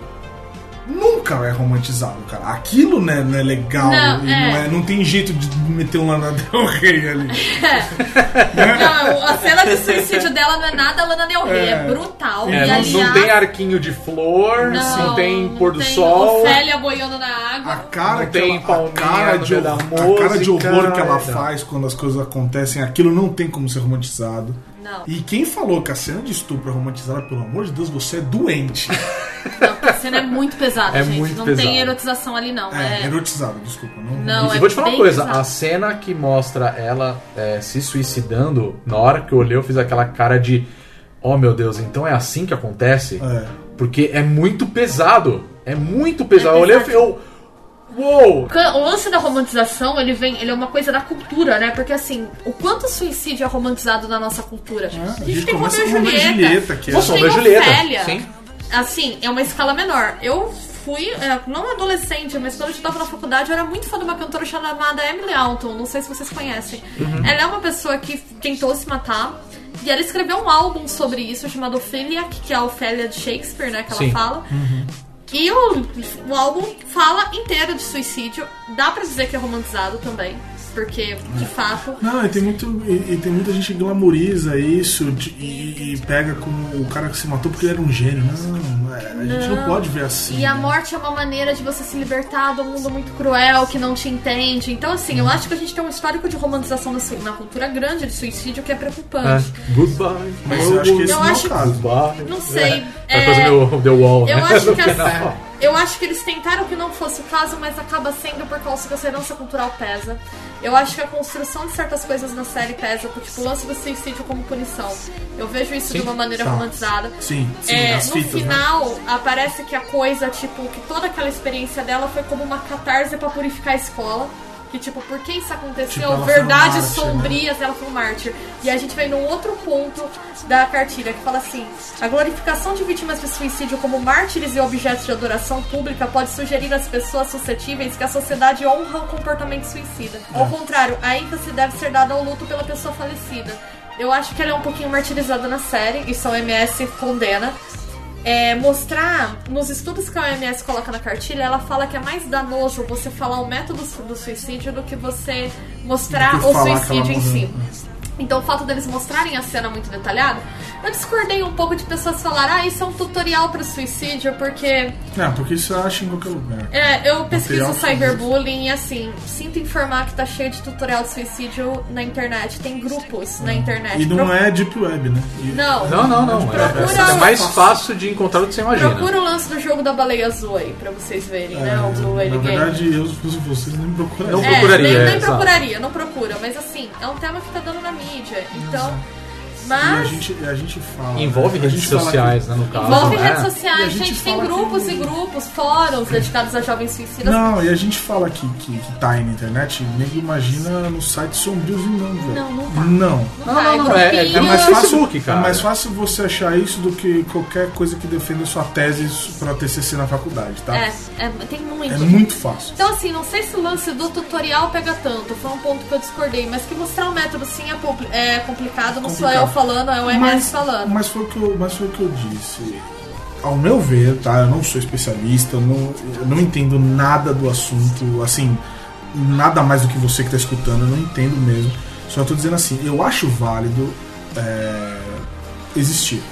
Speaker 5: nunca é romantizado, cara. Aquilo né, não é legal.
Speaker 3: Não,
Speaker 5: e
Speaker 3: é.
Speaker 5: Não, é- não tem jeito de meter um Lana Del Rey ali.
Speaker 3: Não, a cena de suicídio dela não é nada Lana Del Rey, é,
Speaker 5: É.
Speaker 2: É,
Speaker 3: brutal. e
Speaker 2: não,
Speaker 3: aliás,
Speaker 2: não tem arquinho de flor, não, tem pôr do sol. Ah.
Speaker 3: Ofélia boiando na
Speaker 5: A
Speaker 3: água.
Speaker 5: cara,
Speaker 2: Não
Speaker 5: que
Speaker 2: tem
Speaker 5: ela, a
Speaker 2: palminha
Speaker 5: cara,
Speaker 2: no
Speaker 5: de,
Speaker 2: meio da
Speaker 5: horror- a cara de
Speaker 2: música,
Speaker 5: horror que ela
Speaker 2: né?
Speaker 5: faz quando as coisas acontecem, aquilo não tem como ser romantizado.
Speaker 3: Não.
Speaker 5: E quem falou que a cena de estupro é romantizada, pelo amor de Deus, você é doente.
Speaker 3: Não, a cena é muito pesada,
Speaker 2: É
Speaker 3: gente.
Speaker 2: muito
Speaker 3: não
Speaker 2: pesado.
Speaker 3: tem erotização ali, não.
Speaker 5: É,
Speaker 3: É,
Speaker 5: erotizado, desculpa. Não,
Speaker 3: Não,
Speaker 2: e
Speaker 3: é
Speaker 2: vou te falar uma
Speaker 3: bem
Speaker 2: coisa,
Speaker 3: pesado.
Speaker 2: a cena que mostra ela é, se suicidando, na hora que eu olhei, eu fiz aquela cara de. Oh meu Deus, então é assim que acontece?
Speaker 5: É.
Speaker 2: Porque é muito pesado. É muito pesado.
Speaker 3: É
Speaker 2: eu olhei e
Speaker 3: pesado.
Speaker 2: eu. Uou!
Speaker 3: Porque O lance da romantização, ele vem, ele é uma coisa da cultura, né? Porque assim, o quanto o suicídio é romantizado na nossa cultura. a
Speaker 5: gente
Speaker 3: gente tem
Speaker 5: começa
Speaker 3: Romeu e
Speaker 5: com Romeu e
Speaker 3: Julieta,
Speaker 5: Julieta, que é-
Speaker 3: a gente
Speaker 2: Romeu
Speaker 3: tem
Speaker 2: e Julieta,
Speaker 3: Ofélia.
Speaker 2: sim.
Speaker 3: Assim, é uma escala menor. Eu fui, é, não adolescente, mas quando eu estava na faculdade, eu era muito fã de uma cantora chamada Emily Alton. Não sei se vocês conhecem. Ela é uma pessoa que tentou se matar. E ela escreveu um álbum sobre isso, chamado Ophelia, que é a Ofélia de Shakespeare, né? Que ela
Speaker 2: Sim.
Speaker 3: fala. E o, o álbum fala inteiro de suicídio. Dá pra dizer que é romantizado também. Porque, de fato.
Speaker 5: Não, e tem, muito, e, e tem muita gente que glamoriza isso de- e, e pega como o cara que se matou porque ele era um gênio. Não, é, a gente não, pode ver assim.
Speaker 3: E a
Speaker 5: né?
Speaker 3: morte é uma maneira de você se libertar do mundo muito cruel que não te entende. Então, assim, eu acho que a gente tem um histórico de romantização da sui- na cultura grande de suicídio que é preocupante.
Speaker 2: É. Goodbye.
Speaker 5: Mas eu acho que esse
Speaker 3: Eu
Speaker 5: não é
Speaker 3: acho-
Speaker 5: o caso.
Speaker 2: Goodbye.
Speaker 3: Não sei.
Speaker 2: É,
Speaker 3: é,
Speaker 2: coisa meio The Wall, né?
Speaker 3: Eu acho, que é
Speaker 2: No
Speaker 3: as,
Speaker 2: final.
Speaker 3: eu acho que eles tentaram que não fosse o caso, mas acaba sendo por causa que essa herança cultural pesa. Eu acho que a construção de certas coisas na série pesa, porque tipo, o lance do suicídio como punição. Eu vejo isso de uma maneira
Speaker 5: tá.
Speaker 3: romantizada.
Speaker 5: Sim, sim,
Speaker 3: É,
Speaker 5: as
Speaker 3: no
Speaker 5: fitas, né?
Speaker 3: final, aparece que a coisa, tipo, que toda aquela experiência dela foi como uma catarse pra purificar a escola. Que, tipo, por que isso
Speaker 5: Tipo,
Speaker 3: aconteceu?
Speaker 5: ela foi um
Speaker 3: Verdades
Speaker 5: mártir, né?
Speaker 3: sombrias, ela foi um mártir. E a gente vem num outro ponto da cartilha que fala assim: a glorificação de vítimas de suicídio como mártires e objetos de adoração pública pode sugerir às pessoas suscetíveis que a sociedade honra o comportamento suicida. Ao contrário, a ênfase deve ser dada ao luto pela pessoa falecida. Eu acho que ela é um pouquinho martirizada na série, isso a OMS condena é, mostrar nos estudos que a OMS coloca na cartilha, ela fala que é mais danoso você falar o método su- do suicídio do que você mostrar
Speaker 5: Do que
Speaker 3: o
Speaker 5: falar né? que ela
Speaker 3: suicídio em si.
Speaker 5: morreu.
Speaker 3: Então o fato deles mostrarem a cena muito detalhada, eu discordei um pouco de pessoas falar, ah, isso é um tutorial para suicídio, porque
Speaker 5: Não, É, porque isso eu acho em qualquer lugar.
Speaker 3: é, eu pesquiso
Speaker 5: Material
Speaker 3: cyberbullying e assim, sinto informar que tá cheio de tutorial de suicídio na internet, tem grupos na internet.
Speaker 5: Hum. E não
Speaker 3: Pro-
Speaker 5: é Deep Web, né? E-
Speaker 3: Não.
Speaker 2: Não, não, não. É, é mais fácil de encontrar do que você imagina.
Speaker 3: Procura o lance do jogo da baleia azul aí, pra vocês verem,
Speaker 5: é,
Speaker 3: né? O do Ele
Speaker 5: na
Speaker 3: Game.
Speaker 5: verdade, eu, se fosse vocês, nem procuraria.
Speaker 2: Não
Speaker 3: É,
Speaker 2: procuraria,
Speaker 3: nem,
Speaker 2: é,
Speaker 3: nem
Speaker 2: exato.
Speaker 3: procuraria, não procura, mas assim, é um tema que tá dando na mídia. Então,
Speaker 5: E a
Speaker 3: mas
Speaker 5: gente, a gente fala.
Speaker 2: Envolve
Speaker 5: né? A
Speaker 2: redes
Speaker 5: gente fala
Speaker 2: sociais,
Speaker 5: que-
Speaker 2: né, no caso.
Speaker 3: envolve
Speaker 2: né?
Speaker 3: redes
Speaker 5: E a
Speaker 3: sociais,
Speaker 5: gente
Speaker 3: gente, tem
Speaker 5: fala que-
Speaker 3: grupos e grupos, fóruns dedicados a jovens suicidas.
Speaker 5: Não, e a gente fala que, que, que tá aí na internet, nego imagina nos sites sombrios e não, um velho.
Speaker 3: Não, não tá.
Speaker 5: Não.
Speaker 3: Não,
Speaker 2: Não,
Speaker 3: tá,
Speaker 2: não, não, é- é-
Speaker 3: grupinho,
Speaker 2: é mais fácil. Facebook, cara.
Speaker 5: É mais fácil você achar isso do que qualquer coisa que defenda sua tese pra TCC na faculdade, tá?
Speaker 3: É, é, tem muito.
Speaker 5: É muito fácil.
Speaker 3: Então, assim, não sei se o lance do tutorial pega tanto, foi um ponto que eu discordei, mas que mostrar o método sim é, compli- é complicado, não sou
Speaker 5: Complicado.
Speaker 3: eu falando, é o MS falando.
Speaker 5: Mas foi, o que eu, mas foi o que eu disse. Ao meu ver, tá? Eu não sou especialista, eu não, eu não entendo nada do assunto, assim, nada mais do que você que tá escutando, eu não entendo mesmo. Só tô dizendo assim, eu acho válido é, existir.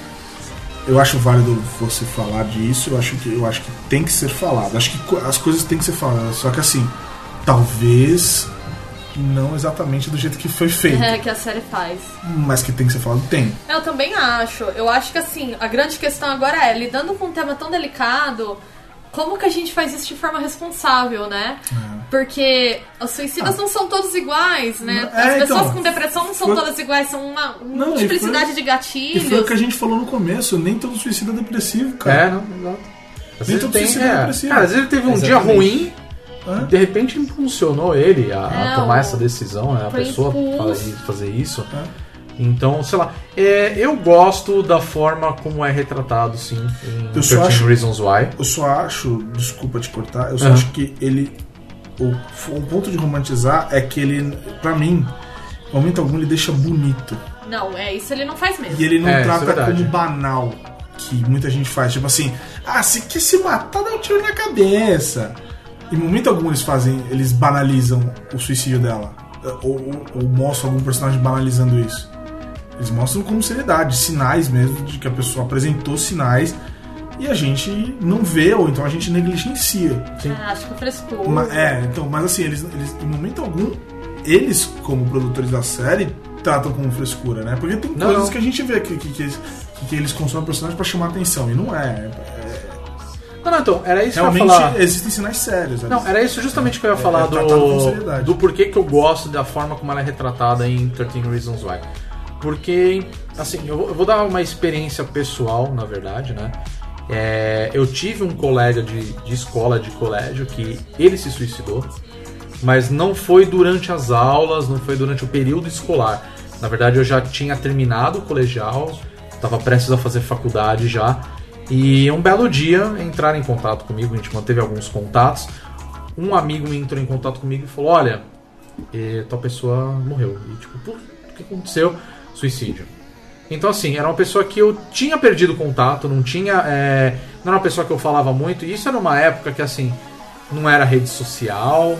Speaker 5: Eu acho válido você falar disso, eu acho que, eu acho que tem que ser falado. Acho que co- as coisas têm que ser faladas, só que assim, talvez não exatamente do jeito que foi feito,
Speaker 3: É, que a série faz.
Speaker 5: mas que tem que ser falado, tem.
Speaker 3: Eu também acho. Eu acho que assim, a grande questão agora é, lidando com um tema tão delicado, como que a gente faz isso de forma responsável, né? Porque os suicidas não são todos iguais, né?
Speaker 5: É,
Speaker 3: As pessoas
Speaker 5: então,
Speaker 3: com depressão não são
Speaker 5: foi-
Speaker 3: todas iguais, são uma
Speaker 5: Não, e
Speaker 3: multiplicidade
Speaker 5: foi-
Speaker 3: de
Speaker 5: E
Speaker 3: gatilhos.
Speaker 5: foi o que a gente falou no começo, nem todo suicida é depressivo, cara.
Speaker 2: É, não, exato. Às
Speaker 5: Nem
Speaker 2: vezes
Speaker 5: todo
Speaker 2: tem,
Speaker 5: suicídio é
Speaker 2: é,
Speaker 5: depressivo.
Speaker 2: cara, às vezes ele teve um dia
Speaker 4: Exatamente.
Speaker 2: ruim,
Speaker 5: Hã?
Speaker 2: de repente impulsionou ele a, a
Speaker 3: É,
Speaker 2: tomar
Speaker 3: o-
Speaker 2: essa decisão, né? a
Speaker 3: foi
Speaker 2: pessoa
Speaker 3: impulso.
Speaker 2: fazer, fazer isso.
Speaker 5: Hã?
Speaker 2: Então, sei lá, é, eu gosto da forma como é retratado, sim, em
Speaker 5: Eu só
Speaker 2: 13
Speaker 5: acho-
Speaker 2: Reasons Why.
Speaker 5: Eu só acho, desculpa te cortar, eu só
Speaker 2: Aham.
Speaker 5: acho que ele. O, o um ponto de romantizar é que ele, pra mim, em momento algum ele deixa bonito.
Speaker 3: Não, é isso ele não faz mesmo.
Speaker 5: E ele não
Speaker 2: É, isso é
Speaker 5: trata
Speaker 2: verdade.
Speaker 5: como banal, que muita gente faz. Tipo assim, ah, se quer se matar, dá um tiro na cabeça. Em momento algum eles fazem, eles banalizam o suicídio dela. Ou, ou, ou mostram algum personagem banalizando isso. Eles mostram como seriedade, sinais mesmo, de que a pessoa apresentou sinais e a gente não vê, ou então a gente negligencia.
Speaker 3: Ah, acho que é frescura.
Speaker 5: Ma- é, então, mas assim, eles, eles em momento algum, eles, como produtores da série, tratam com frescura, né? Porque tem
Speaker 2: Não,
Speaker 5: coisas
Speaker 2: não.
Speaker 5: que a gente vê que, que, que eles- que- que eles consomem personagem pra chamar atenção, e não é. é-
Speaker 2: Não, não, então, era isso que eu ia falar.
Speaker 5: realmente existem sinais sérios. né?
Speaker 2: Não, é era isso justamente que eu ia falar
Speaker 5: é tratado com
Speaker 2: do,
Speaker 5: seriedade.
Speaker 2: do porquê que eu gosto da forma como ela é retratada em 13 Reasons Why. Porque, assim, eu vou, eu vou dar uma experiência pessoal, na verdade, né? É, eu tive um colega de, de escola, de colégio, que ele se suicidou, mas não foi durante as aulas, não foi durante o período escolar. Na verdade, eu já tinha terminado o colegial, estava prestes a fazer faculdade já, e um belo dia entraram em contato comigo, a gente manteve alguns contatos, um amigo me entrou em contato comigo e falou: Olha, eh, tal pessoa morreu. E tipo, "Pô, o que aconteceu? Suicídio. Então, assim, era uma pessoa que eu tinha perdido contato, não tinha. eh, não era uma pessoa que eu falava muito. E isso era uma época que, assim, não era rede social,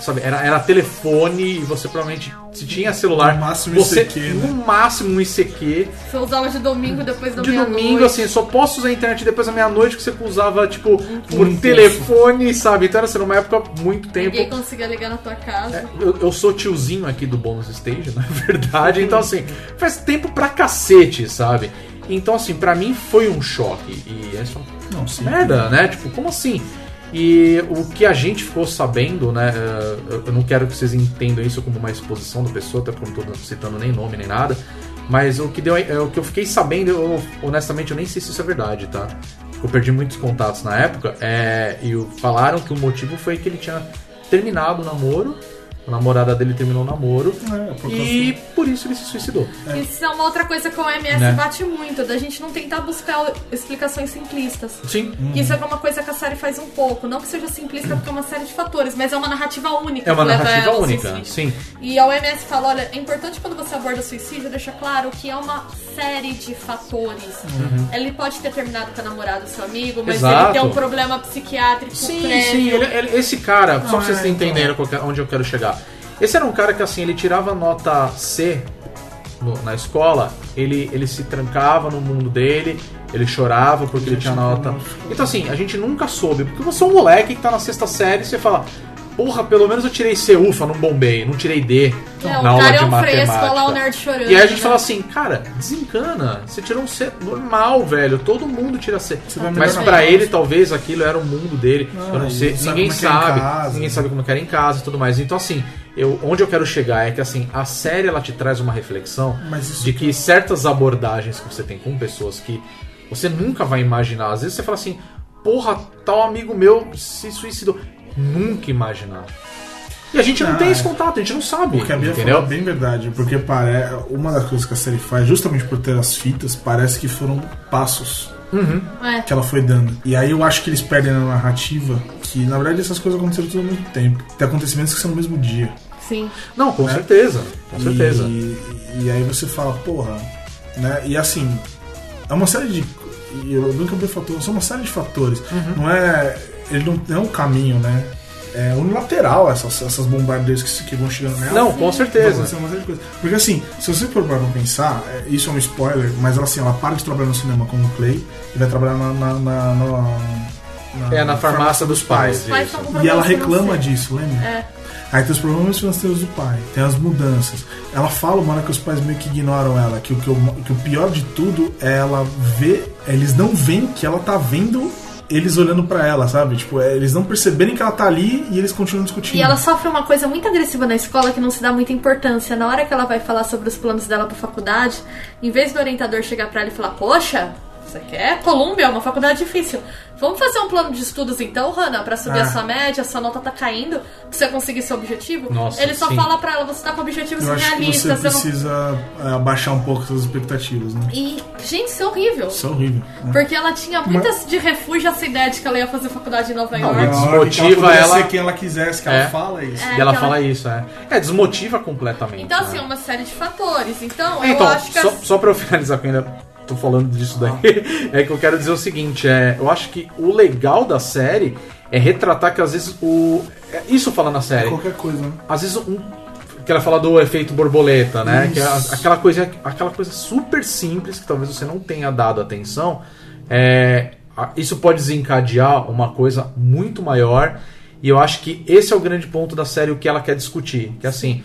Speaker 2: sabe? Era, era telefone e você provavelmente, se tinha celular.
Speaker 5: No máximo
Speaker 2: você,
Speaker 5: ICQ, né?
Speaker 2: No máximo um ICQ.
Speaker 3: Você usava de domingo depois da
Speaker 2: De
Speaker 3: meia-noite.
Speaker 2: domingo, assim, só posso usar a internet depois da meia-noite que você usava, tipo, por
Speaker 5: pulso.
Speaker 2: telefone, sabe? Então era assim, uma época muito tempo.
Speaker 3: Ninguém conseguia ligar na tua casa.
Speaker 2: É, Eu, eu sou tiozinho aqui do bônus stage, na verdade. Então, assim, faz tempo pra cacete, sabe? Então, assim, pra mim foi um choque. E aí você fala,
Speaker 5: Não, sim.
Speaker 2: merda, né? Tipo, como assim? E o que a gente ficou sabendo, né? eh, Eu eu não quero que vocês entendam isso como uma exposição da pessoa, até porque eu não tô citando nem nome nem nada. Mas o que, deu, eh, o que eu fiquei sabendo, eu, honestamente, eu nem sei se isso é verdade, tá? Eu perdi muitos contatos na época. eh, e o- falaram que o motivo foi que ele tinha terminado o namoro. A namorada dele terminou o namoro.
Speaker 5: É, por causa
Speaker 2: E por isso ele se suicidou.
Speaker 3: Isso é uma outra coisa que o MS
Speaker 2: Né?
Speaker 3: bate muito, da gente não tentar buscar explicações simplistas.
Speaker 2: Sim.
Speaker 3: Que Isso é uma coisa que a série faz um pouco. Não que seja simplista, porque é uma série de fatores, mas é uma narrativa única.
Speaker 2: É uma
Speaker 3: que leva
Speaker 2: narrativa
Speaker 3: ela ao
Speaker 2: única.
Speaker 3: suicídio.
Speaker 2: Sim.
Speaker 3: E a OMS fala, olha, é importante quando você aborda o suicídio deixar claro que é uma série de fatores. Ele pode ter terminado com a namorada do seu amigo, mas
Speaker 2: Uhum. Exato.
Speaker 3: ele tem um problema psiquiátrico
Speaker 2: Sim,
Speaker 3: prévio.
Speaker 2: sim, ele- ele- esse cara, só pra
Speaker 5: Ah,
Speaker 2: vocês
Speaker 5: então.
Speaker 2: entenderem qual que é- onde eu quero chegar. Esse era um cara que assim, ele tirava nota C no- na escola, ele, ele se trancava no mundo dele, ele chorava porque ele tinha nota. Então assim, a gente nunca soube, porque você é um moleque que tá na sexta série e você fala, porra, pelo menos eu tirei C, ufa, não bombei, não tirei D
Speaker 3: É, o
Speaker 2: na aula
Speaker 3: cara é
Speaker 2: de
Speaker 3: um fresco, olha lá o
Speaker 2: matemática.
Speaker 3: nerd chorando.
Speaker 2: E aí a gente
Speaker 3: né?
Speaker 2: fala assim, cara, desencana. Você tirou um C normal, velho. Todo mundo tira C.
Speaker 5: vai
Speaker 2: Mas
Speaker 5: melhorar.
Speaker 2: pra ele, talvez, aquilo era o mundo dele.
Speaker 5: Ah,
Speaker 2: eu não
Speaker 5: e
Speaker 2: sei.
Speaker 5: não sabe
Speaker 2: ninguém
Speaker 5: como é que é em
Speaker 2: sabe.
Speaker 5: casa.
Speaker 2: ninguém sabe como é que era em casa e tudo mais. Então, assim, eu, onde eu quero chegar é que, assim, a série, ela te traz uma reflexão
Speaker 5: Mas isso
Speaker 2: de que certas abordagens que você tem com pessoas que você nunca vai imaginar. Às vezes você fala assim, porra, tal amigo meu se suicidou. Nunca imaginar. E a gente não,
Speaker 5: Ah,
Speaker 2: tem
Speaker 5: é.
Speaker 2: esse contato, a gente não sabe.
Speaker 5: O que a Bia
Speaker 2: entendeu?
Speaker 5: falou é bem verdade, porque pare... uma das coisas que a série faz, justamente por ter as fitas, parece que foram passos
Speaker 3: É.
Speaker 5: que ela foi dando. E aí eu acho que eles perdem na narrativa que, na verdade, essas coisas aconteceram tudo ao mesmo tempo. Tem acontecimentos que são no mesmo dia.
Speaker 3: Sim.
Speaker 2: Não, com certeza. Com certeza.
Speaker 5: E, e aí você fala, porra, né? E assim, é uma série de. e Eu nunca vi fatores, são uma série de fatores.
Speaker 2: Uhum.
Speaker 5: Não é. Ele não, não é um caminho, né? É unilateral essas, essas bombardeiras que, se- que vão chegando nela.
Speaker 2: Não, com
Speaker 5: Vai acontecer
Speaker 2: certeza.
Speaker 5: uma série de coisas. Porque assim, se você for pra pensar, é, isso é um spoiler, mas ela, assim, ela para de trabalhar no cinema como Clay e vai trabalhar na. na, na- na-
Speaker 2: É na farmácia dos pais.
Speaker 3: Mas
Speaker 2: isso.
Speaker 3: são
Speaker 5: E ela
Speaker 3: problemas
Speaker 5: reclama
Speaker 3: financeiros.
Speaker 5: disso, lembra?
Speaker 3: É.
Speaker 5: Aí tem os problemas financeiros do pai, tem as mudanças. Ela fala uma hora que os pais meio que ignoram ela, que o, que o, que o pior de tudo é ela ver, eles não veem que ela tá vendo eles olhando pra ela, sabe? Tipo, é, eles não perceberem que ela tá ali e eles continuam discutindo.
Speaker 3: E ela sofre uma coisa muito agressiva na escola que não se dá muita importância. Na hora que ela vai falar sobre os planos dela pra faculdade, em vez do orientador chegar pra ela e falar, poxa, você quer Colômbia, é uma faculdade difícil. Vamos fazer um plano de estudos então, Hannah, pra subir
Speaker 5: Ah.
Speaker 3: a sua média, sua nota tá caindo, pra você conseguir seu objetivo?
Speaker 2: Nossa,
Speaker 3: Ele só
Speaker 2: sim.
Speaker 3: fala pra ela, você tá com objetivos
Speaker 5: Eu acho que você
Speaker 3: realistas. eu não...
Speaker 5: precisa é, abaixar um pouco suas expectativas, né?
Speaker 3: E, gente, isso é horrível.
Speaker 5: Isso é horrível. né?
Speaker 3: Porque ela tinha muitas de refúgio essa ideia de que ela ia fazer faculdade em Nova
Speaker 2: Não, e-
Speaker 3: York.
Speaker 5: Na hora que ela
Speaker 2: desmotiva
Speaker 5: poderia
Speaker 2: ela-
Speaker 5: ser quem ela quisesse, que
Speaker 2: É.
Speaker 5: ela fala isso.
Speaker 3: É,
Speaker 2: e ela
Speaker 3: aquela-
Speaker 2: fala isso, é. É, desmotiva completamente.
Speaker 3: Então,
Speaker 2: né?
Speaker 3: assim, é uma série de fatores. Então,
Speaker 2: É,
Speaker 3: eu
Speaker 2: então,
Speaker 3: acho que
Speaker 2: só,
Speaker 3: as-
Speaker 2: só pra eu finalizar que eu ainda tô falando disso daí,
Speaker 3: Ah.
Speaker 2: é que eu quero dizer o seguinte, é, eu acho que o legal da série é retratar que às vezes o... é, Isso fala na série.
Speaker 5: Qualquer coisa, né?
Speaker 2: às vezes um que ela fala do efeito borboleta, né? Que é a- aquela coisa, aquela coisa super simples que talvez você não tenha dado atenção, é, a- isso pode desencadear uma coisa muito maior. E eu acho que esse é o grande ponto da série, o que ela quer discutir, que é assim,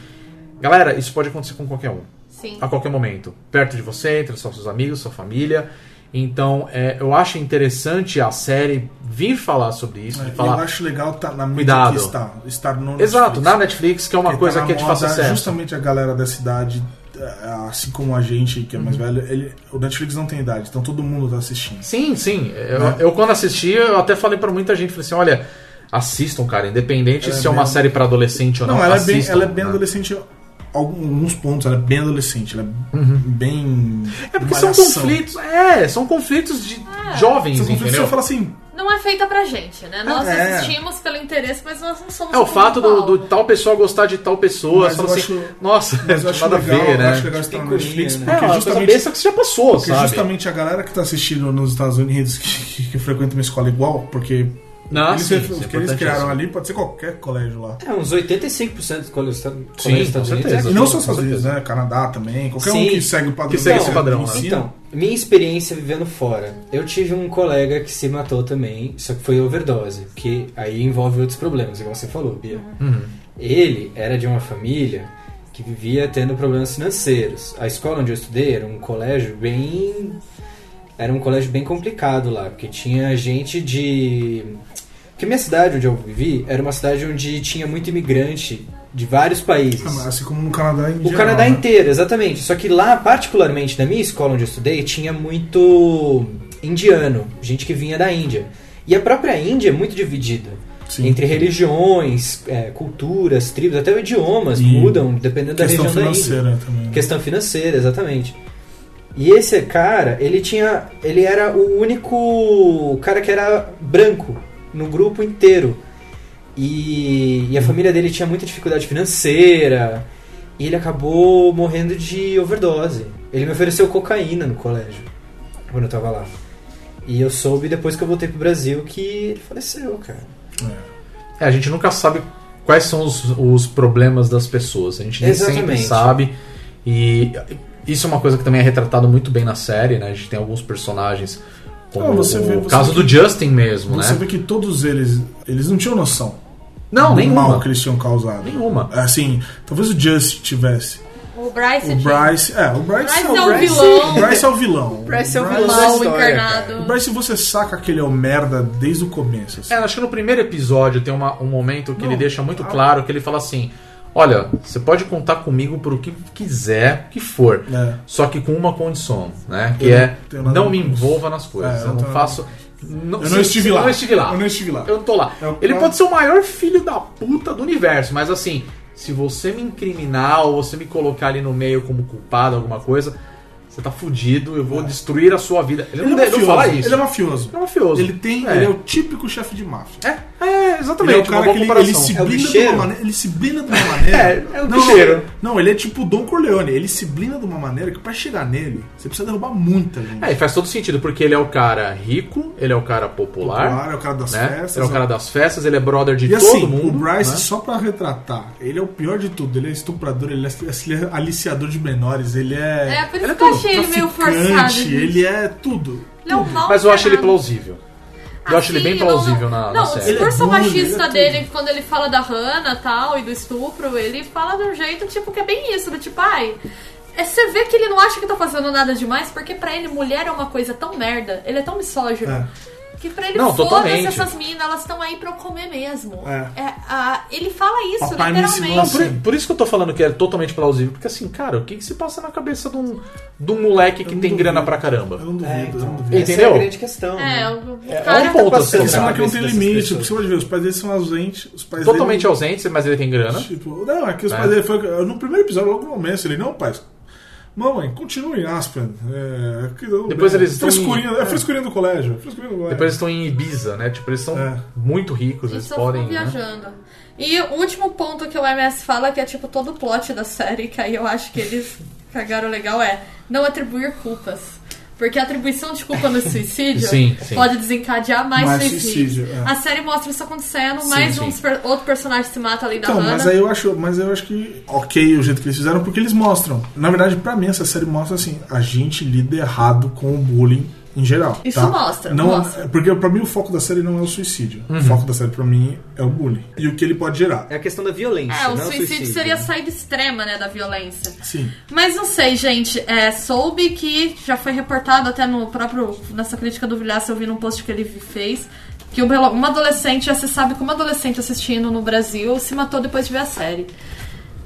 Speaker 2: galera, isso pode acontecer com qualquer um.
Speaker 3: Sim.
Speaker 2: a qualquer momento. Perto de você, entre só seus amigos, sua família. Então, é, eu acho interessante a série vir falar sobre isso.
Speaker 5: É,
Speaker 2: de
Speaker 5: e
Speaker 2: falar,
Speaker 5: Eu acho legal tá na mídia
Speaker 2: Cuidado.
Speaker 5: que está. Estar no
Speaker 2: Exato,
Speaker 5: Netflix.
Speaker 2: na Netflix, que é uma
Speaker 5: Porque
Speaker 2: coisa
Speaker 5: tá na
Speaker 2: que é de
Speaker 5: moda,
Speaker 2: fácil acesso.
Speaker 5: Justamente a galera da cidade, assim como a gente, que é
Speaker 2: Uhum.
Speaker 5: mais velho, ele- o Netflix não tem idade, então todo mundo tá assistindo.
Speaker 2: Sim, sim. Eu,
Speaker 5: Né?
Speaker 2: eu, quando assisti, eu até falei pra muita gente, falei assim, olha, assistam, cara, independente
Speaker 5: Ela é
Speaker 2: se é uma
Speaker 5: bem-
Speaker 2: série pra adolescente ou não.
Speaker 5: Não, ela, é bem,
Speaker 2: assistam,
Speaker 5: ela é bem
Speaker 2: né?
Speaker 5: adolescente em alguns pontos, ela é bem adolescente, ela é bem.
Speaker 2: Uhum. É porque são
Speaker 5: malhação.
Speaker 2: conflitos, é, são conflitos de jovens,
Speaker 5: São conflitos que
Speaker 2: entendeu?
Speaker 5: você fala assim,
Speaker 3: Não é feita pra gente, né? Nós
Speaker 5: É.
Speaker 3: assistimos pelo interesse, mas nós não somos um
Speaker 2: É o fato do,
Speaker 3: público-alvo.
Speaker 2: do tal pessoa gostar de tal pessoa,
Speaker 5: Mas
Speaker 2: só
Speaker 5: eu
Speaker 2: assim,
Speaker 5: acho-
Speaker 2: nossa,
Speaker 5: mas eu
Speaker 2: não
Speaker 5: acho
Speaker 2: nada a
Speaker 5: legal,
Speaker 2: ver,
Speaker 5: eu
Speaker 2: né?
Speaker 5: acho legal estar no
Speaker 4: Picuinha,
Speaker 5: Netflix,
Speaker 4: né?
Speaker 2: É,
Speaker 5: porque
Speaker 2: uma coisa
Speaker 5: justamente.
Speaker 2: besta que você já passou,
Speaker 5: Porque
Speaker 2: sabe?
Speaker 5: justamente a galera que tá assistindo nos Estados Unidos, que, que, que frequenta uma escola igual, porque
Speaker 2: Não,
Speaker 5: eles,
Speaker 2: sim,
Speaker 5: o
Speaker 2: isso é
Speaker 5: que eles
Speaker 2: importante
Speaker 5: criaram
Speaker 2: isso.
Speaker 5: ali pode ser qualquer colégio lá.
Speaker 4: É, uns 85% dos colégios estados
Speaker 2: Sim,
Speaker 4: colégios Estados
Speaker 2: com
Speaker 4: Unidos.
Speaker 2: certeza.
Speaker 5: E não só
Speaker 2: Com
Speaker 5: os Estados Unidos,
Speaker 2: certeza.
Speaker 5: né? Canadá também, qualquer um
Speaker 4: Sim.
Speaker 5: que segue o padrão.
Speaker 2: Que segue esse
Speaker 5: né,
Speaker 2: padrão,
Speaker 5: do
Speaker 2: né?
Speaker 5: ensino.
Speaker 4: Então, minha experiência vivendo fora. Eu tive um colega que se matou também, só que foi overdose, que aí envolve outros problemas, igual você falou, Bia. Ele era de uma família que vivia tendo problemas financeiros. A escola onde eu estudei era um colégio bem era um colégio bem complicado lá, porque tinha gente de. Porque minha cidade, onde eu vivi, era uma cidade onde tinha muito imigrante de vários países.
Speaker 5: Ah, mas Assim como no Canadá em
Speaker 4: O
Speaker 5: geral,
Speaker 4: Canadá
Speaker 5: né?
Speaker 4: inteiro, exatamente. Só que lá, particularmente na minha escola onde eu estudei, tinha muito indiano, gente que vinha da Índia. E a própria Índia é muito dividida
Speaker 5: Sim.
Speaker 4: entre religiões, é, culturas, tribos, até idiomas
Speaker 5: E
Speaker 4: mudam dependendo da
Speaker 5: Questão
Speaker 4: região da Índia.
Speaker 5: financeira também. né?
Speaker 4: Questão financeira, exatamente. E esse cara, ele tinha. Ele era o único cara que era branco no grupo inteiro. E, e a família dele tinha muita dificuldade financeira. E ele acabou morrendo de overdose. Ele me ofereceu cocaína no colégio, quando eu tava lá. E eu soube depois que eu voltei pro Brasil que ele faleceu, cara.
Speaker 2: É, a gente nunca sabe quais são os, os problemas das pessoas. A gente nem sempre
Speaker 4: Exatamente.
Speaker 2: sabe. E isso é uma coisa que também é retratado muito bem na série, né? A gente tem alguns personagens, como
Speaker 5: Ah, você
Speaker 2: o
Speaker 5: vê- você
Speaker 2: caso
Speaker 5: vê-
Speaker 2: do Justin mesmo,
Speaker 5: Você
Speaker 2: né?
Speaker 5: vê que todos eles, eles não tinham noção
Speaker 2: Não,
Speaker 5: do mal
Speaker 2: nenhuma.
Speaker 5: que eles tinham causado.
Speaker 2: Nenhuma.
Speaker 5: Assim, talvez o Just tivesse.
Speaker 3: O Bryce,
Speaker 5: O Bryce, é, o Bryce,
Speaker 3: Bryce é o
Speaker 5: Bryce-
Speaker 3: vilão.
Speaker 5: O Bryce é o vilão.
Speaker 4: Bryce é o
Speaker 3: o
Speaker 4: vilão.
Speaker 3: um mal
Speaker 4: Essa história,
Speaker 5: O
Speaker 3: encarnado.
Speaker 5: Bryce você saca que ele é o merda desde o começo. assim.
Speaker 2: É, acho que no primeiro episódio tem uma- um momento que
Speaker 5: Não,
Speaker 2: ele deixa muito
Speaker 5: ah.
Speaker 2: claro que ele fala assim: Olha, você pode contar comigo por o que quiser, o que for.
Speaker 5: É.
Speaker 2: Só que com uma condição, né? Que
Speaker 5: Eu
Speaker 2: é
Speaker 5: tenho nada
Speaker 2: não
Speaker 5: a ver
Speaker 2: me
Speaker 5: com isso.
Speaker 2: envolva nas coisas.
Speaker 5: É, eu
Speaker 2: eu
Speaker 5: não
Speaker 2: não
Speaker 5: tenho
Speaker 2: faço. Não,
Speaker 5: Eu
Speaker 2: se-
Speaker 5: não estive
Speaker 2: se-
Speaker 5: lá.
Speaker 2: não estive lá.
Speaker 5: Eu não estive lá.
Speaker 2: Eu não tô lá.
Speaker 5: É o
Speaker 2: Ele
Speaker 5: cara-
Speaker 2: pode ser o maior filho da puta do universo, mas assim, se você me incriminar ou você me colocar ali no meio como culpado, alguma coisa, você tá fudido, eu vou destruir a sua vida. Ele, não,
Speaker 5: é
Speaker 2: de- não
Speaker 5: mafioso.
Speaker 2: fala isso.
Speaker 5: É. Ele é mafioso.
Speaker 2: Ele é mafioso.
Speaker 5: Ele tem,
Speaker 2: É.
Speaker 5: ele é o típico chefe de máfia.
Speaker 2: É, é,
Speaker 5: Ele é
Speaker 2: exatamente.
Speaker 5: o
Speaker 2: uma boa
Speaker 5: cara que ele, ele
Speaker 2: comparação.
Speaker 5: se
Speaker 4: É o
Speaker 5: blina de
Speaker 4: bicheiro.
Speaker 5: uma maneira. Ele se blina de uma maneira.
Speaker 2: É, é o bicheiro.
Speaker 5: Não, não, ele é tipo o Don Corleone. Ele se blina de uma maneira que pra chegar nele, você precisa derrubar muita gente.
Speaker 2: É, e faz todo sentido, porque ele é o cara rico, ele é o cara popular,
Speaker 5: Popular, é o cara das
Speaker 2: né?
Speaker 5: festas,
Speaker 2: ele é o cara das festas, ele é brother de
Speaker 5: E
Speaker 2: todo
Speaker 5: assim,
Speaker 2: mundo.
Speaker 5: o Bryce,
Speaker 2: né?
Speaker 5: só pra retratar, ele é o pior de tudo. Ele é estuprador, ele é, ele é aliciador de menores, ele é.
Speaker 3: É, por isso
Speaker 2: Ele é
Speaker 3: que eu achei ele meio
Speaker 5: traficante,
Speaker 3: forçado. gente.
Speaker 5: Ele é tudo.
Speaker 3: Ele é um mal
Speaker 2: Mas eu acho ele
Speaker 3: encarnado.
Speaker 2: plausível. Eu acho ele bem
Speaker 3: Assim, não-
Speaker 2: plausível na, na
Speaker 3: Não, o
Speaker 2: série.
Speaker 5: Ele é
Speaker 3: discurso
Speaker 5: bullying, ele
Speaker 3: machista
Speaker 5: é
Speaker 3: dele,
Speaker 5: tudo.
Speaker 3: quando ele fala da Hannah e tal, e do estupro, ele fala de um jeito, tipo, que é bem isso, do tipo, ai... é, Você vê que ele não acha que tá fazendo nada demais, porque pra ele mulher é uma coisa tão merda, ele é tão misógino. Que pra ele
Speaker 2: Não,
Speaker 3: foda-se
Speaker 2: totalmente.
Speaker 3: essas minas, elas estão aí pra eu comer mesmo.
Speaker 5: É.
Speaker 3: ah, ele fala isso,
Speaker 5: Papai me ensinou
Speaker 3: literalmente.
Speaker 5: assim.
Speaker 2: Por, por isso que eu tô falando que é totalmente plausível, porque assim, cara, o que, que se passa na cabeça de um, de um moleque que
Speaker 5: Eu não
Speaker 2: tem grana
Speaker 5: duvido.
Speaker 2: pra
Speaker 5: Eu
Speaker 2: caramba?
Speaker 5: não duvido,
Speaker 4: É,
Speaker 5: eu não
Speaker 4: então,
Speaker 5: duvido.
Speaker 2: Ele-
Speaker 4: essa é
Speaker 2: Entendeu?
Speaker 4: a grande questão.
Speaker 3: É,
Speaker 4: né?
Speaker 3: o, o
Speaker 2: É,
Speaker 3: cara
Speaker 2: é um ponto
Speaker 4: passando
Speaker 2: assim,
Speaker 4: pela
Speaker 5: Será
Speaker 2: sabe?
Speaker 5: que não tem
Speaker 4: dessas
Speaker 5: limite? Porque
Speaker 4: pessoas.
Speaker 5: você pode ver, os pais dele são ausentes, os pais
Speaker 2: Totalmente
Speaker 5: dele,
Speaker 2: ausente, mas ele tem grana.
Speaker 5: Tipo, não, é que os
Speaker 2: Né?
Speaker 5: pais dele foram. No primeiro episódio, logo no começo, ele, não, pai. Mamãe, continue em Aspen. É, que não-
Speaker 2: Depois eles estão em-
Speaker 5: frescurinha, é
Speaker 2: é.
Speaker 5: frescurinha do colégio. Frescurinha do colégio.
Speaker 2: Depois eles estão em Ibiza, né? Tipo, eles são
Speaker 5: É.
Speaker 2: muito ricos,
Speaker 3: Eles
Speaker 2: eles
Speaker 3: só
Speaker 2: podem.
Speaker 3: ficam
Speaker 2: né?
Speaker 3: viajando. E o último ponto que o MS fala, que é tipo todo o plot da série, que aí eu acho que eles cagaram legal, é não atribuir culpas. Porque a atribuição de culpa no suicídio
Speaker 2: Sim, sim.
Speaker 3: pode desencadear mais,
Speaker 5: Mais
Speaker 3: suicídios.
Speaker 5: suicídio, é.
Speaker 3: A série mostra isso acontecendo,
Speaker 2: Sim,
Speaker 3: mais
Speaker 2: sim.
Speaker 3: um super- outro personagem se mata ali da
Speaker 5: Então,
Speaker 3: Hannah.
Speaker 5: mas aí eu acho, mas eu acho que ok o jeito que eles fizeram, porque eles mostram. Na verdade, pra mim, essa série mostra assim, a gente lida errado com o bullying em geral.
Speaker 3: Isso
Speaker 5: tá?
Speaker 3: mostra,
Speaker 5: Não,
Speaker 3: mostra.
Speaker 5: Porque pra mim o foco da série não é o suicídio.
Speaker 2: Uhum.
Speaker 5: O foco da série pra mim é o bullying. E o que ele pode gerar.
Speaker 4: É a questão da violência.
Speaker 3: É, o
Speaker 4: não
Speaker 3: suicídio, seria a
Speaker 4: né?
Speaker 3: saída extrema, né, da violência.
Speaker 5: Sim.
Speaker 3: Mas não sei, gente. É, soube que já foi reportado até no próprio. Nessa crítica do Vilhaço, eu vi num post que ele fez. Que uma uma adolescente, já se sabe que uma adolescente assistindo no Brasil se matou depois de ver a série.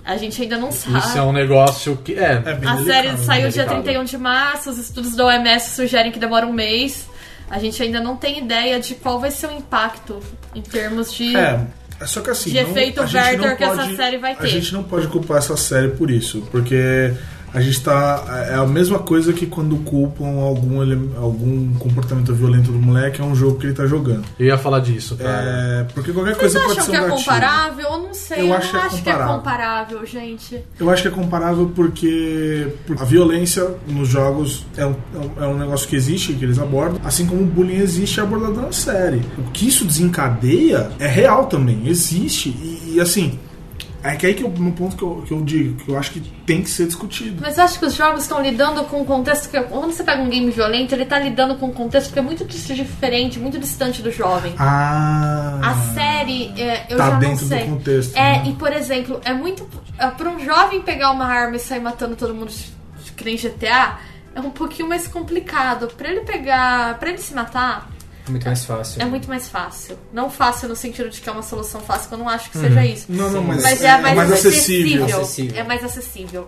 Speaker 3: A gente ainda não sabe.
Speaker 2: Isso é um negócio que. É,
Speaker 3: A
Speaker 5: É bem delicado,
Speaker 3: série
Speaker 5: né?
Speaker 3: saiu dia
Speaker 2: delicado.
Speaker 3: 31 de março, os estudos da OMS sugerem que demora um mês. A gente ainda não tem ideia de qual vai ser o impacto em termos de.
Speaker 5: É. é Só que assim.
Speaker 3: De efeito
Speaker 5: a gente
Speaker 3: Werther que essa série vai
Speaker 5: A
Speaker 3: ter.
Speaker 5: gente não pode culpar essa série por isso, porque a gente tá. É a mesma coisa que quando culpam algum, ele- algum comportamento violento do moleque, é um jogo que ele tá jogando.
Speaker 2: eu ia falar disso, cara.
Speaker 5: É, porque qualquer
Speaker 3: Vocês
Speaker 5: coisa pode
Speaker 3: acham
Speaker 5: ser
Speaker 3: que
Speaker 5: um
Speaker 3: é
Speaker 5: gatilho.
Speaker 3: comparável? Eu não sei,
Speaker 5: Eu
Speaker 3: eu, não
Speaker 5: acho que é
Speaker 3: acho que é
Speaker 5: comparável.
Speaker 3: comparável, gente.
Speaker 5: Eu acho que é comparável porque a violência nos jogos é um, é um negócio que existe, que eles abordam, assim como o bullying existe é abordado na série. O que isso desencadeia é real também, existe. E, e, assim, é que aí que é um ponto que eu, que eu digo, que eu acho que tem que ser discutido.
Speaker 3: Mas eu acho que os jogos estão lidando com um contexto que. Quando você pega um game violento, ele tá lidando com um contexto que é muito dis- diferente, muito distante do jovem.
Speaker 5: Ah.
Speaker 3: A série, é, eu
Speaker 5: Tá
Speaker 3: já
Speaker 5: dentro
Speaker 3: não
Speaker 5: do
Speaker 3: sei.
Speaker 5: contexto,
Speaker 3: É,
Speaker 5: né?
Speaker 3: e por exemplo, é muito. É, pra um jovem pegar uma arma e sair matando todo mundo de- que nem GTA, é um pouquinho mais complicado. Pra ele pegar. Pra ele se matar,
Speaker 4: É muito mais fácil.
Speaker 3: é muito mais fácil. Não fácil no sentido de que é uma solução fácil, que eu não acho que seja isso.
Speaker 5: Não, não, mas,
Speaker 3: Mas é, a mais, acessível.
Speaker 4: Acessível.
Speaker 3: É mais acessível.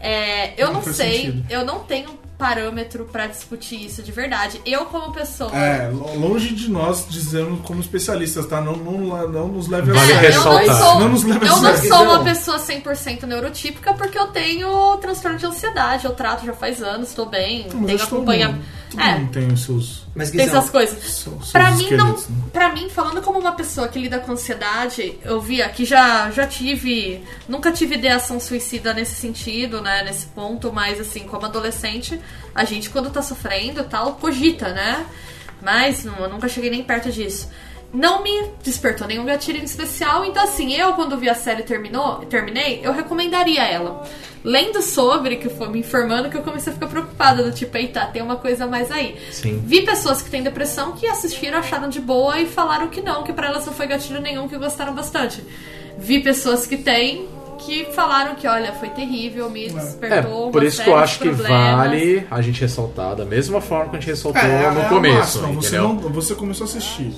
Speaker 3: É, eu
Speaker 5: Não
Speaker 3: não,
Speaker 5: faz
Speaker 3: sei,
Speaker 5: sentido.
Speaker 3: eu não tenho um parâmetro pra discutir isso de verdade. Eu, como pessoa.
Speaker 5: É, lo- longe de nós dizendo como especialistas, tá? Não, não, não nos leve a
Speaker 2: Vale
Speaker 5: sério.
Speaker 3: É, eu não
Speaker 2: ressaltar.
Speaker 3: sou,
Speaker 5: Não nos leve a
Speaker 3: eu não
Speaker 5: sério.
Speaker 3: sou uma
Speaker 4: Não.
Speaker 3: pessoa 100% neurotípica porque eu tenho transtorno de ansiedade. Eu trato já faz anos, tô bem,
Speaker 5: Mas
Speaker 3: tenho
Speaker 5: acho que todo
Speaker 3: acompanhamento.
Speaker 5: mundo- Todo
Speaker 3: É,
Speaker 5: mundo tem os seus.
Speaker 4: Mas
Speaker 3: tem
Speaker 4: Guizão,
Speaker 3: essas coisas.
Speaker 5: seus
Speaker 3: Pra
Speaker 5: seus
Speaker 3: mim, não,
Speaker 5: esqueletos, né?
Speaker 3: pra mim, falando como uma pessoa que lida com ansiedade, eu vi aqui já, já tive. Nunca tive ideação suicida nesse sentido, né? Nesse ponto, mas assim, como adolescente, a gente quando tá sofrendo e tal, cogita, né? Mas não, eu nunca cheguei nem perto disso. Não me despertou nenhum gatilho em especial, então assim, eu quando vi a série e terminou, terminei, eu recomendaria ela. Lendo sobre, que foi me informando, que eu comecei a ficar preocupada, do tipo, eita, tem uma coisa a mais aí.
Speaker 2: Sim.
Speaker 3: Vi pessoas que têm depressão que assistiram, acharam de boa e falaram que não, que pra elas não foi gatilho nenhum, que gostaram bastante. Vi pessoas que têm que falaram que, olha, foi terrível, me
Speaker 2: É,
Speaker 3: despertou.
Speaker 2: por
Speaker 3: uma
Speaker 2: isso que
Speaker 3: série
Speaker 2: eu
Speaker 3: de
Speaker 2: acho que
Speaker 3: problemas.
Speaker 2: vale a gente ressaltar da mesma forma que a gente ressaltou
Speaker 5: É,
Speaker 2: no
Speaker 5: é a
Speaker 2: começo.
Speaker 5: máxima. você,
Speaker 2: entendeu?
Speaker 5: não- você começou a assistir.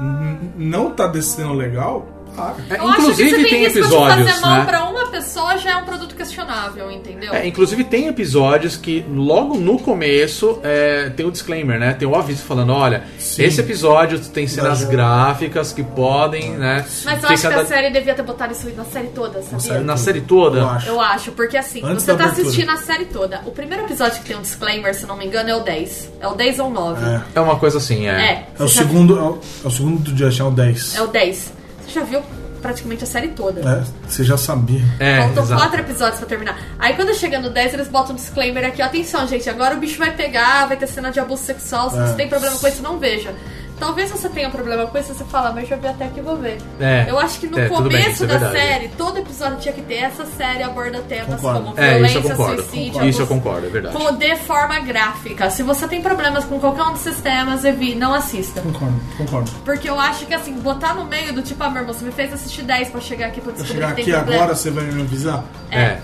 Speaker 5: N- Não tá descendo legal? Para.
Speaker 2: É,
Speaker 3: Eu acho que
Speaker 2: inclusive
Speaker 3: se tem,
Speaker 2: tem
Speaker 3: risco de
Speaker 2: episódios,
Speaker 3: fazer mal
Speaker 2: né?
Speaker 3: pra uma pessoa já é um produto questionável, entendeu?
Speaker 2: É, inclusive tem episódios que logo no começo é, tem o disclaimer, né? Tem o aviso falando, olha,
Speaker 5: Sim.
Speaker 2: esse episódio tem cenas
Speaker 5: Mas é-
Speaker 2: gráficas que podem, né?
Speaker 3: Mas eu
Speaker 2: ter
Speaker 3: acho que a
Speaker 2: cada-
Speaker 3: série devia ter botado isso na série toda, sabia?
Speaker 2: na série toda.
Speaker 5: Eu acho.
Speaker 3: Eu acho, porque assim,
Speaker 5: Antes
Speaker 3: você
Speaker 5: da
Speaker 3: tá
Speaker 5: abertura.
Speaker 3: assistindo a série toda. O primeiro episódio que tem um disclaimer, se não me engano, é o 10. É o 10 ou 9.
Speaker 5: É.
Speaker 2: É uma coisa assim,
Speaker 3: É,
Speaker 2: é.
Speaker 5: É o
Speaker 3: você já-
Speaker 5: segundo. É o, é o segundo do Just, é o 10.
Speaker 3: É o 10. Você já viu praticamente a série toda.
Speaker 5: É, você já sabia.
Speaker 2: É,
Speaker 3: Faltam
Speaker 2: exato.
Speaker 3: quatro episódios pra terminar. Aí quando chega no 10, eles botam um disclaimer aqui: atenção, gente, agora o bicho vai pegar, vai ter cena de abuso sexual. Se
Speaker 5: É.
Speaker 3: você tem problema com isso, não veja. Talvez você tenha problema com isso e você fala, mas eu vi até que vou ver.
Speaker 2: É.
Speaker 3: eu acho que no
Speaker 2: É, tudo bem, isso
Speaker 3: começo
Speaker 2: é
Speaker 3: da
Speaker 2: verdade.
Speaker 3: série, todo episódio tinha que ter. Essa série aborda temas
Speaker 5: Concordo.
Speaker 3: como
Speaker 2: É, isso
Speaker 3: violência,
Speaker 2: eu concordo.
Speaker 3: suicídio,
Speaker 2: Isso eu
Speaker 3: abuso-
Speaker 2: concordo, é verdade.
Speaker 3: com- de forma gráfica. Se você tem problemas com qualquer um dos sistemas, Evi, não assista.
Speaker 5: Concordo, concordo.
Speaker 3: Porque eu acho que assim, botar no meio do tipo, ah, meu irmão, você me fez assistir 10 pra chegar aqui pra
Speaker 5: Se eu
Speaker 3: descobrir
Speaker 5: chegar
Speaker 3: que tem
Speaker 5: aqui
Speaker 3: problema.
Speaker 5: agora, você vai me avisar?
Speaker 2: É.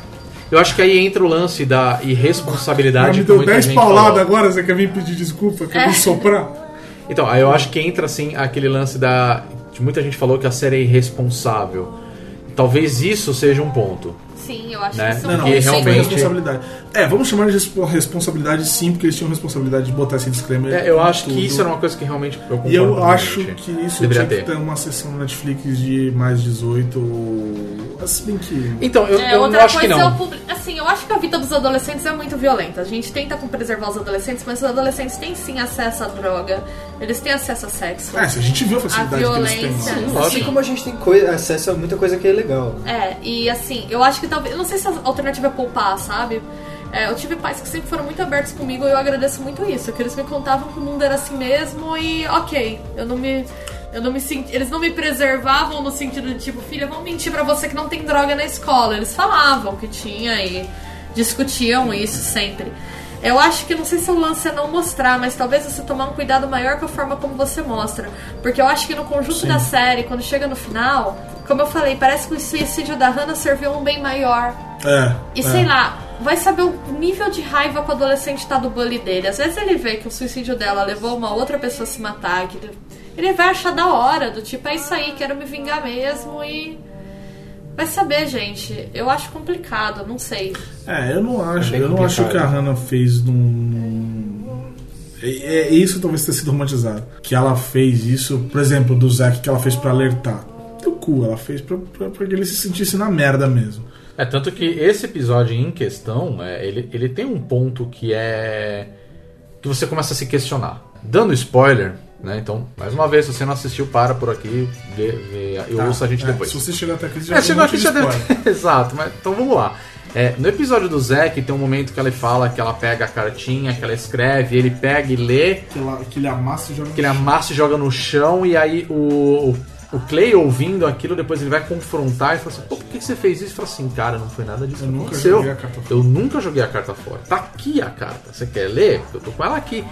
Speaker 2: Eu acho que aí entra o lance da irresponsabilidade.
Speaker 5: Ela me
Speaker 2: que
Speaker 5: deu
Speaker 2: muita
Speaker 5: 10
Speaker 2: gente
Speaker 5: pauladas
Speaker 2: falou.
Speaker 5: agora, você quer vir pedir desculpa?
Speaker 3: É.
Speaker 5: Quer me soprar?
Speaker 2: Então, aí eu acho que entra assim aquele lance da. de Muita gente falou que a série é irresponsável. Talvez isso seja um ponto.
Speaker 3: Sim, eu acho
Speaker 2: Né?
Speaker 3: que isso
Speaker 2: Não,
Speaker 5: Não,
Speaker 3: é
Speaker 5: não,
Speaker 3: um
Speaker 2: Porque
Speaker 5: isso é uma
Speaker 2: realmente-
Speaker 5: responsabilidade. É, vamos chamar de respo- responsabilidade sim, porque eles tinham responsabilidade de botar esse disclaimer.
Speaker 2: É, eu acho
Speaker 5: tudo.
Speaker 2: que isso era uma coisa que realmente eu concordo
Speaker 5: E eu
Speaker 2: com
Speaker 5: acho
Speaker 2: gente.
Speaker 5: que isso
Speaker 2: deveria
Speaker 5: tinha
Speaker 2: ter.
Speaker 5: que ter uma sessão Netflix de mais 18 ou. Se bem que.
Speaker 2: Então, eu,
Speaker 3: É,
Speaker 2: eu
Speaker 3: outra
Speaker 2: não acho
Speaker 3: coisa
Speaker 2: que não.
Speaker 3: é o público. Assim, eu acho que a vida dos adolescentes é muito violenta. A gente tenta preservar os adolescentes, mas os adolescentes têm sim acesso à droga, eles têm acesso a sexo.
Speaker 5: É, se a gente viu a
Speaker 3: A
Speaker 5: facilidade que eles têm
Speaker 3: violência.
Speaker 5: lá.
Speaker 2: Sim,
Speaker 4: Assim
Speaker 2: lógico.
Speaker 4: como a gente tem coi- acesso a muita coisa que é legal.
Speaker 3: É, e assim, eu acho que talvez. Eu não sei se a alternativa é poupar, sabe? É, eu tive pais que sempre foram muito abertos comigo e eu agradeço muito isso. Que eles me contavam que o mundo era assim mesmo e ok, eu não me. Eu não me senti, eles não me preservavam no sentido de tipo, filha, vão mentir pra você que não tem droga na escola. Eles falavam que tinha e discutiam isso sempre. Eu acho que não sei se o lance é não mostrar, mas talvez você tomar um cuidado maior com a forma como você mostra. Porque eu acho que no conjunto da série, quando chega no final, como eu falei, parece que o suicídio da Hannah serviu a um bem maior.
Speaker 5: É.
Speaker 3: E
Speaker 5: é.
Speaker 3: sei lá, vai saber o nível de raiva que o adolescente tá do bully dele. Às vezes ele vê que o suicídio dela levou uma outra pessoa a se matar. Que ele- ele vai achar da hora, do tipo, é isso aí, quero me vingar mesmo e. Vai saber, gente. Eu acho complicado, não sei.
Speaker 5: É, eu não acho.
Speaker 4: É bem
Speaker 5: eu não acho que a
Speaker 4: complicado.
Speaker 5: Hannah fez num. É, é- isso talvez tenha sido romantizado. Que ela fez isso, por exemplo, do Zack que ela fez pra alertar. Teu cu, ela fez pra, pra, pra que ele se sentisse na merda mesmo.
Speaker 2: É tanto que esse episódio em questão, é, ele, ele tem um ponto que é que você começa a se questionar. Dando spoiler, né? Então, mais uma vez, se você não assistiu, para por aqui, vê, vê, eu
Speaker 5: Tá,
Speaker 2: ouço a gente
Speaker 5: é,
Speaker 2: depois.
Speaker 5: Se você chegar até aqui, você já
Speaker 2: É,
Speaker 5: deu
Speaker 2: chegou
Speaker 5: um
Speaker 2: aqui
Speaker 5: monte
Speaker 2: já
Speaker 5: de
Speaker 2: deu...
Speaker 5: spoiler.
Speaker 2: Exato, mas então vamos lá. É, no episódio do Zack tem um momento que ela fala que ela pega a cartinha, que ela escreve, ele pega e lê,
Speaker 5: Que, ela, que ele amassa e joga no
Speaker 2: que ele amassa e joga no chão, e aí o, o, o Clay ouvindo aquilo, depois ele vai confrontar e fala assim, pô, por que que você fez isso? E fala assim, cara, não foi nada disso
Speaker 5: Eu
Speaker 2: que
Speaker 5: nunca
Speaker 2: aconteceu.
Speaker 5: joguei a carta fora."
Speaker 2: Eu nunca joguei a carta fora. Tá aqui a carta. Você quer ler? Eu tô com ela aqui.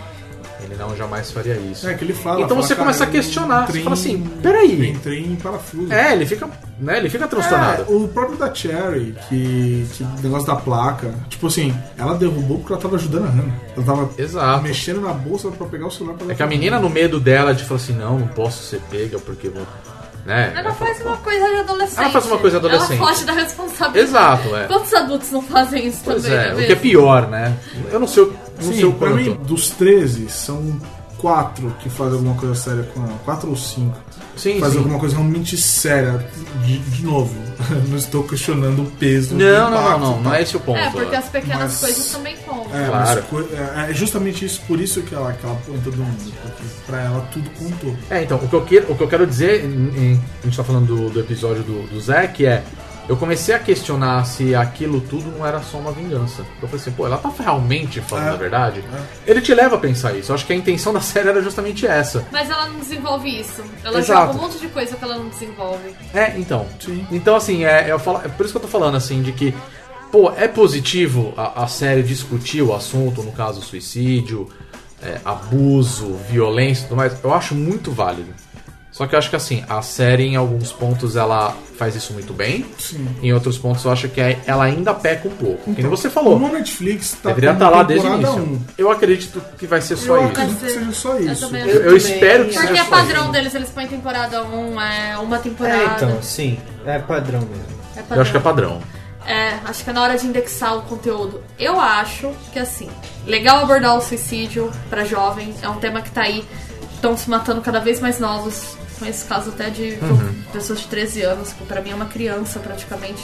Speaker 2: Ele não jamais faria isso.
Speaker 5: É, que ele fala.
Speaker 2: Então
Speaker 5: fala,
Speaker 2: você
Speaker 5: "Cara,
Speaker 2: começa a
Speaker 5: eu
Speaker 2: questionar, você
Speaker 5: entrei
Speaker 2: fala assim,
Speaker 5: em-
Speaker 2: peraí.
Speaker 5: eu Entrei em parafuso.
Speaker 2: É, ele fica. né, ele fica transtornado.
Speaker 5: É, o próprio da Cherry, que, que o negócio da placa, tipo assim, ela derrubou porque ela tava ajudando a Hannah. Ela tava
Speaker 2: Exato.
Speaker 5: mexendo na bolsa pra pegar o celular pra
Speaker 2: É que a menina, no medo dela, de falar assim: não, não posso ser pega porque vou. Né?
Speaker 3: Ela
Speaker 2: Ela
Speaker 3: faz
Speaker 2: fala,
Speaker 3: uma coisa de adolescente.
Speaker 2: Ela faz uma coisa adolescente.
Speaker 3: Ela foge da responsabilidade.
Speaker 2: Exato, é.
Speaker 3: Quantos adultos não fazem isso
Speaker 2: Pois
Speaker 3: também,
Speaker 2: é,
Speaker 3: né,
Speaker 2: o que
Speaker 3: mesmo?
Speaker 2: é pior, né? Eu não sei, o- não sei
Speaker 5: Sim,
Speaker 2: o
Speaker 5: pra
Speaker 2: quanto.
Speaker 5: mim, dos 13, são quatro que fazem alguma coisa séria com ela. Quatro ou cinco.
Speaker 2: Sim,
Speaker 5: fazem
Speaker 2: sim.
Speaker 5: alguma coisa realmente séria. De, de novo, não estou questionando o peso. o
Speaker 2: Não, não, não,
Speaker 5: impacto,
Speaker 2: não, não
Speaker 5: tá?
Speaker 2: é esse o ponto.
Speaker 3: É, porque
Speaker 2: né?
Speaker 3: as pequenas
Speaker 5: Mas-
Speaker 3: coisas também contam.
Speaker 5: É,
Speaker 2: Claro.
Speaker 5: mas co- é, é justamente isso, por isso que ela, que ela põe todo mundo. Porque pra ela tudo contou.
Speaker 2: É, então, o que eu quero, o que eu quero dizer, em- em- a gente tá falando do, do episódio do, do Zack, é. Eu comecei a questionar se aquilo tudo não era só uma vingança. Eu falei assim, pô, ela tá realmente falando
Speaker 5: É.
Speaker 2: a verdade? Ele te leva a pensar isso. Eu acho que a intenção da série era justamente essa.
Speaker 3: Mas ela não desenvolve isso. Ela
Speaker 2: Exato.
Speaker 3: joga um monte de coisa que ela não desenvolve.
Speaker 2: É, então.
Speaker 5: Sim.
Speaker 2: Então, assim, é, eu falo, é por isso que eu tô falando, assim, de que, pô, é positivo a, a série discutir o assunto, no caso, suicídio, é, abuso, violência e tudo mais. Eu acho muito válido. Só que eu acho que, assim, a série, em alguns pontos, ela faz isso muito bem.
Speaker 5: Sim.
Speaker 2: Em outros pontos, eu acho que é- ela ainda peca um pouco. Como você falou,
Speaker 5: No Netflix Então, tá
Speaker 2: deveria
Speaker 5: com
Speaker 2: estar lá desde o
Speaker 5: temporada
Speaker 2: início.
Speaker 5: um.
Speaker 2: Eu acredito que vai ser só
Speaker 5: eu
Speaker 2: isso.
Speaker 5: acredito que seja só isso.
Speaker 4: É.
Speaker 3: também
Speaker 2: Eu, eu espero que seja
Speaker 3: Porque
Speaker 2: só
Speaker 3: é
Speaker 2: isso.
Speaker 3: padrão deles, eles põem temporada 1, é uma temporada.
Speaker 4: É, então, sim. É padrão mesmo.
Speaker 3: É padrão.
Speaker 2: Eu acho que é padrão.
Speaker 3: É, acho que é na hora de indexar o conteúdo. Eu acho que, assim, legal abordar o suicídio pra jovem, é um tema que tá aí. Estão se matando cada vez mais novos, com esse caso até de pessoas de 13 anos, que pra mim é uma criança praticamente.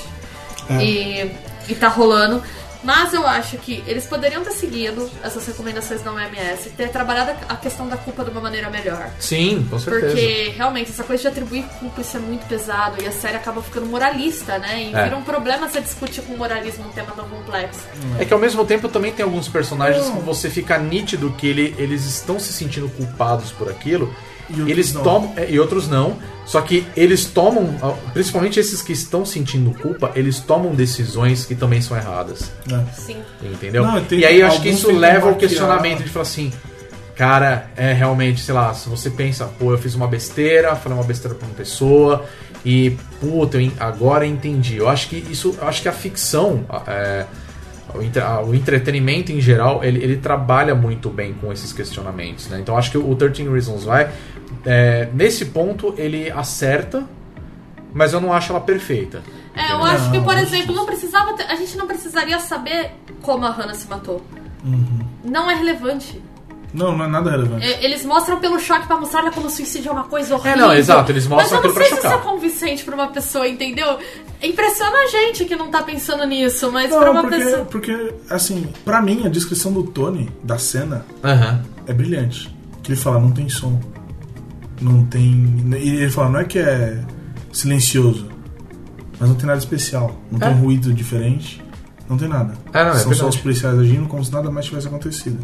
Speaker 3: E, e tá rolando. Mas eu acho que eles poderiam ter seguido essas recomendações da OMS, ter trabalhado a questão da culpa de uma maneira melhor.
Speaker 2: Sim, com certeza.
Speaker 3: Porque realmente essa coisa de atribuir culpa isso é muito pesado e a série acaba ficando moralista, né? E
Speaker 2: É.
Speaker 3: vira um problema você discutir com moralismo um tema tão complexo.
Speaker 2: É que ao mesmo tempo também tem alguns personagens
Speaker 5: Não.
Speaker 2: que você fica nítido que ele- eles estão se sentindo culpados por aquilo.
Speaker 5: E outros
Speaker 2: eles
Speaker 5: não.
Speaker 2: tomam é, e outros não. Só que eles tomam, ah, principalmente esses que estão sentindo culpa, eles tomam decisões que também são erradas,
Speaker 5: É.
Speaker 3: Sim.
Speaker 2: entendeu?
Speaker 5: Não, tem-
Speaker 2: e aí eu acho que
Speaker 5: alguns
Speaker 2: isso
Speaker 5: tentam
Speaker 2: leva ao
Speaker 5: maquiar.
Speaker 2: questionamento de falar assim, cara, é realmente, sei lá, se você pensa, pô, eu fiz uma besteira, falei uma besteira pra uma pessoa e puta, eu en- agora eu entendi. Eu acho que isso, eu acho que a ficção a- é, o, entre- a- o entretenimento em geral, ele, ele trabalha muito bem com esses questionamentos, né? Então acho que o 13 Reasons Why, é, nesse ponto, ele acerta, mas eu não acho ela perfeita.
Speaker 3: É, eu
Speaker 2: Entendeu?
Speaker 3: acho que, por
Speaker 5: acho
Speaker 3: exemplo, não precisava ter- a gente não precisaria saber como a Hannah se matou.
Speaker 2: Uhum.
Speaker 3: Não é relevante.
Speaker 5: Não, não é nada relevante.
Speaker 3: É, Eles mostram pelo choque pra mostrar olha como o suicídio é uma coisa horrível.
Speaker 2: não, exato, eles mostram
Speaker 3: Mas eu
Speaker 2: aquilo
Speaker 3: não
Speaker 2: pra
Speaker 3: sei se isso é
Speaker 2: chocar.
Speaker 3: convincente pra uma pessoa, entendeu? Impressiona a gente que não tá pensando nisso, mas pra
Speaker 5: Não,
Speaker 3: uma
Speaker 5: porque,
Speaker 3: pessoa.
Speaker 5: porque, assim, pra mim a descrição do Tony, da cena,
Speaker 2: Aham.
Speaker 5: é brilhante. Que ele fala, não tem som. Não tem. E ele fala, não é que é silencioso, mas não tem nada especial. Não tem
Speaker 2: É.
Speaker 5: um ruído diferente. Não tem nada.
Speaker 2: Ah, não, é
Speaker 5: São só
Speaker 2: verdade.
Speaker 5: os policiais agindo como se nada mais tivesse acontecido.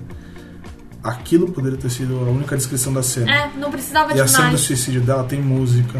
Speaker 5: Aquilo poderia ter sido a única descrição da cena.
Speaker 3: É, não precisava
Speaker 5: E a
Speaker 3: de
Speaker 5: cena do
Speaker 3: mais.
Speaker 5: suicídio dela tem música,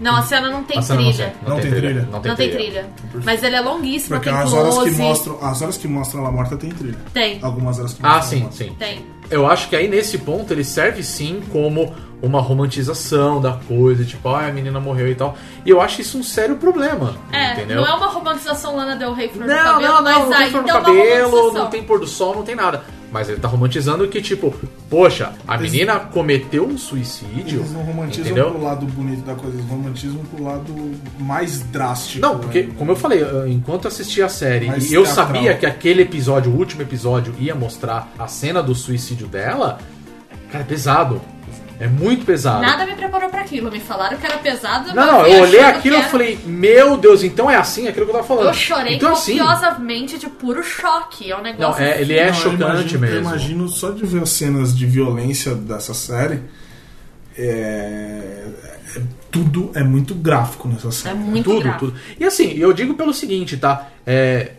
Speaker 6: Não, a cena não tem
Speaker 2: A cena não
Speaker 6: trilha.
Speaker 2: consegue,
Speaker 5: Não tem trilha.
Speaker 2: Não tem,
Speaker 6: Não tem trilha. Mas ela é longuíssima,
Speaker 5: Porque
Speaker 6: tem
Speaker 5: as
Speaker 6: 12.
Speaker 5: horas, que mostram, as horas que mostram ela morta tem trilha.
Speaker 6: Tem,
Speaker 5: Algumas horas que mostram.
Speaker 2: Ah,
Speaker 5: ela
Speaker 2: sim,
Speaker 5: morta.
Speaker 2: sim.
Speaker 6: tem.
Speaker 2: Eu acho que aí nesse ponto ele serve sim como uma romantização da coisa, tipo, ah, a menina morreu e tal. E eu acho isso um sério problema.
Speaker 6: É,
Speaker 2: entendeu?
Speaker 6: não é uma romantização Lana Del Rey flor no
Speaker 2: Não,
Speaker 6: cabelo,
Speaker 2: não,
Speaker 6: mas
Speaker 2: não, não tem
Speaker 6: ainda
Speaker 2: flor no
Speaker 6: é uma
Speaker 2: cabelo,
Speaker 6: romantização.
Speaker 2: não tem pôr do sol, não tem nada. Mas ele tá romantizando que, tipo, poxa, a
Speaker 5: Eles-
Speaker 2: menina cometeu um suicídio.
Speaker 5: Eles não romantizam
Speaker 2: entendeu?
Speaker 5: pro lado bonito da coisa, eles romantizam pro lado mais drástico.
Speaker 2: Não, porque,
Speaker 5: né?
Speaker 2: como eu falei, eu- enquanto eu assistia a série
Speaker 5: Mas
Speaker 2: e eu
Speaker 5: teatral.
Speaker 2: sabia que aquele episódio, o último episódio, ia mostrar a cena do suicídio dela, cara, é pesado. É muito pesado.
Speaker 3: Nada me preparou pra aquilo. Me falaram que era pesado.
Speaker 2: Não,
Speaker 3: mas
Speaker 2: não,
Speaker 3: fui
Speaker 2: eu olhei
Speaker 3: achando
Speaker 2: aquilo
Speaker 3: que
Speaker 2: e
Speaker 3: era.
Speaker 2: falei, meu Deus, então é assim aquilo que eu tava falando.
Speaker 3: Eu chorei
Speaker 2: então, assim,
Speaker 3: copiosamente de puro choque. É um
Speaker 2: Não,
Speaker 6: assim,
Speaker 3: negócio.
Speaker 2: é, ele é
Speaker 5: Não, eu
Speaker 2: chocante
Speaker 5: imagino-
Speaker 2: mesmo.
Speaker 5: Eu imagino só de ver as cenas de violência dessa série. É, é- tudo é muito gráfico nessa
Speaker 3: é
Speaker 5: série.
Speaker 3: muito
Speaker 2: tudo,
Speaker 3: grave.
Speaker 2: tudo. E assim, eu digo pelo seguinte, tá? É,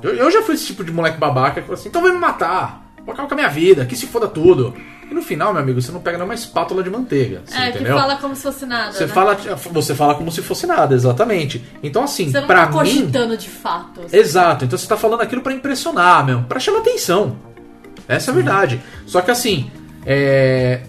Speaker 2: eu, eu já fui esse tipo de moleque babaca que falou assim, então vai me matar, vou acabar com a minha vida, que se foda tudo. E no final, meu amigo, você não pega nem uma espátula de manteiga. Assim,
Speaker 3: É, que
Speaker 2: entendeu?
Speaker 3: fala como se fosse nada.
Speaker 2: Você
Speaker 3: né?
Speaker 2: fala, você fala como se fosse nada, exatamente. Então, assim,
Speaker 3: Você não
Speaker 2: pra mim.
Speaker 3: tá cogitando de fato.
Speaker 6: assim.
Speaker 2: Exato, então você tá falando aquilo pra impressionar mesmo, pra chamar atenção. Essa é a verdade. Só que assim, é.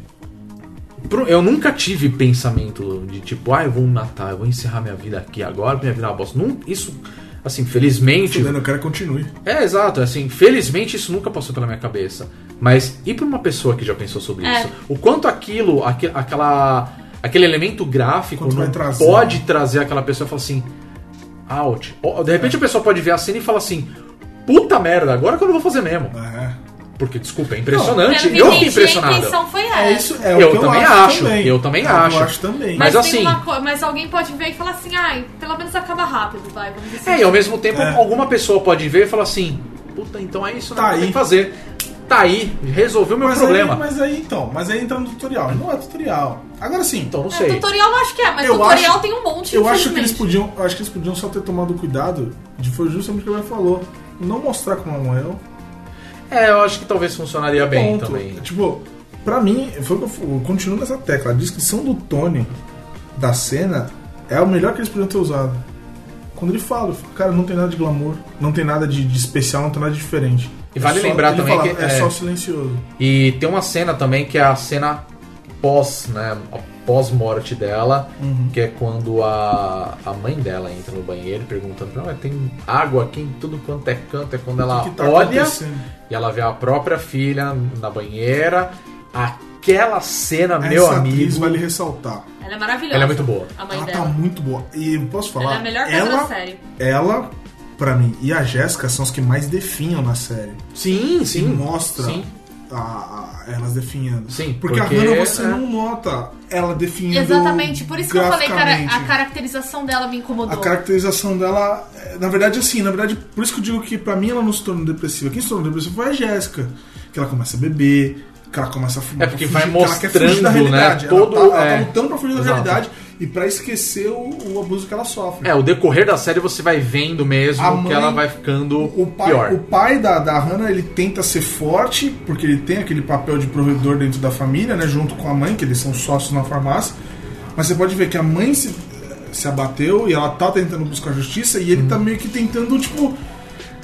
Speaker 2: pro- Eu nunca tive pensamento de tipo, ah, eu vou me matar, eu vou encerrar minha vida aqui agora, minha vida é uma bosta. Nun- Isso, assim, felizmente.
Speaker 5: Fudendo, eu quero que continue.
Speaker 2: É, exato, assim, felizmente isso nunca passou pela minha cabeça. Mas e pra uma pessoa que já pensou sobre
Speaker 3: É.
Speaker 2: isso? O quanto aquilo, aque- aquela, aquele elemento gráfico
Speaker 5: Quanto vai
Speaker 2: não
Speaker 5: trazer.
Speaker 2: pode trazer aquela pessoa e falar assim, out. Ou, De repente a pessoa pode ver a cena e falar assim, puta merda, agora que eu não vou fazer mesmo.
Speaker 5: É,
Speaker 2: Porque, desculpa, é impressionante,
Speaker 6: Pelo que
Speaker 2: eu
Speaker 6: entendi,
Speaker 2: fiquei
Speaker 6: A
Speaker 2: impressionado.
Speaker 6: intenção foi essa.
Speaker 5: É isso, é
Speaker 2: Eu
Speaker 5: o que
Speaker 2: também
Speaker 5: eu acho,
Speaker 2: acho,
Speaker 5: também.
Speaker 2: eu também
Speaker 5: É o que
Speaker 2: acho.
Speaker 5: Eu acho também.
Speaker 2: Mas-
Speaker 6: Mas,
Speaker 2: assim-
Speaker 6: tem uma co... mas alguém pode ver e falar assim, ai, pelo menos acaba rápido, vai, vamos assim." ver se-
Speaker 2: É, e ao mesmo tempo,
Speaker 5: É.
Speaker 2: alguma pessoa pode ver e falar assim, puta, então é isso né,
Speaker 5: Tá
Speaker 2: que eu
Speaker 5: aí.
Speaker 2: tenho que fazer. Tá aí, resolveu meu
Speaker 5: Mas
Speaker 2: problema.
Speaker 5: Aí, mas aí então, mas aí entra no tutorial. Não é tutorial. Agora sim,
Speaker 2: Então, não
Speaker 6: É,
Speaker 2: sei.
Speaker 6: tutorial eu acho que é, mas
Speaker 5: Eu
Speaker 6: tutorial
Speaker 5: acho-
Speaker 6: tem um monte,
Speaker 5: eu acho que eles
Speaker 6: infelizmente.
Speaker 5: podiam. eu acho que eles podiam só ter tomado cuidado de foi justamente o que o Gabriel falou. Não mostrar como ela morreu.
Speaker 2: É, eu acho que talvez funcionaria bem
Speaker 5: Ponto.
Speaker 2: também.
Speaker 5: Tipo, pra mim, foi o que eu, fu- eu continuo nessa tecla. A descrição do Tony da cena é o melhor que eles podiam ter usado. Quando ele fala, eu falo, cara, não tem nada de glamour, não tem nada de, de especial, não tem nada de diferente.
Speaker 2: E vale
Speaker 5: É só-
Speaker 2: lembrar
Speaker 5: ele
Speaker 2: também
Speaker 5: fala,
Speaker 2: que-
Speaker 5: é,
Speaker 2: é.
Speaker 5: só silencioso.
Speaker 2: E tem uma cena também que é a cena pós, né? a Pós-morte dela,
Speaker 5: Uhum.
Speaker 2: que é quando a, a mãe dela entra no banheiro perguntando pra ela, tem água aqui em tudo quanto é canto, é quando ela
Speaker 5: o que, que tá
Speaker 2: olha
Speaker 5: acontecendo?
Speaker 2: e ela vê a própria filha na banheira. Aquela cena, meu
Speaker 5: Essa atriz
Speaker 2: amigo,
Speaker 5: vale ressaltar.
Speaker 3: Ela é maravilhosa.
Speaker 2: ela é muito boa.
Speaker 3: A mãe
Speaker 5: Ela
Speaker 3: dela.
Speaker 5: tá muito boa. E eu posso falar?
Speaker 3: Ela é a melhor coisa da
Speaker 5: ela,
Speaker 3: série.
Speaker 5: ela, pra mim, e a Jéssica são as que mais definham na série.
Speaker 2: Sim,
Speaker 5: que
Speaker 2: sim.
Speaker 5: mostra
Speaker 2: Sim.
Speaker 5: a- a- elas definhando.
Speaker 2: Sim,
Speaker 5: porque,
Speaker 2: porque-
Speaker 5: a Hannah você
Speaker 2: é.
Speaker 5: não nota ela definindo.
Speaker 6: Exatamente, por isso que eu falei, cara, a
Speaker 5: graficamente.
Speaker 6: caracterização dela me incomodou.
Speaker 5: A caracterização dela, é, na verdade, assim, na verdade, por isso que eu digo que pra mim ela não se tornou depressiva. Quem se tornou depressiva foi a Jéssica. Que ela começa a beber, que ela começa a fumar.
Speaker 2: É, porque
Speaker 5: pra
Speaker 2: vai
Speaker 5: que ela quer fugir da
Speaker 2: mostrando, né,
Speaker 5: realidade.
Speaker 2: todo-
Speaker 5: ela, tá, ela
Speaker 2: é.
Speaker 5: tá lutando pra fugir da
Speaker 2: Exato.
Speaker 5: realidade e pra esquecer o, o abuso que ela sofre.
Speaker 2: É, o decorrer da série você vai vendo mesmo
Speaker 5: A mãe-
Speaker 2: que ela vai ficando
Speaker 5: O pai,
Speaker 2: pior.
Speaker 5: o pai da, da Hannah, ele tenta ser forte, porque ele tem aquele papel de provedor dentro da família, né? Junto com a mãe, que eles são sócios na farmácia. Mas você pode ver que a mãe se, se abateu e ela tá tentando buscar justiça e
Speaker 2: Uhum.
Speaker 5: ele tá meio que tentando, tipo,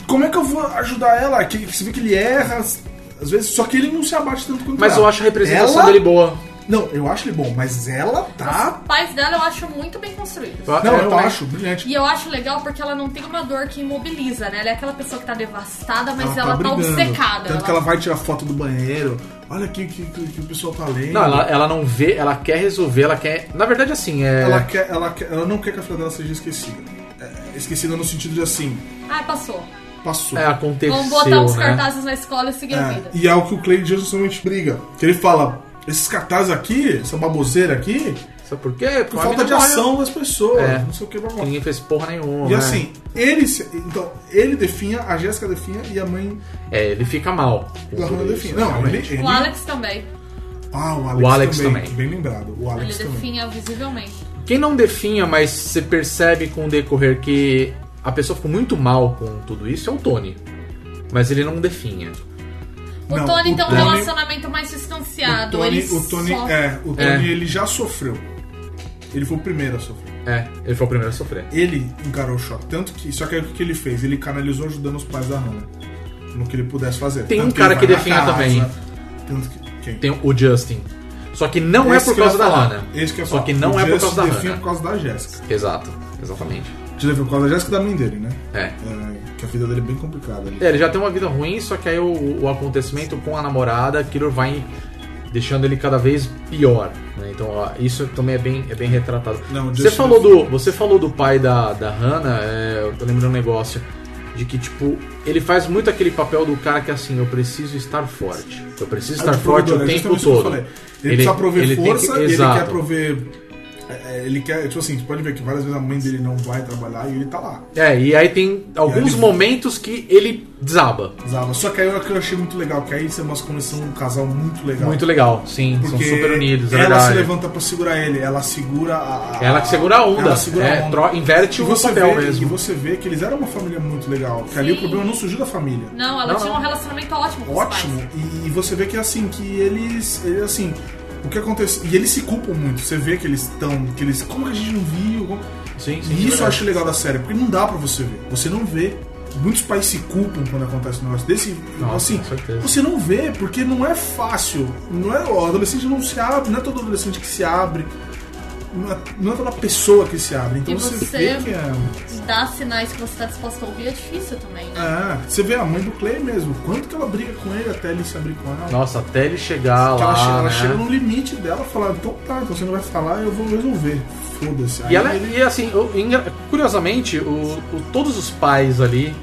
Speaker 5: como é que eu vou ajudar ela? Que, você vê que ele erra, às às vezes, só que ele não se abate tanto quanto
Speaker 2: Mas
Speaker 5: ela.
Speaker 2: eu acho a representação
Speaker 5: Ah, Ela-
Speaker 2: dele boa.
Speaker 5: Não, eu acho ele bom, mas ela tá.
Speaker 3: Os pais dela eu acho muito bem construídos.
Speaker 2: É, Eu-
Speaker 5: Não, eu,
Speaker 2: também-
Speaker 5: acho, brilhante.
Speaker 3: E eu acho legal porque ela não tem uma dor que imobiliza, né? Ela é aquela pessoa que tá devastada, mas ela, tá,
Speaker 5: brigando.
Speaker 3: obcecada.
Speaker 5: Tanto que ela vai tirar foto do banheiro. Olha aqui o que, que, que o pessoal tá lendo.
Speaker 2: Não, ela, ela não vê, ela quer resolver, ela quer. Na verdade, assim, é.
Speaker 5: Ela, quer, ela, quer, ela não quer que a filha dela seja esquecida. É, esquecida no sentido de assim,
Speaker 3: Ah, passou.
Speaker 5: passou.
Speaker 2: É, aconteceu.
Speaker 3: Vamos botar uns
Speaker 2: né?
Speaker 3: cartazes na escola e seguir a
Speaker 5: É,
Speaker 3: vida.
Speaker 5: e é o que o Clay Johnson somente briga. Que ele fala, esses cartazes aqui, essa baboseira aqui,
Speaker 2: Sabe por quê?
Speaker 5: por
Speaker 2: a
Speaker 5: falta
Speaker 2: mina
Speaker 5: de
Speaker 2: morreu.
Speaker 5: ação das pessoas,
Speaker 2: É.
Speaker 5: não sei o que, blá, blá.
Speaker 2: Ninguém fez porra nenhuma.
Speaker 5: E
Speaker 2: né?
Speaker 5: assim, ele se- então, ele definha, a Jéssica definha e a mãe
Speaker 2: É, ele fica mal. com
Speaker 5: da
Speaker 2: tudo
Speaker 5: Hannah
Speaker 2: isso,
Speaker 5: definha. Não, ele,
Speaker 2: realmente.
Speaker 5: ele...
Speaker 3: O Alex também.
Speaker 5: Ah, o Alex,
Speaker 2: O Alex
Speaker 5: também.
Speaker 2: também.
Speaker 5: Bem lembrado, o
Speaker 3: Ele
Speaker 5: Alex também.
Speaker 3: definha visivelmente.
Speaker 2: Quem não definha, mas você percebe com o decorrer que a pessoa ficou muito mal com tudo isso, é o Tony. Mas ele não definha.
Speaker 3: O
Speaker 5: Não,
Speaker 3: Tony
Speaker 5: o
Speaker 3: tem um
Speaker 5: Tony-
Speaker 3: relacionamento mais distanciado.
Speaker 5: O Tony,
Speaker 3: ele
Speaker 5: o Tony,
Speaker 3: só-
Speaker 5: é, o Tony
Speaker 2: É.
Speaker 5: ele já sofreu. Ele foi o primeiro a sofrer.
Speaker 2: É, ele foi o primeiro a sofrer.
Speaker 5: Ele encarou o choque. Tanto que. Só que aí o que que ele fez? Ele canalizou ajudando os pais da Hannah. No que ele pudesse fazer.
Speaker 2: Tem
Speaker 5: Tanto
Speaker 2: um cara
Speaker 5: ele
Speaker 2: que
Speaker 5: vai na
Speaker 2: defina
Speaker 5: casa,
Speaker 2: também.
Speaker 5: Tanto que. Quem?
Speaker 2: Tem o Justin. Só que não é
Speaker 5: Esse
Speaker 2: por
Speaker 5: que eu
Speaker 2: causa
Speaker 5: ia
Speaker 2: da
Speaker 5: falar.
Speaker 2: Hannah.
Speaker 5: Esse que eu ia
Speaker 2: Só
Speaker 5: falar.
Speaker 2: que não
Speaker 5: O
Speaker 2: é por
Speaker 5: Justin
Speaker 2: causa da
Speaker 5: define
Speaker 2: Hannah.
Speaker 5: por causa da Jéssica.
Speaker 2: Exato, exatamente.
Speaker 5: Te define por causa da Jéssica e da mãe dele, né?
Speaker 2: É.
Speaker 5: É, que a vida dele é bem complicada ali.
Speaker 2: É, ele já tem uma vida ruim, só que aí o, o acontecimento com a namorada, aquilo vai deixando ele cada vez pior. né? Então ó, isso também é bem, é bem retratado.
Speaker 5: Não,
Speaker 2: você,
Speaker 5: Justin
Speaker 2: falou
Speaker 5: Bieber.
Speaker 2: do, você falou do pai da, da Hannah, é, eu tô lembrando um negócio. De que, tipo, ele faz muito aquele papel do cara que assim, eu preciso estar forte. Eu preciso estar
Speaker 5: É,
Speaker 2: forte o
Speaker 5: provedor, é
Speaker 2: tempo
Speaker 5: justamente isso que eu
Speaker 2: todo.
Speaker 5: falei. Ele, precisa prover
Speaker 2: ele tem
Speaker 5: força,
Speaker 2: que-
Speaker 5: ele
Speaker 2: exato.
Speaker 5: quer prover. é, é, Ele quer, tipo assim, você pode ver que várias vezes a mãe dele não vai trabalhar e ele tá lá.
Speaker 2: É, e aí tem alguns
Speaker 5: ele-
Speaker 2: momentos que ele desaba.
Speaker 5: Zava. Só que aí eu, que eu achei muito legal, que aí você mostra como eles são um casal muito legal.
Speaker 2: Muito legal, sim.
Speaker 5: Porque
Speaker 2: são super unidos, é
Speaker 5: ela
Speaker 2: verdade.
Speaker 5: se levanta pra segurar ele, ela segura a. a-
Speaker 2: Ela que segura a onda.
Speaker 5: Ela segura
Speaker 2: É,
Speaker 5: a onda.
Speaker 2: tro- inverte
Speaker 5: E
Speaker 2: o
Speaker 5: você
Speaker 2: papel
Speaker 5: vê,
Speaker 2: mesmo.
Speaker 5: E você vê que eles eram uma família muito legal. Que ali
Speaker 6: Sim.
Speaker 5: o problema não surgiu da família.
Speaker 6: Não, ela
Speaker 2: Não,
Speaker 6: tinha
Speaker 2: não.
Speaker 6: um relacionamento ótimo com os
Speaker 5: Ótimo.
Speaker 6: pais.
Speaker 5: E, e você vê que é assim, que eles. ele, assim. O que aconteceu. E eles se culpam muito. Você vê que eles estão. Que eles. Como que a gente não viu? Como-
Speaker 2: Sim, sim,
Speaker 5: E isso eu
Speaker 2: verdade.
Speaker 5: acho legal da série, porque não dá pra você ver. Você não vê. Muitos pais se culpam quando acontece um negócio desse.
Speaker 2: Nossa,
Speaker 5: assim,
Speaker 2: com certeza.
Speaker 5: você não vê, porque não é fácil. Não é, o adolescente não se abre, não é todo adolescente que se abre. Não é, não é toda pessoa que se abre. Então
Speaker 3: E
Speaker 5: você,
Speaker 3: você-
Speaker 5: vê que é.
Speaker 3: Dar sinais que você tá disposto a ouvir é difícil também, né?
Speaker 5: Ah, você vê a mãe do Clay mesmo. Quanto que ela briga com ele até ele se abrir com ela.
Speaker 2: Nossa, até ele chegar
Speaker 5: Que
Speaker 2: lá.
Speaker 5: ela, chega, ela
Speaker 2: né?
Speaker 5: chega no limite dela falando, então tá, então você não vai falar, eu vou resolver. Foda-se. Aí
Speaker 2: E, ela,
Speaker 5: ele-
Speaker 2: e assim, o- engra- curiosamente, o- o- todos os pais ali,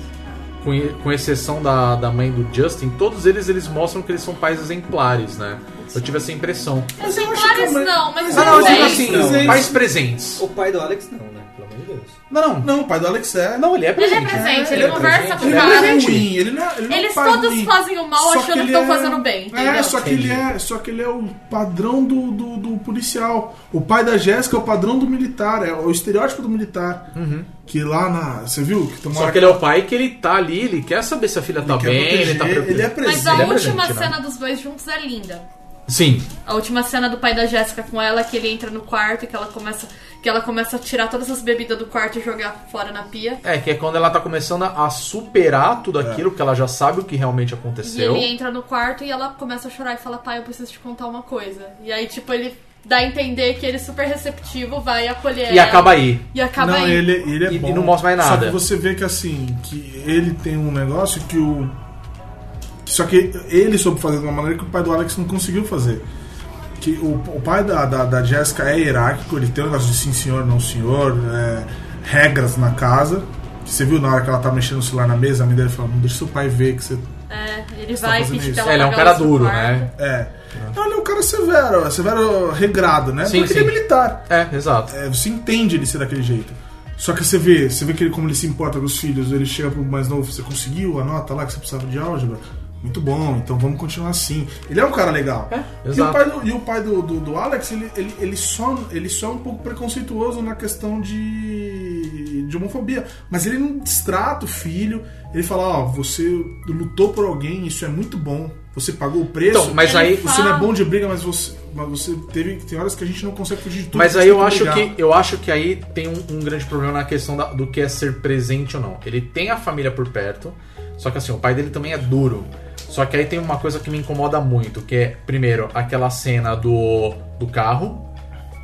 Speaker 2: com, e- com exceção da, da mãe do Justin, todos eles eles mostram que eles são pais exemplares, né? Eu tive essa impressão.
Speaker 5: Mas eu acho que a
Speaker 6: Claro,
Speaker 5: mãe-
Speaker 6: não, mas é
Speaker 2: Ah, não, eu
Speaker 6: tudo
Speaker 2: digo
Speaker 6: bem.
Speaker 2: assim,
Speaker 5: Presentes.
Speaker 2: pais presentes.
Speaker 4: O pai do Alex não, né? Pelo amor de Deus.
Speaker 2: Não, não.
Speaker 5: Não, o pai do Alex é.
Speaker 2: Não, ele
Speaker 6: Ele
Speaker 2: é
Speaker 6: é
Speaker 2: presente. né?
Speaker 6: presente, ele,
Speaker 4: ele é
Speaker 6: conversa
Speaker 4: presente.
Speaker 6: com o
Speaker 5: Ele
Speaker 2: Cara,
Speaker 5: não é
Speaker 6: cara.
Speaker 5: ruim, ele não é, ele não é
Speaker 6: Eles
Speaker 5: um pai
Speaker 6: todos
Speaker 5: ruim.
Speaker 6: fazem o mal
Speaker 5: Só
Speaker 6: achando que
Speaker 5: ele
Speaker 6: estão
Speaker 5: é-
Speaker 6: fazendo bem,
Speaker 5: É,
Speaker 6: entendeu?
Speaker 5: só que, ele é, só que ele é o padrão do, do, do policial. O pai da Jéssica é o padrão do militar, é o estereótipo do militar.
Speaker 2: Uhum.
Speaker 5: Que lá na. Você viu? Que tomou
Speaker 2: Só que ele é o pai que ele tá ali, ele quer saber se a filha tá
Speaker 5: quer
Speaker 2: bem,
Speaker 5: proteger,
Speaker 2: ele tá preocupado.
Speaker 5: ele é
Speaker 6: Mas
Speaker 5: presente.
Speaker 6: a
Speaker 2: Ele é
Speaker 6: última
Speaker 2: presente, né?
Speaker 6: cena dos dois juntos é linda.
Speaker 2: Sim,
Speaker 6: A última cena do pai da Jéssica com ela, que ele entra no quarto e que ela começa, que ela começa a tirar todas as bebidas do quarto e jogar fora na pia.
Speaker 2: É, que é quando ela tá começando a superar tudo aquilo, porque ela já sabe o que realmente aconteceu.
Speaker 6: E ele entra no quarto e ela começa a chorar e fala, pai, eu preciso te contar uma coisa. E aí, tipo, ele dá a entender que ele é super receptivo, vai acolher
Speaker 2: E
Speaker 6: ela.
Speaker 2: acaba aí.
Speaker 6: E
Speaker 3: Tá
Speaker 6: acaba
Speaker 5: não,
Speaker 6: aí.
Speaker 5: ele, ele é
Speaker 2: E- e
Speaker 5: bom.
Speaker 2: não mostra mais
Speaker 5: Só
Speaker 2: nada.
Speaker 5: que você vê que assim, que ele tem um negócio que o. Só que ele soube fazer de uma maneira que o pai do Alex não conseguiu fazer. Que o, o pai da, da, da Jéssica é hierárquico, ele tem um negócio de sim senhor, não senhor, é, regras na casa. Que Você viu na hora que ela tá mexendo o celular na mesa, a mãe dele fala, não deixa seu pai ver que você
Speaker 6: É, ele
Speaker 5: Você tá
Speaker 6: vai
Speaker 5: fazendo
Speaker 6: pedir
Speaker 5: isso.
Speaker 6: pra ela
Speaker 2: É, ele é um
Speaker 6: pagar
Speaker 2: cara
Speaker 6: o seu
Speaker 2: duro,
Speaker 6: quarto.
Speaker 2: né?
Speaker 5: É. Então ele é um cara severo, é severo regrado, né?
Speaker 2: Sim,
Speaker 5: Porque
Speaker 2: sim.
Speaker 5: ele é militar.
Speaker 2: É, exato.
Speaker 5: É, você entende ele ser daquele jeito. Só que você vê, você vê que ele, como ele se importa com os filhos, ele chega pro mais novo, você conseguiu a nota lá que você precisava de álgebra? Muito bom, então vamos continuar assim. Ele é um cara legal. e
Speaker 2: exato.
Speaker 5: o pai do, e o pai do, do- do Alex, ele, ele, ele, só, ele só é um pouco preconceituoso na questão de, de homofobia. Mas ele não distrata o filho, ele fala, ó, você lutou por alguém, isso é muito bom. Você pagou o preço.
Speaker 2: Então, mas
Speaker 6: Ele
Speaker 2: aí.
Speaker 6: fala-
Speaker 5: Você não é bom de briga, mas você, mas você teve. Tem horas que a gente não consegue fugir de tudo.
Speaker 2: Mas
Speaker 5: você
Speaker 2: aí
Speaker 5: tem
Speaker 2: eu acho
Speaker 5: brigar.
Speaker 2: que eu acho que aí tem um, um grande problema na questão da- do que é ser presente ou não. Ele tem a família por perto, só que assim, o pai dele também é duro. Só que aí tem uma coisa que me incomoda muito, que é, primeiro, aquela cena do, do carro,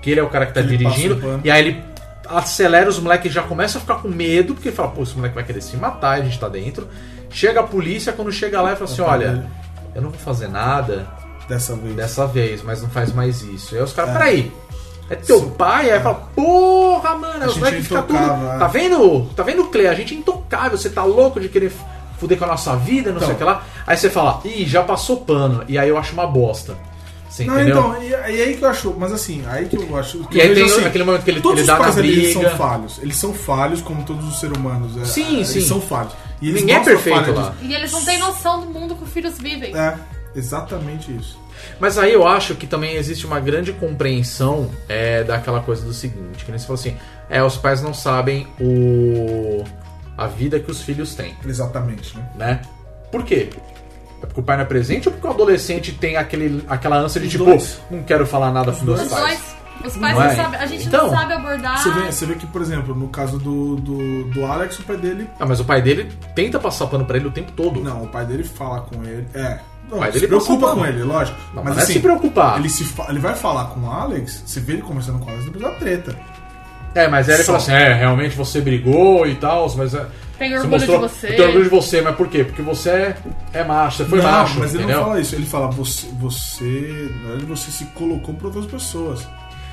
Speaker 2: que ele é o cara que tá
Speaker 5: Ele
Speaker 2: dirigindo,
Speaker 5: passa o pano.
Speaker 2: e aí ele acelera os moleques já começa a ficar com medo, porque ele fala, pô, esse moleque vai querer se matar, a gente tá dentro. Chega a polícia, quando chega lá, ele fala assim,
Speaker 5: pai
Speaker 2: olha,
Speaker 5: dele.
Speaker 2: eu não vou fazer nada,
Speaker 5: Dessa vez.
Speaker 2: dessa vez, mas não faz mais isso. Aí os caras, peraí. É teu pai? Aí fala, porra, mano, os
Speaker 5: gente
Speaker 2: moleques
Speaker 5: é
Speaker 2: ficam tudo.
Speaker 5: intocável, é.
Speaker 2: Tá vendo? Tá vendo, Clay? A gente é intocável, você tá louco de querer fuder com a nossa vida, não
Speaker 5: Então.
Speaker 2: sei o que lá. Aí você fala, ih, já passou pano. E aí eu acho uma bosta. Você
Speaker 5: Não,
Speaker 2: entendeu?
Speaker 5: então, e, e aí que eu acho. Mas assim, aí que eu acho. que
Speaker 2: E
Speaker 5: eu
Speaker 2: aí
Speaker 5: vejo,
Speaker 2: tem
Speaker 5: assim,
Speaker 2: aquele momento que ele-
Speaker 5: todos
Speaker 2: ele
Speaker 5: os
Speaker 2: dá na
Speaker 5: pais ali, Eles
Speaker 2: briga.
Speaker 5: são falhos. Eles são falhos, como todos os seres humanos. é,
Speaker 2: Sim,
Speaker 5: eles
Speaker 2: sim.
Speaker 5: são falhos. E eles
Speaker 2: Ninguém é
Speaker 5: mostram a
Speaker 2: perfeito
Speaker 5: falha
Speaker 2: lá.
Speaker 6: E eles não têm noção do mundo que os filhos vivem.
Speaker 5: deles. É, exatamente isso.
Speaker 2: Mas aí eu acho que também existe uma grande compreensão é, daquela coisa do seguinte, que nem você falou assim, é, os pais não sabem o. a vida que os filhos têm.
Speaker 5: Exatamente, né?
Speaker 2: né? Por quê? É porque o pai não é presente ou porque o adolescente tem aquele, aquela ânsia de
Speaker 5: Os
Speaker 2: tipo,
Speaker 5: dois.
Speaker 2: não quero falar nada pros meus
Speaker 6: Os
Speaker 2: pais?
Speaker 6: dois. Os
Speaker 3: Os pais
Speaker 2: Não
Speaker 3: não,
Speaker 2: é?
Speaker 3: sabem, a gente
Speaker 2: Então,
Speaker 3: não sabe abordar.
Speaker 5: Você vê, assim, você vê que, por exemplo, no caso do, do, do Alex, o pai dele.
Speaker 2: Ah, mas o pai dele tenta passar pano pra ele o tempo todo.
Speaker 5: Não, o pai dele fala com ele. É. Não,
Speaker 2: pai
Speaker 5: se
Speaker 2: dele
Speaker 5: preocupa
Speaker 2: passa
Speaker 5: com
Speaker 2: pano.
Speaker 5: ele, lógico.
Speaker 2: Não,
Speaker 5: mas
Speaker 2: não é
Speaker 5: assim,
Speaker 2: se preocupar.
Speaker 5: ele, se fa- ele vai falar com o Alex, você vê ele conversando com o Alex depois da treta.
Speaker 2: É, mas aí ele
Speaker 5: Só.
Speaker 2: fala assim: é, realmente você brigou e tal, mas. É,
Speaker 3: Tenho
Speaker 2: você
Speaker 3: orgulho
Speaker 2: mostrou,
Speaker 3: de você."
Speaker 2: Eu tenho orgulho de você, mas por quê? Porque você é, é macho, você foi
Speaker 5: não,
Speaker 2: macho,
Speaker 5: mas ele
Speaker 2: entendeu?
Speaker 5: não fala isso. Ele fala, você. Você. Na verdade, você se colocou por outras pessoas.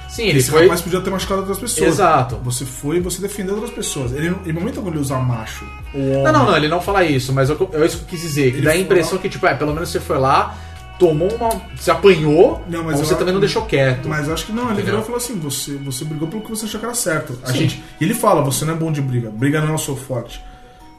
Speaker 2: Sim, ele
Speaker 5: Esse
Speaker 2: foi.
Speaker 5: rapaz podia ter machucado outras pessoas.
Speaker 2: Exato.
Speaker 5: Você foi e você defendeu outras pessoas. Ele, em momento algum ele usa macho. Ou
Speaker 2: Não, não,
Speaker 5: homem.
Speaker 2: não, ele não fala isso, mas eu, eu isso que eu quis dizer. que
Speaker 5: Ele
Speaker 2: dá a
Speaker 5: foi
Speaker 2: impressão
Speaker 5: lá-
Speaker 2: que, tipo, é, pelo menos você foi lá, tomou uma. Se apanhou,
Speaker 5: Não, mas
Speaker 2: mas você
Speaker 5: eu-
Speaker 2: também não deixou quieto.
Speaker 5: Mas eu acho que não, ele
Speaker 2: Entendeu?
Speaker 5: virou e falou assim: você, você brigou pelo que você achou que era certo. A
Speaker 2: Sim.
Speaker 5: gente, e ele fala: você não é bom de briga, briga não é o seu forte.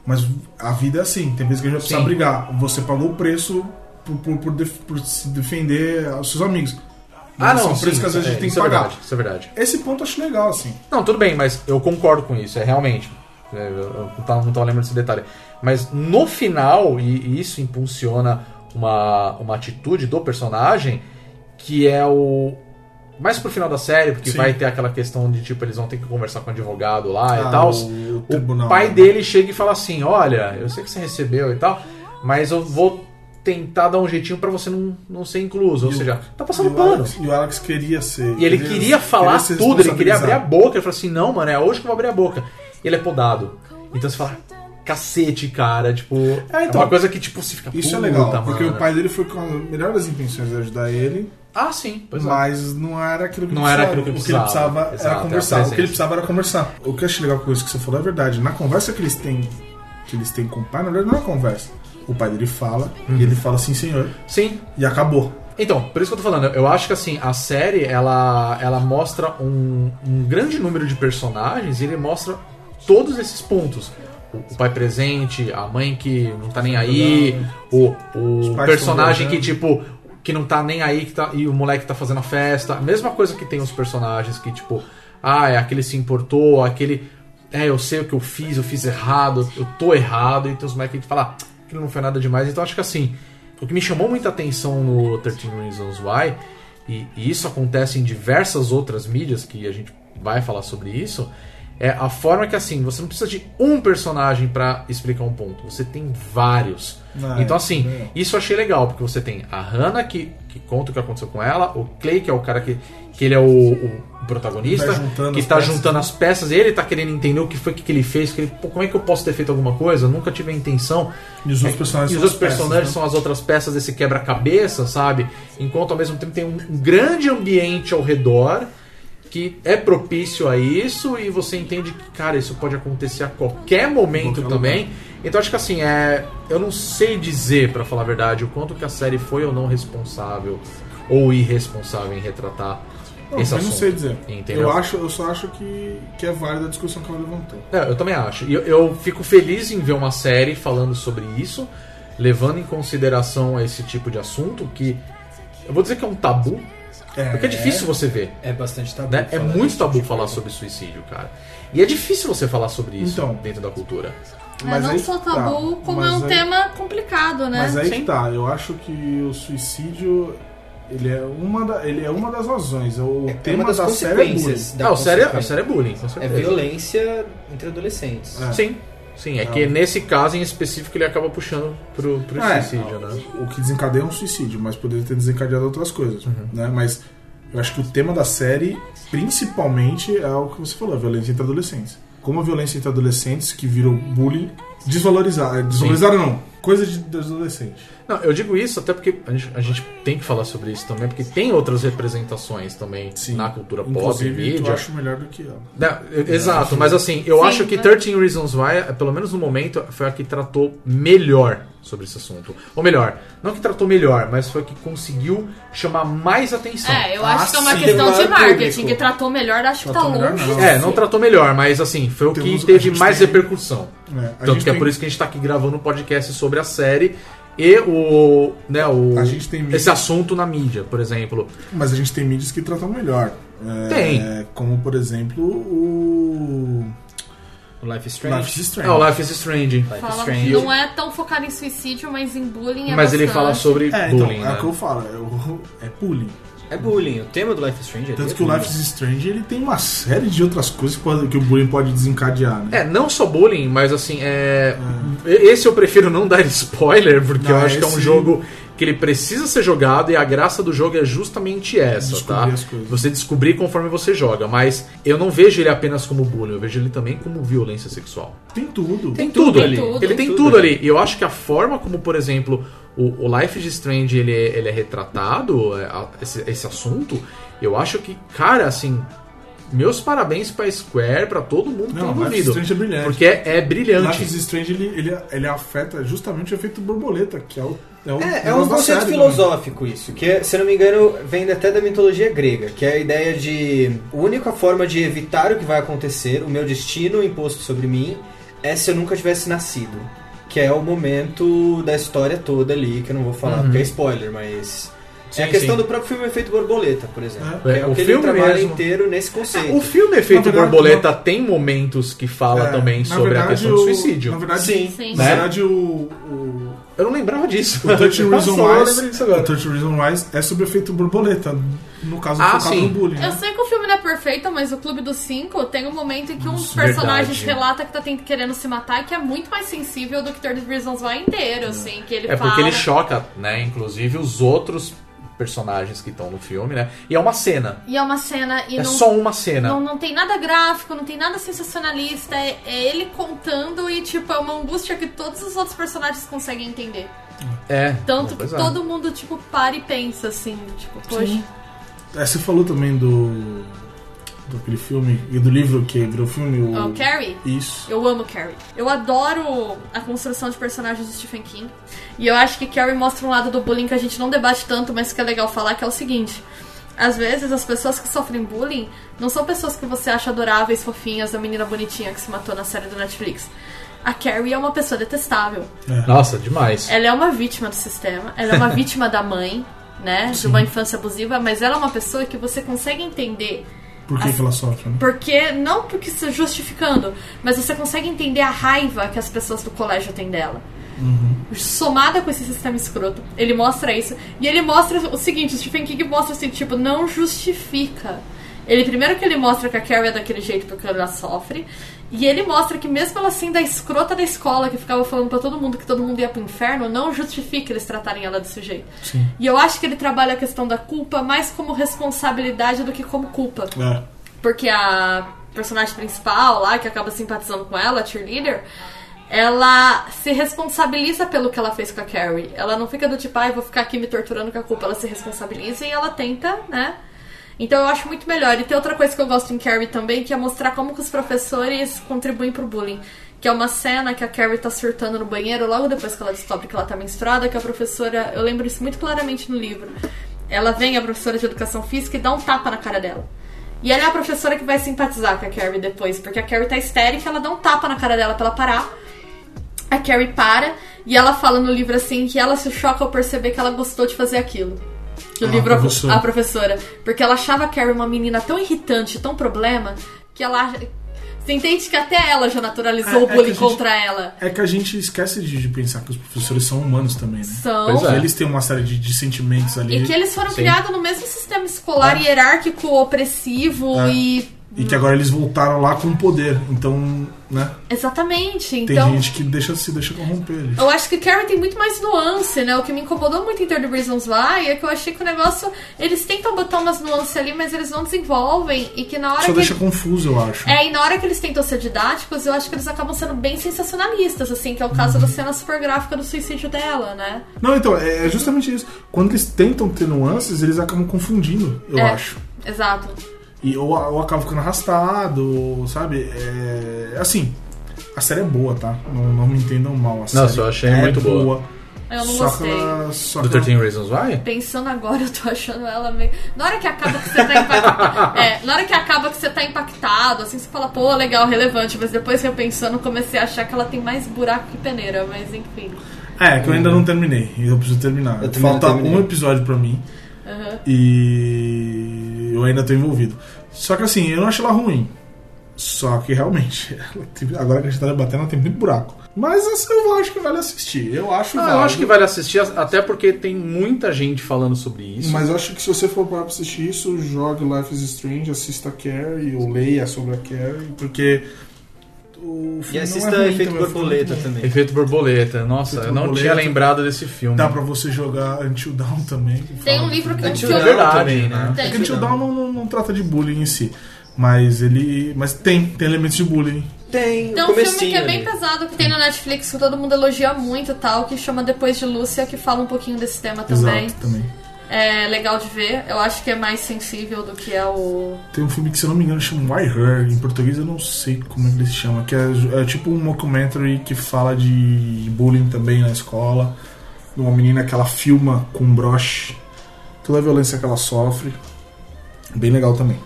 Speaker 5: Mas a vida é assim: tem vezes que a gente vai precisar
Speaker 2: Sim.
Speaker 5: brigar. Você pagou o preço por, por- por def- por se defender aos seus amigos.
Speaker 2: ah,
Speaker 5: Mas
Speaker 2: não,
Speaker 5: são preços
Speaker 2: sim,
Speaker 5: que às vezes a gente
Speaker 2: é,
Speaker 5: tem que
Speaker 2: isso é
Speaker 5: pagar.
Speaker 2: verdade, isso é verdade.
Speaker 5: Esse ponto eu acho legal, assim.
Speaker 2: Não, tudo bem, mas eu concordo com isso, é realmente. É, Eu eu não tava, não tava lembrando desse detalhe. Mas no final, e e isso impulsiona uma, uma atitude do personagem, que é o. Mais pro final da série, porque
Speaker 5: Sim.
Speaker 2: vai ter aquela questão de tipo, eles vão ter que conversar com o advogado lá
Speaker 5: Ah,
Speaker 2: e tal.
Speaker 5: o
Speaker 2: O
Speaker 5: tribunal,
Speaker 2: pai
Speaker 5: né?
Speaker 2: dele chega e fala assim: Olha, eu sei que você recebeu e tal, mas eu vou tentar dar um jeitinho pra você não, não ser incluso. Ou
Speaker 5: E o-
Speaker 2: seja, tá
Speaker 5: e
Speaker 2: passando
Speaker 5: o
Speaker 2: pano.
Speaker 5: Alex- E o Alex queria ser.
Speaker 2: E ele
Speaker 5: é
Speaker 2: queria falar
Speaker 5: queria se
Speaker 2: tudo, ele queria abrir a
Speaker 5: responsabilizar.
Speaker 2: boca. Ele falou assim: não, mano, é hoje que eu vou abrir a boca. E ele é podado. Então você fala, cacete, cara. Tipo,
Speaker 5: É,
Speaker 2: é,
Speaker 5: então,
Speaker 2: uma coisa que tipo, você fica
Speaker 5: Isso é
Speaker 2: puta,
Speaker 5: legal, porque
Speaker 2: mano.
Speaker 5: o pai dele foi com a melhor das intenções de ajudar ele,
Speaker 2: Ah, sim, pois é.
Speaker 5: mas não era aquilo que
Speaker 2: Não
Speaker 5: precisava.
Speaker 2: era aquilo que
Speaker 5: O que ele
Speaker 2: precisava.
Speaker 5: precisava
Speaker 2: Exato,
Speaker 5: era
Speaker 2: era
Speaker 5: conversar. o que ele
Speaker 2: presente.
Speaker 5: precisava era conversar. O que eu achei legal com isso que você falou é verdade. Na conversa que eles têm, que eles têm com o pai, na verdade não é uma conversa. O pai dele fala,
Speaker 2: Uhum.
Speaker 5: e ele fala assim, senhor,
Speaker 2: Sim.
Speaker 5: e acabou.
Speaker 2: Então, por isso que eu tô falando, eu acho que assim, a série ela, ela mostra um, um grande número de personagens e ele mostra todos esses pontos. O, o pai presente, a mãe que não tá nem aí, o, o
Speaker 5: pais
Speaker 2: personagem
Speaker 5: tão
Speaker 2: que,
Speaker 5: viajando.
Speaker 2: tipo, que não tá nem aí que tá, e o moleque tá fazendo a festa. A mesma coisa que tem os personagens que, tipo, ah, é aquele se importou, aquele. É, eu sei o que eu fiz, eu fiz errado, eu tô errado, e tem os moleques que falam, ah, aquilo não foi nada demais. Então acho que assim, o que me chamou muita atenção no 13 Reasons Why, e, e isso acontece em diversas outras mídias que a gente vai falar sobre isso, é a forma que assim, você não precisa de um personagem pra explicar um ponto, você tem vários.
Speaker 5: Ah,
Speaker 2: então
Speaker 5: é,
Speaker 2: assim,
Speaker 5: é.
Speaker 2: isso eu achei legal, porque você tem a Hannah que, que conta o que aconteceu com ela, o Clay, que é o cara que, que ele é o, o protagonista,
Speaker 5: Vai juntando
Speaker 2: que
Speaker 5: as
Speaker 2: tá
Speaker 5: peças. né?
Speaker 2: juntando as peças, e ele tá querendo entender o que foi que, que ele fez, que ele, pô, como é que eu posso ter feito alguma coisa? Eu nunca tive a intenção.
Speaker 5: E os outros personagens
Speaker 2: E os
Speaker 5: são
Speaker 2: outros
Speaker 5: as peças,
Speaker 2: personagens
Speaker 5: né?
Speaker 2: são as outras peças desse quebra-cabeça, sabe? Enquanto ao mesmo tempo tem um um grande ambiente ao redor que é propício a isso e você entende que, cara, isso pode acontecer a qualquer momento
Speaker 5: Qualquer
Speaker 2: também. Então acho que assim, é, eu não sei dizer, pra falar a verdade, o quanto que a série foi ou não responsável ou irresponsável em retratar
Speaker 5: Não,
Speaker 2: esse
Speaker 5: eu
Speaker 2: assunto.
Speaker 5: não sei dizer.
Speaker 2: Entendeu?
Speaker 5: Eu, acho, eu só acho que, que é válida a discussão que ela levantou.
Speaker 2: É, eu também acho. E eu, eu fico feliz em ver uma série falando sobre isso, levando em consideração esse tipo de assunto que eu vou dizer que é um tabu, porque é difícil você ver,
Speaker 4: É bastante tabu.
Speaker 2: né? É
Speaker 4: falar tipo
Speaker 2: muito
Speaker 4: disso.
Speaker 2: tabu falar sobre suicídio, cara. E é difícil você falar sobre isso
Speaker 5: Então.
Speaker 2: dentro da cultura.
Speaker 3: Mas É, não
Speaker 5: aí
Speaker 3: só
Speaker 5: que tá.
Speaker 3: tabu, como
Speaker 5: Mas
Speaker 3: é um
Speaker 5: aí-
Speaker 3: tema complicado, né?
Speaker 5: Mas aí
Speaker 2: Sim.
Speaker 5: que tá, eu acho que o suicídio ele é uma, da- ele é uma das razões. É o
Speaker 4: É
Speaker 5: tema
Speaker 4: uma das
Speaker 5: da série é bullying.
Speaker 4: consequências. da
Speaker 2: Não, a série, a
Speaker 4: consequência.
Speaker 2: série é bullying, com
Speaker 4: É
Speaker 2: certeza.
Speaker 4: violência entre adolescentes.
Speaker 5: É.
Speaker 2: Sim, sim. É
Speaker 5: Não.
Speaker 2: que nesse caso em específico ele acaba puxando pro, pro
Speaker 5: Ah, é.
Speaker 2: suicídio, né?
Speaker 5: O que desencadeia é um suicídio, mas poderia ter desencadeado outras coisas.
Speaker 2: Uhum.
Speaker 5: Né? Mas eu acho que o tema da série, principalmente, é o que você falou, a violência entre adolescentes. Como a violência entre adolescentes, que virou bullying, desvalorizar. Desvalorizar não, coisa de dos adolescentes.
Speaker 2: Não, eu digo isso até porque a gente, a gente tem que falar sobre isso também, porque tem outras representações também
Speaker 5: Sim.
Speaker 2: na cultura pop e
Speaker 5: Inclusive, eu
Speaker 2: mídia.
Speaker 5: acho melhor do que ela.
Speaker 2: Não, eu- exato, mas assim, eu
Speaker 3: Sim,
Speaker 2: acho que
Speaker 3: né?
Speaker 2: 13 Reasons Why, pelo menos no momento, foi a que tratou melhor sobre esse assunto. Ou melhor, não que tratou melhor, mas foi a que conseguiu chamar mais atenção.
Speaker 3: É, eu acho que é uma
Speaker 5: Assim,
Speaker 3: questão de
Speaker 4: claro,
Speaker 3: marketing,
Speaker 4: público.
Speaker 3: que tratou melhor, acho que tá
Speaker 5: Tratou melhor,
Speaker 3: longe.
Speaker 5: não.
Speaker 2: É, não tratou melhor, mas assim, foi o
Speaker 5: Temos-
Speaker 2: que
Speaker 5: a
Speaker 2: teve
Speaker 5: gente
Speaker 2: mais
Speaker 5: tem-
Speaker 2: repercussão.
Speaker 5: É, a
Speaker 2: Tanto
Speaker 5: gente
Speaker 2: que é
Speaker 5: tem-
Speaker 2: por isso que a gente tá aqui gravando um podcast sobre a série e o. Né, o
Speaker 5: A gente tem mídia.
Speaker 2: esse assunto na mídia, por exemplo.
Speaker 5: Mas a gente tem mídias que tratam melhor. É,
Speaker 2: Tem.
Speaker 5: Como, por exemplo, o.
Speaker 4: O Life is Strange.
Speaker 5: Life is Strange.
Speaker 2: É o Life is Strange.
Speaker 4: Life is
Speaker 3: Fala-
Speaker 4: Strange.
Speaker 3: não é tão focado em suicídio, mas em bullying é
Speaker 2: Mas ele
Speaker 3: bastante.
Speaker 2: fala sobre
Speaker 5: É, então,
Speaker 2: bullying.
Speaker 5: é o
Speaker 2: né?
Speaker 5: que eu falo. É, o- é bullying.
Speaker 4: É bullying. O tema do Life is Strange ali
Speaker 5: Tanto
Speaker 4: é
Speaker 5: que o
Speaker 4: bullying.
Speaker 5: Life is Strange ele tem uma série de outras coisas que, pode- que o bullying pode desencadear, né?
Speaker 2: É, não só bullying, mas assim, é. e- Esse eu prefiro não dar spoiler, porque
Speaker 5: Não,
Speaker 2: eu acho que é um
Speaker 5: esse-
Speaker 2: jogo que ele precisa ser jogado e a graça do jogo é justamente essa,
Speaker 5: Descobrir
Speaker 2: tá?
Speaker 5: as coisas.
Speaker 2: Você descobrir conforme você joga, mas eu não vejo ele apenas como bullying, eu vejo ele também como violência sexual.
Speaker 5: Tem tudo.
Speaker 2: Tem tudo
Speaker 4: tudo
Speaker 2: ali.
Speaker 4: ali.
Speaker 2: Ele
Speaker 4: Tem
Speaker 2: tem
Speaker 4: tudo
Speaker 2: tudo ali. E eu acho que a forma como, por exemplo, o, o Life is Strange ele é, ele é retratado, é, a- esse, esse assunto, eu acho que, cara, assim, meus parabéns pra Square, pra todo mundo que tá
Speaker 5: Não, Life is
Speaker 2: envolvido.
Speaker 5: Strange é brilhante.
Speaker 2: Porque é
Speaker 5: Life is
Speaker 2: brilhante.
Speaker 5: Strange ele, ele, ele afeta justamente o efeito borboleta, que é o. É, o
Speaker 4: É, é
Speaker 5: negócio
Speaker 4: um
Speaker 5: da
Speaker 4: conceito
Speaker 5: série
Speaker 4: filosófico isso, que é, se eu não me engano vem até da mitologia grega, que é a ideia de a única forma de evitar o que vai acontecer, o meu destino imposto sobre mim, é se eu nunca tivesse nascido. Que é o momento da história toda ali, que eu não vou falar porque é spoiler, mas.
Speaker 2: Sim,
Speaker 4: é a questão
Speaker 2: sim.
Speaker 4: do próprio filme Efeito Borboleta, por exemplo.
Speaker 2: É,
Speaker 4: que é
Speaker 2: o
Speaker 4: o que ele
Speaker 2: filme
Speaker 4: trabalha
Speaker 2: mesmo. É,
Speaker 4: inteiro nesse conceito.
Speaker 2: O filme Efeito
Speaker 5: Na verdade,
Speaker 2: Borboleta tem momentos que fala
Speaker 5: É,
Speaker 2: também
Speaker 5: na
Speaker 2: sobre a
Speaker 5: verdade,
Speaker 2: questão do
Speaker 5: o-
Speaker 2: suicídio.
Speaker 5: Na verdade,
Speaker 4: Sim.
Speaker 3: Sim.
Speaker 5: Na
Speaker 2: Né?
Speaker 5: verdade o, o,
Speaker 2: Eu não lembrava disso.
Speaker 5: o 13 Reasons
Speaker 2: Passou, eu lembrei
Speaker 5: Wise,
Speaker 2: disso
Speaker 5: o
Speaker 2: agora.
Speaker 5: 13 Reasons Wise é sobre o efeito borboleta, no caso
Speaker 2: Ah,
Speaker 5: focado
Speaker 2: sim.
Speaker 5: no bullying.
Speaker 3: Eu
Speaker 5: né?
Speaker 3: sei que o filme não é perfeito, mas o Clube dos Cinco tem um momento em que um dos
Speaker 2: Nossa,
Speaker 3: personagens
Speaker 2: verdade.
Speaker 3: relata que tá ten- querendo se matar e que é muito mais sensível do que Third Reasons Why inteiro, assim, que ele
Speaker 2: É
Speaker 3: fala.
Speaker 2: porque ele choca, né? Inclusive os outros personagens que estão no filme, né? E é uma cena.
Speaker 3: E é uma cena e
Speaker 2: é
Speaker 3: não,
Speaker 2: só uma cena.
Speaker 3: não, não tem nada gráfico, não tem nada sensacionalista, é, é ele contando e, tipo, é uma angústia que todos os outros personagens conseguem entender.
Speaker 2: É.
Speaker 3: Tanto
Speaker 2: Pois
Speaker 3: que
Speaker 2: é.
Speaker 3: todo mundo, tipo, para e pensa, assim, tipo, poxa.
Speaker 5: É, você falou também do. do aquele filme e do livro que virou filme. O...
Speaker 3: Oh, Carrie?
Speaker 5: Isso.
Speaker 3: Eu amo Carrie. Eu adoro a construção de personagens do Stephen King. E eu acho que Carrie mostra um lado do bullying que a gente não debate tanto, mas que é legal falar, que é o seguinte. Às vezes, as pessoas que sofrem bullying não são pessoas que você acha adoráveis, fofinhas, a menina bonitinha que se matou na série do Netflix. A Carrie é uma pessoa detestável.
Speaker 2: Nossa, demais.
Speaker 3: Ela é uma vítima do sistema, ela é uma vítima da mãe, né? De uma infância abusiva, mas ela é uma pessoa que você consegue entender
Speaker 5: Por que, que ela sofre, né?
Speaker 3: porque, não porque se justificando, mas você consegue entender a raiva que as pessoas do colégio têm dela. Somada com esse sistema escroto, ele mostra isso. E ele mostra o seguinte: o Stephen King mostra assim, tipo, não justifica. Ele primeiro que ele mostra que a Carrie é daquele jeito porque ela sofre. E ele mostra que mesmo ela sendo a escrota da escola que ficava falando pra todo mundo que todo mundo ia pro inferno, não justifica eles tratarem ela desse jeito. E eu acho que ele trabalha a questão da culpa mais como responsabilidade do que como culpa.
Speaker 5: É.
Speaker 3: Porque a personagem principal lá, que acaba simpatizando com ela, a cheerleader, ela se responsabiliza pelo que ela fez com a Carrie. Ela não fica do tipo, ai, vou ficar aqui me torturando com a culpa. Ela se responsabiliza e ela tenta, né? Então eu acho muito melhor. E tem outra coisa que eu gosto em Carrie também, que é mostrar como que os professores contribuem pro bullying. Que é uma cena que a Carrie tá surtando no banheiro logo depois que ela descobre que ela tá menstruada, que a professora, eu lembro isso muito claramente no livro. Ela vem, a professora de educação física, e dá um tapa na cara dela. E ela é a professora que vai simpatizar com a Carrie depois, porque a Carrie tá histérica, ela dá um tapa na cara dela pra ela parar. A Carrie para e ela fala no livro assim que ela se choca ao perceber que ela gostou de fazer aquilo. No
Speaker 5: Ah,
Speaker 3: livro a-
Speaker 5: professora.
Speaker 3: a professora, porque ela achava a Carrie uma menina tão irritante, tão problema, que ela acha- você entende que até ela já naturalizou
Speaker 5: É,
Speaker 3: o
Speaker 5: é que a
Speaker 3: bullying
Speaker 5: gente-
Speaker 3: contra ela.
Speaker 5: É que a gente esquece de, de pensar que os professores são humanos também, né?
Speaker 3: São
Speaker 2: Pois é.
Speaker 5: Eles têm uma série de, de sentimentos ali.
Speaker 3: e que eles foram
Speaker 2: Sim.
Speaker 3: criados no mesmo sistema escolar hierárquico, opressivo
Speaker 5: É.
Speaker 3: e
Speaker 5: E que agora eles voltaram lá com poder. Então, né?
Speaker 3: exatamente.
Speaker 5: Tem
Speaker 3: Então
Speaker 5: gente que deixa, se deixa corromper. ali.
Speaker 3: Eu acho que Carrie tem muito mais nuance, né? O que me incomodou muito em Third Reasons Why é que eu achei que o negócio. Eles tentam botar umas nuances ali, mas eles não desenvolvem. E que na hora
Speaker 5: Só
Speaker 3: que.
Speaker 5: deixa confuso, eu acho.
Speaker 3: É, e na hora que eles tentam ser didáticos, eu acho que eles acabam sendo bem sensacionalistas, assim, que é o caso
Speaker 5: Uhum.
Speaker 3: da cena super gráfica do suicídio dela, né?
Speaker 5: Não, então, é é justamente isso. Quando eles tentam ter nuances, eles acabam confundindo, eu
Speaker 3: É.
Speaker 5: acho.
Speaker 3: Exato.
Speaker 5: E, ou, ou acaba ficando arrastado, sabe? É, assim, a série é boa, tá? Não, não me entendam mal. A série
Speaker 2: eu achei
Speaker 5: é
Speaker 2: muito boa.
Speaker 3: Eu não
Speaker 5: só
Speaker 3: gostei.
Speaker 5: Que ela, só
Speaker 2: Do
Speaker 5: que ela-
Speaker 2: 13 Reasons Why?
Speaker 3: Pensando agora, eu tô achando ela meio. Na hora que acaba que você tá impactado. é, na hora que acaba que você tá impactado, assim, você fala, pô, legal, relevante. Mas depois repensando, comecei a achar que ela tem mais buraco que peneira, mas enfim.
Speaker 5: É, que eu ainda não terminei. Eu preciso terminar.
Speaker 4: Eu também não
Speaker 5: Falta
Speaker 4: terminei.
Speaker 5: um episódio pra mim. E eu ainda tô envolvido. Só que assim, eu não acho ela ruim. Só que realmente, ela tem- agora que a gente tá debatendo, ela tem muito buraco. Mas essa eu acho que vale assistir. Eu acho,
Speaker 2: Ah, eu
Speaker 5: válido,
Speaker 2: acho que vale assistir, até porque tem muita gente falando sobre isso.
Speaker 5: Mas eu acho que se você for parar pra assistir isso, jogue Life is Strange, assista Carrie, ou leia sobre a Carrie, porque o filme
Speaker 4: E assista
Speaker 5: não é ruim,
Speaker 4: Efeito
Speaker 5: também, é um filme
Speaker 4: Borboleta
Speaker 5: muito bom.
Speaker 4: também.
Speaker 2: Efeito borboleta. Nossa,
Speaker 5: Efeito
Speaker 2: eu não
Speaker 5: borboleta.
Speaker 2: tinha lembrado desse filme.
Speaker 5: Dá pra você jogar Until Dawn também. que
Speaker 3: Tem um
Speaker 5: fala-
Speaker 3: livro que
Speaker 4: É
Speaker 3: um
Speaker 4: Until
Speaker 3: filme-
Speaker 4: Dawn
Speaker 2: Verdade,
Speaker 4: também,
Speaker 2: né?
Speaker 4: né?
Speaker 5: É
Speaker 3: Tem.
Speaker 5: que Until Dawn não, não, não trata de bullying em si. Mas ele. Mas tem, tem elementos de bullying.
Speaker 3: Tem
Speaker 4: Tem, o
Speaker 3: um filme que
Speaker 4: comecinho
Speaker 3: é bem
Speaker 4: ali.
Speaker 3: pesado que tem na Netflix que todo mundo elogia muito e tal, que chama Depois de Lúcia, que fala um pouquinho desse tema também.
Speaker 5: Exato, também.
Speaker 3: É legal de ver. Eu acho que é mais sensível do que é o.
Speaker 5: Tem um filme que, se eu não me engano, chama Why Her. Em português eu não sei como é que ele se chama. Que é, é tipo um documentary que fala de bullying também na escola. De uma menina que ela filma com um broche. Toda a violência que ela sofre. Bem legal também.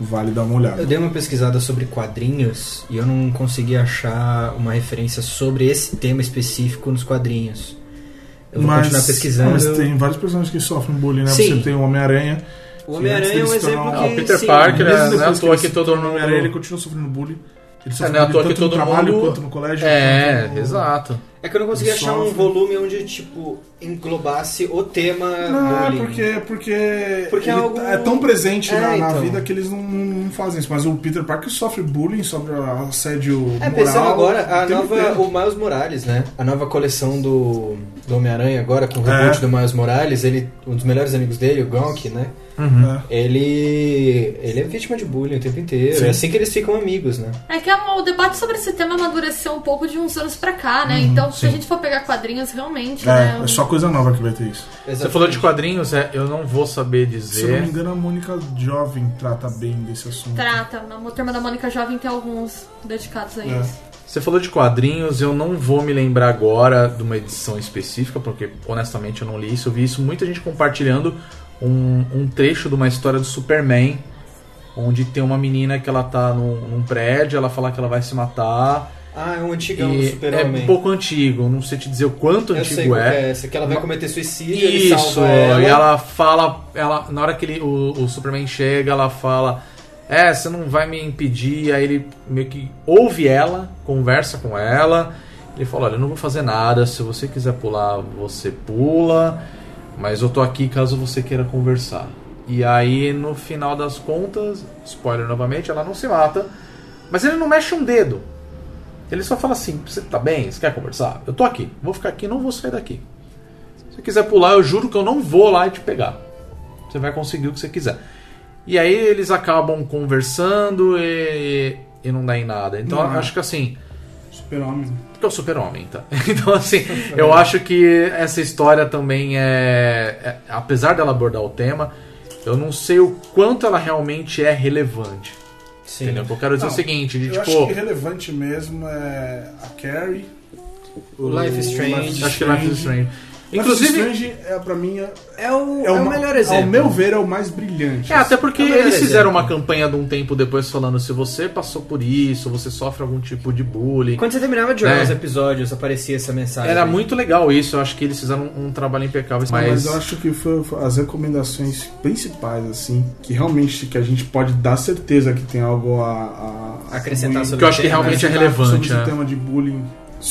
Speaker 5: Vale dar uma
Speaker 4: Eu
Speaker 5: olhada.
Speaker 4: dei uma pesquisada sobre quadrinhos e eu não consegui achar uma referência sobre esse tema específico nos quadrinhos. Eu vou continuar pesquisando.
Speaker 5: Mas tem vários personagens que sofrem bullying, né?
Speaker 4: Sim.
Speaker 5: Você tem o Homem-Aranha.
Speaker 4: O Homem-Aranha é um
Speaker 5: Antes deles
Speaker 4: exemplo
Speaker 5: tornar-
Speaker 4: que...
Speaker 5: Ah,
Speaker 2: o Peter
Speaker 4: sim,
Speaker 2: Parker
Speaker 4: mesmo
Speaker 2: é-
Speaker 4: depois-
Speaker 2: né? à
Speaker 5: que
Speaker 2: toa
Speaker 5: ele
Speaker 2: que
Speaker 5: se
Speaker 2: todo
Speaker 5: tornou
Speaker 2: mundo-
Speaker 5: Homem-Aranha, ele continua sofrendo bullying.
Speaker 2: É,
Speaker 5: Ele sofre
Speaker 2: não é à toa
Speaker 5: bullying
Speaker 2: que
Speaker 5: tanto no
Speaker 2: todo
Speaker 5: trabalho
Speaker 2: mundo.
Speaker 5: quanto no colégio. né?
Speaker 2: É,
Speaker 5: quanto no-
Speaker 2: exato.
Speaker 4: É que eu não consegui
Speaker 5: Ele
Speaker 4: achar um
Speaker 5: sofre.
Speaker 4: volume onde, tipo, englobasse o tema
Speaker 5: Não, é
Speaker 4: bullying.
Speaker 5: porque, porque,
Speaker 4: Porque é
Speaker 5: ele
Speaker 4: algo-
Speaker 5: tá- é tão presente
Speaker 4: É,
Speaker 5: na, na
Speaker 4: então.
Speaker 5: vida que eles não, não fazem isso. Mas o Peter Parker sofre bullying, sofre assédio
Speaker 4: É,
Speaker 5: moral.
Speaker 4: pensando agora, a
Speaker 5: o tempo
Speaker 4: nova,
Speaker 5: inteiro.
Speaker 4: o Miles Morales, né? A nova coleção do, do Homem-Aranha agora, com o
Speaker 5: É.
Speaker 4: reboot do Miles Morales, ele, um dos melhores amigos dele, o Gronk, né?
Speaker 5: É.
Speaker 4: Ele, ele é vítima de bullying o tempo inteiro.
Speaker 5: Sim.
Speaker 4: É assim que eles ficam amigos, né?
Speaker 3: É que é um- o debate sobre esse tema amadureceu um pouco de uns anos pra cá, né? então, se a
Speaker 5: Uhum, sim.
Speaker 3: gente for pegar quadrinhos, realmente, né?
Speaker 5: É, é só coisa nova que vai ter isso.
Speaker 2: Você falou de quadrinhos, é, eu não vou saber
Speaker 5: Se eu não me
Speaker 2: dizer.
Speaker 5: engano, a Mônica Jovem trata bem desse assunto.
Speaker 3: Trata. Na turma da Mônica Jovem tem alguns dedicados a
Speaker 5: É.
Speaker 3: isso.
Speaker 2: Você falou de quadrinhos, eu não vou me lembrar agora de uma edição específica, porque honestamente eu não li isso. Eu vi isso, muita gente compartilhando um, um trecho de uma história do Superman, onde tem uma menina que ela tá num, num prédio, ela fala que ela vai se matar.
Speaker 4: Ah, é um antigão do
Speaker 2: E é
Speaker 4: Super-Homem.
Speaker 2: um pouco antigo, não sei te dizer o quanto
Speaker 4: Eu
Speaker 2: antigo
Speaker 4: sei qual
Speaker 2: é.
Speaker 4: que é essa, que ela vai cometer suicídio, ele
Speaker 2: Isso,
Speaker 4: salva ela.
Speaker 2: e ela fala, ela, na hora que ele, o, o Superman chega, ela fala, é, você não vai me impedir, aí ele meio que ouve ela, conversa com ela, ele fala, olha, eu não vou fazer nada, se você quiser pular, você pula, mas eu tô aqui caso você queira conversar. E aí, no final das contas, spoiler novamente, ela não se mata, mas ele não mexe um dedo. Ele só fala assim, você tá bem? Você quer conversar? Eu tô aqui, vou ficar aqui, não vou sair daqui. Se você quiser pular, eu juro que eu não vou lá e te pegar. Você vai conseguir o que você quiser. E aí eles acabam conversando e, e não dá em nada. Então
Speaker 5: Não.
Speaker 2: eu acho que assim.
Speaker 5: Super-Homem.
Speaker 2: Porque é o super-homem, tá? Então, assim, eu acho que essa história também é, é- Apesar dela abordar o tema, eu não sei o quanto ela realmente é relevante.
Speaker 4: Sim.
Speaker 2: Entendeu? Porque eu quero dizer
Speaker 5: Não,
Speaker 2: o seguinte: de,
Speaker 5: Eu
Speaker 2: tipo.
Speaker 5: acho que relevante mesmo é a Carrie.
Speaker 4: O Life is Strange.
Speaker 2: Acho que Life is Strange.
Speaker 5: Inclusive,
Speaker 2: Inclusive,
Speaker 5: é, pra mim é,
Speaker 4: É o,
Speaker 5: é
Speaker 4: é o
Speaker 5: ma-
Speaker 4: melhor exemplo.
Speaker 5: Ao meu ver, é o mais brilhante.
Speaker 2: É, até porque
Speaker 4: É o melhor
Speaker 2: eles fizeram
Speaker 4: exemplo.
Speaker 2: uma campanha de um tempo depois falando se você passou por isso, você sofre algum tipo de bullying.
Speaker 4: Quando você terminava de olhar
Speaker 2: É.
Speaker 4: os episódios, aparecia essa mensagem.
Speaker 2: Era muito legal isso, eu acho que eles fizeram um, um trabalho impecável.
Speaker 5: Ah, Mas...
Speaker 2: Mas,
Speaker 5: eu acho que foi foi as recomendações principais, assim, que realmente que a gente pode dar certeza que tem algo a, a
Speaker 4: Acrescentar
Speaker 5: sobre,
Speaker 4: sobre
Speaker 2: que eu acho
Speaker 4: o
Speaker 2: que
Speaker 4: tema,
Speaker 2: realmente é
Speaker 5: sobre-
Speaker 2: relevante.
Speaker 5: sobre esse
Speaker 2: né?
Speaker 5: tema de bullying,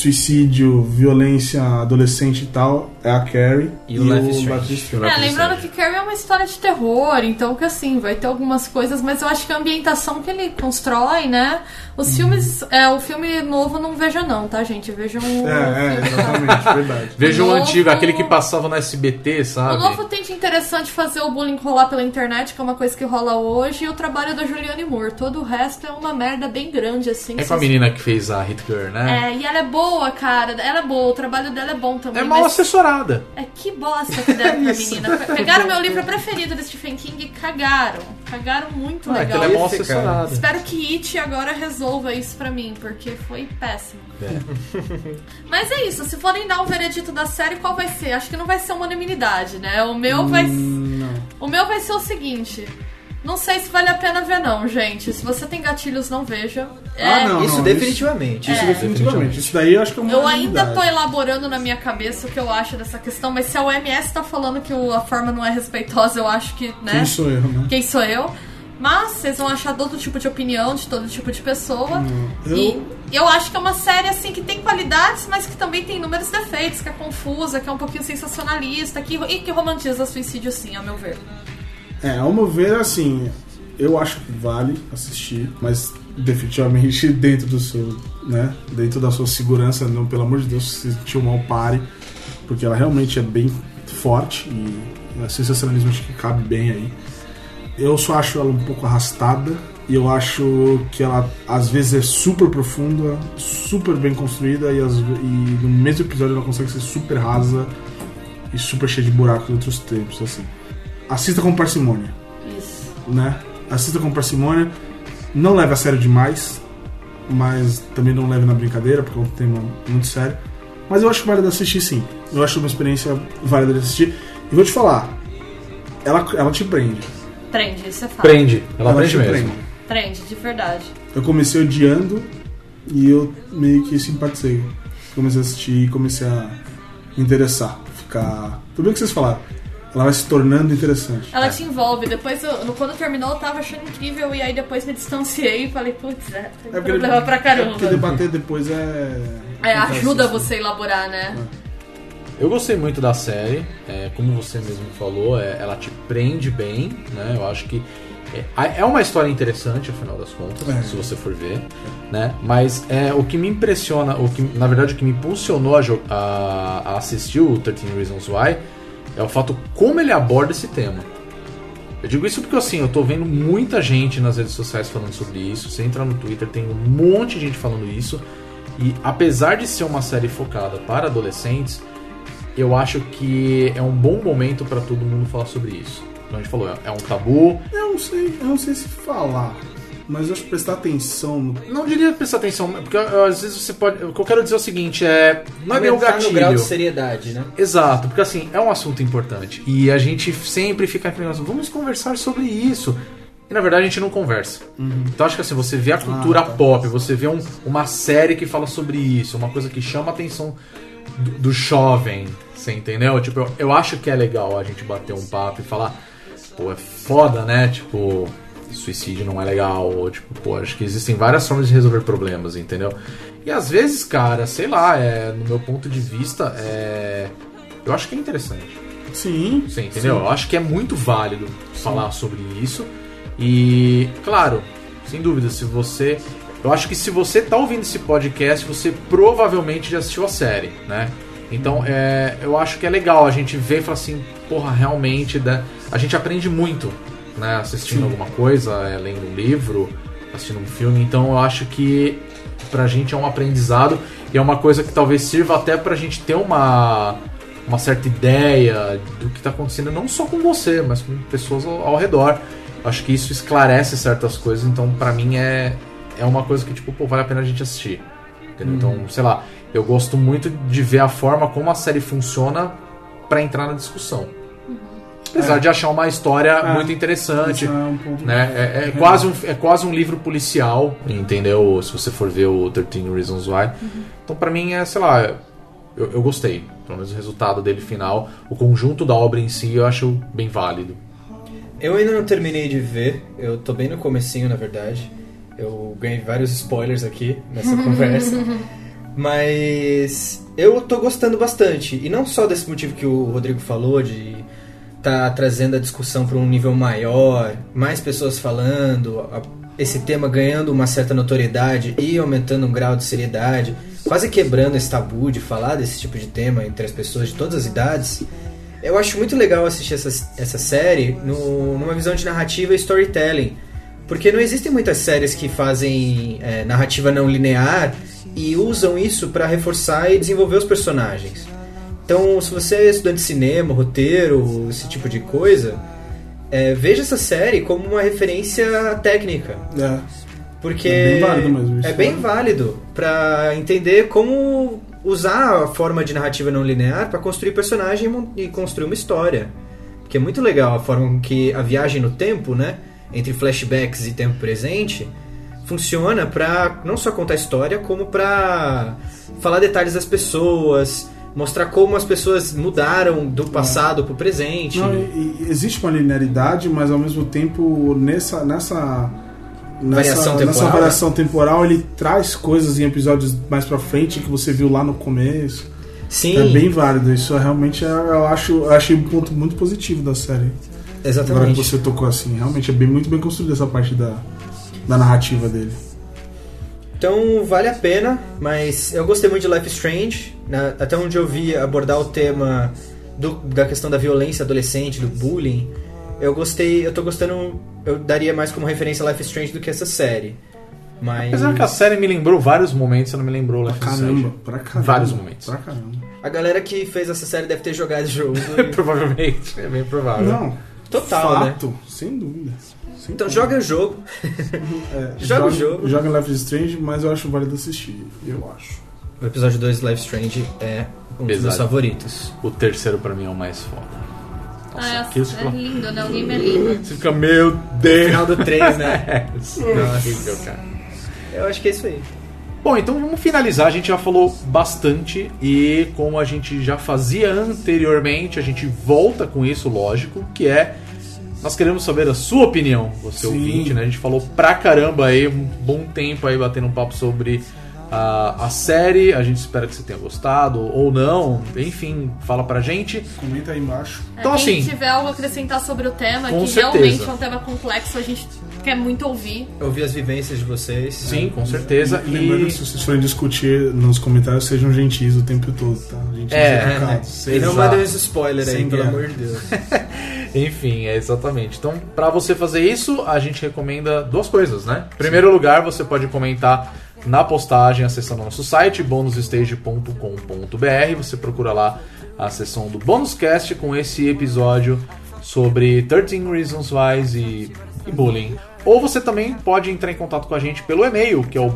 Speaker 5: suicídio, violência adolescente e tal, é a Carrie
Speaker 4: E o Life is Strange.
Speaker 5: Batista.
Speaker 2: Life
Speaker 3: É,
Speaker 2: is
Speaker 3: lembrando
Speaker 2: Strange.
Speaker 3: que Carrie é uma história de terror, então que assim, vai ter algumas coisas, mas eu acho que a ambientação que ele constrói, né? Os
Speaker 5: Uhum.
Speaker 3: filmes. É, o filme novo não veja, não, tá, gente? Vejam o.
Speaker 5: É, é,
Speaker 3: filme-
Speaker 5: exatamente, verdade.
Speaker 2: Veja o
Speaker 3: Novo-
Speaker 2: antigo, aquele que passava no SBT,
Speaker 3: O
Speaker 2: sabe? É
Speaker 3: novo tem de interessante fazer o bullying rolar pela internet, que é uma coisa que rola hoje, e o trabalho da Juliane Moore. Todo o resto é uma merda bem grande, assim.
Speaker 2: É
Speaker 3: que
Speaker 2: com a
Speaker 3: vocês-
Speaker 2: menina que fez a Hit Girl, né?
Speaker 3: É, e ela é boa, cara. Ela é boa, o trabalho dela é bom também.
Speaker 2: É mal É
Speaker 3: mas-
Speaker 2: assessorada.
Speaker 3: É que bosta que deram pra menina. Pegaram meu livro preferido do Stephen King e cagaram. Cagaram muito
Speaker 2: Ah,
Speaker 3: legal.
Speaker 2: aquela é mal
Speaker 4: Esse, cara.
Speaker 2: assessorada.
Speaker 3: Espero que It agora resolva isso pra mim, porque foi péssimo. Mas é isso, se forem dar um veredito da série, qual vai ser? Acho que não vai ser uma unanimidade, né? O meu vai.
Speaker 2: Hum.
Speaker 3: O meu vai ser o seguinte. Não sei se vale a pena ver, não, gente. Se você tem gatilhos, não veja. É,
Speaker 5: Ah, não,
Speaker 4: Isso
Speaker 5: não,
Speaker 4: definitivamente. é.
Speaker 5: Isso definitivamente. Isso daí eu acho que é uma
Speaker 3: Eu ainda tô
Speaker 5: novidade.
Speaker 3: elaborando na minha cabeça o que eu acho dessa questão, mas se a OMS tá falando que o- a forma não é respeitosa, eu acho que, né?
Speaker 5: Quem sou eu, né?
Speaker 3: Quem sou eu?
Speaker 6: Mas vocês vão achar todo tipo de opinião de todo tipo de pessoa.
Speaker 5: Hum. Eu-
Speaker 6: E eu acho que é uma série assim que tem qualidades, mas que também tem inúmeros defeitos, que é confusa, que é um pouquinho sensacionalista, que, e que romantiza suicídio sim, a meu ver.
Speaker 5: É, ao meu ver, assim, eu acho que vale assistir, mas definitivamente dentro do seu, né, dentro da sua segurança, não, pelo amor de Deus, se sentiu mal, pare, porque ela realmente é bem forte e é sensacionalismo acho que cabe bem aí. Eu só acho ela um pouco arrastada e eu acho que ela às vezes é super profunda, super bem construída e, às ve- e no mesmo episódio ela consegue ser super rasa e super cheia de buracos em outros tempos, assim. Assista com parcimônia
Speaker 6: Isso.
Speaker 5: né? Assista com parcimônia. Não leve a sério demais, mas também não leve na brincadeira, porque é um tema muito sério. Mas eu acho válido assistir sim. Eu acho uma experiência válida de assistir. E vou te falar, ela, ela te prende.
Speaker 6: Prende, isso é fato.
Speaker 2: Prende, ela,
Speaker 5: te
Speaker 2: prende mesmo.
Speaker 6: Prende, de verdade.
Speaker 5: Eu comecei odiando e eu meio que simpatizei. Comecei a assistir e comecei a me interessar. Ficar. Tudo bem que vocês falaram. Ela vai se tornando interessante.
Speaker 2: É.
Speaker 6: Ela te envolve. Depois, eu- no- quando terminou, eu tava achando incrível. E aí depois me distanciei e falei, putz, é, tem
Speaker 5: É porque-
Speaker 6: problema pra
Speaker 5: É porque
Speaker 6: caramba.
Speaker 5: debater depois é.
Speaker 6: É, ajuda você a elaborar, né?
Speaker 2: Eu gostei muito da série, é, como você mesmo falou, é, ela te prende bem, né? Eu acho que é, é uma história interessante, afinal das contas,
Speaker 5: É.
Speaker 2: se você for ver, né? Mas é, o que me impressiona, o que, na verdade, o que me impulsionou a, jo- a- a assistir o 13 Reasons Why é o fato como ele aborda esse tema. Eu digo isso porque assim, eu tô vendo muita gente nas redes sociais falando sobre isso. Você entra no Twitter, tem um monte de gente falando isso. E apesar de ser uma série focada para adolescentes, eu acho que é um bom momento pra todo mundo falar sobre isso. Como a gente falou, é- é um tabu.
Speaker 5: Eu não sei, eu não sei se falar, mas eu acho que prestar atenção no.
Speaker 2: Não diria prestar atenção, porque ó, às vezes você pode. O que eu quero dizer é o seguinte: é. Não é bem um
Speaker 4: Aumentar no grau
Speaker 2: gatilho.
Speaker 4: de seriedade, né?
Speaker 2: Exato, porque assim, é um assunto importante. E a gente sempre fica aquele negócio, vamos conversar sobre isso. E na verdade a gente não conversa. Então acho que assim, você vê a cultura
Speaker 5: Uhum. Ah, tá.
Speaker 2: pop, você vê um- uma série que fala sobre isso, uma coisa que chama a atenção do, do jovem, você entendeu? Tipo, eu, eu acho que é legal a gente bater um papo e falar, pô, é foda, né? Tipo, suicídio não é legal, ou tipo, pô, acho que existem várias formas de resolver problemas, entendeu? E às vezes, cara, sei lá, é, no meu ponto de vista, é, eu acho que é interessante.
Speaker 5: Sim.
Speaker 2: Você entendeu? Eu acho que é muito válido falar sobre isso. E, claro, sem dúvida, se você. Eu acho que se você tá ouvindo esse podcast, você provavelmente já assistiu a série, né? Então, é, eu acho que é legal a gente ver e falar assim, porra, realmente, né? a gente aprende muito, né? Assistindo alguma coisa, é, lendo um livro, assistindo um filme. Então, eu acho que pra gente é um aprendizado e é uma coisa que talvez sirva até pra gente ter uma uma certa ideia do que está acontecendo, não só com você, mas com pessoas ao, ao redor. Acho que isso esclarece certas coisas, então pra mim é, é uma coisa que, tipo, pô, vale a pena a gente assistir. entendeu? Então, sei lá, eu gosto muito de ver a forma como a série funciona pra entrar na discussão. Apesar de achar uma história
Speaker 5: É.
Speaker 2: muito
Speaker 5: Isso
Speaker 2: interessante,
Speaker 5: é um ponto.
Speaker 2: né? É, é quase um, é quase um livro policial, entendeu? Se você for ver o 13 Reasons Why. Então, pra mim, é, sei lá, eu, eu gostei. Pelo menos o resultado dele final, o conjunto da obra em si, eu acho bem válido.
Speaker 4: Eu ainda não terminei de ver, eu tô bem no comecinho, na verdade. Eu ganhei vários spoilers aqui nessa conversa. Mas eu tô gostando bastante. E não só desse motivo que o Rodrigo falou, de tá trazendo a discussão para um nível maior, mais pessoas falando, a- esse tema ganhando uma certa notoriedade e aumentando um grau de seriedade, quase quebrando esse tabu de falar desse tipo de tema entre as pessoas de todas as idades. Eu acho muito legal assistir essa, essa série no- numa visão de narrativa e storytelling. Porque não existem muitas séries que fazem é, narrativa não linear e usam isso para reforçar e desenvolver os personagens. Então, se você é estudante de cinema, roteiro, esse tipo de coisa, é, veja essa série como uma referência técnica.
Speaker 5: É.
Speaker 4: Porque
Speaker 5: É bem válido mesmo isso,
Speaker 4: é bem
Speaker 5: né?
Speaker 4: válido pra entender como usar a forma de narrativa não linear pra construir personagem e mon- e construir uma história. Porque é muito legal a forma com que a viagem no tempo, né, entre flashbacks e tempo presente, funciona pra não só contar história, como pra falar detalhes das pessoas, mostrar como as pessoas mudaram do passado pro presente.
Speaker 5: É. Não, e- e existe uma linearidade, mas ao mesmo tempo nessa nessa nessa
Speaker 4: Variação
Speaker 5: nessa
Speaker 4: temporal, né?
Speaker 5: variação temporal ele traz coisas em episódios mais pra frente que você viu lá no começo.
Speaker 4: Sim,
Speaker 5: É bem válido. Isso é realmente é- eu acho eu achei um ponto muito positivo da série. Agora que
Speaker 4: exatamente.
Speaker 5: você tocou assim, realmente é bem muito bem construída essa parte da da narrativa dele.
Speaker 4: Então vale a pena, mas eu gostei muito de Life is Strange, né? até onde eu vi abordar o tema do- da questão da violência adolescente, do bullying. Eu gostei, eu tô gostando, eu daria mais como referência Life is Strange do que essa série. Mas
Speaker 2: Apesar que a série me lembrou vários momentos, ela me lembrou
Speaker 5: Pra
Speaker 2: Life is Strange.
Speaker 5: caramba, pra caramba.
Speaker 2: Vários momentos.
Speaker 5: Pra caramba.
Speaker 4: a galera que fez essa série deve ter jogado esse jogo
Speaker 2: Provavelmente, é bem provável.
Speaker 5: Não,
Speaker 4: total, né?
Speaker 5: fato, sem dúvida. Sem
Speaker 4: Então
Speaker 5: dúvida.
Speaker 4: joga o jogo.
Speaker 5: É,
Speaker 4: Joga o jogo.
Speaker 5: Joga Life is Strange, mas eu acho válido assistir. Eu acho.
Speaker 4: O episódio 2 de Life is Strange é um dos meus
Speaker 2: Pesado.
Speaker 4: favoritos.
Speaker 2: O terceiro pra mim é o mais foda. Nossa,
Speaker 6: Ah,
Speaker 2: aquilo
Speaker 6: é,
Speaker 2: ficou-
Speaker 6: é lindo, né? O game é lindo.
Speaker 2: Você fica, meu
Speaker 4: O
Speaker 2: Deus!
Speaker 4: final do 3, né?
Speaker 2: É horrível, cara.
Speaker 4: Eu acho que é isso aí.
Speaker 2: Bom, então vamos finalizar. A gente já falou bastante e como a gente já fazia anteriormente, a gente volta com isso, lógico, que é nós queremos saber a sua opinião, você
Speaker 5: Sim.
Speaker 2: ouvinte, né? A gente falou pra caramba aí, um bom tempo aí batendo um papo sobre a, a série. A gente espera que você tenha gostado ou não. Enfim, fala pra gente.
Speaker 5: Comenta aí embaixo.
Speaker 2: Então,
Speaker 6: É, Quem
Speaker 2: assim,
Speaker 6: tiver algo a acrescentar sobre o tema,
Speaker 2: Com
Speaker 6: que
Speaker 2: certeza.
Speaker 6: realmente é um tema complexo, a gente quer muito ouvir.
Speaker 4: Ouvir as vivências de vocês.
Speaker 2: sim, com certeza.
Speaker 5: E Lembrando que se
Speaker 2: E
Speaker 5: vocês forem discutir nos comentários, sejam gentis o tempo todo, tá? Gentis
Speaker 2: É,
Speaker 5: educados.
Speaker 4: E
Speaker 5: Sejam-
Speaker 4: não
Speaker 2: Exato.
Speaker 4: mandem esse spoiler aí,
Speaker 5: Sem
Speaker 4: pelo
Speaker 5: guerra.
Speaker 4: amor de Deus.
Speaker 2: Enfim, é exatamente. Então, pra você fazer isso, a gente recomenda duas coisas, né? Em primeiro lugar, você pode comentar na postagem acessando o nosso site, bonusstage.com.br. Você procura lá a seção do Bônus Cast com esse episódio sobre 13 Reasons Why e, e bullying. Ou você também pode entrar em contato com a gente pelo e-mail, que é o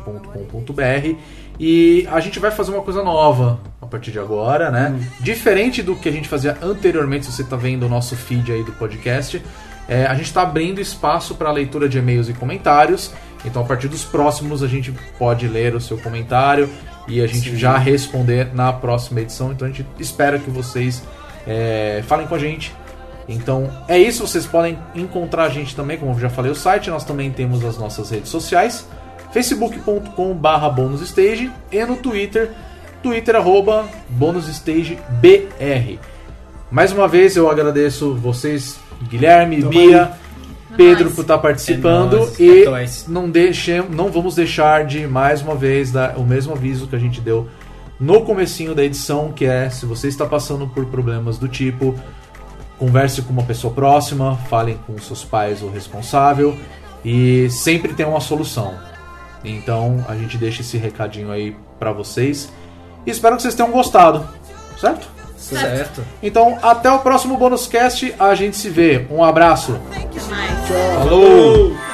Speaker 2: bonuscast.bonusstage.com.br e a gente vai fazer uma coisa nova a partir de agora, né? Diferente do que a gente fazia anteriormente, se você tá vendo o nosso feed aí do podcast, é, a gente tá abrindo espaço para leitura de e-mails e comentários. Então, a partir dos próximos, a gente pode ler o seu comentário e a gente já responder na próxima edição. Então, a gente espera que vocês é, falem com a gente. Então é isso, vocês podem encontrar a gente também, como eu já falei, o site, nós também temos as nossas redes sociais, facebook.com bonusstage e no Twitter, twitter arroba bonusstagebr. Mais uma vez eu agradeço vocês, Guilherme,
Speaker 5: Tamo
Speaker 2: Bia, Pedro
Speaker 6: nóis.
Speaker 2: por estar participando
Speaker 4: É nóis,
Speaker 2: e
Speaker 4: é nóis.
Speaker 2: não deixem, não vamos deixar de mais uma vez dar o mesmo aviso que a gente deu no comecinho da edição, que é se você está passando por problemas do tipo converse com uma pessoa próxima, falem com seus pais ou responsável e sempre tem uma solução. Então a gente deixa esse recadinho aí pra vocês e espero que vocês tenham gostado, certo?
Speaker 4: Certo.
Speaker 2: Então até o próximo bônus cast, a gente se vê. Um abraço.
Speaker 6: Até mais.
Speaker 2: Falou.
Speaker 4: Falou.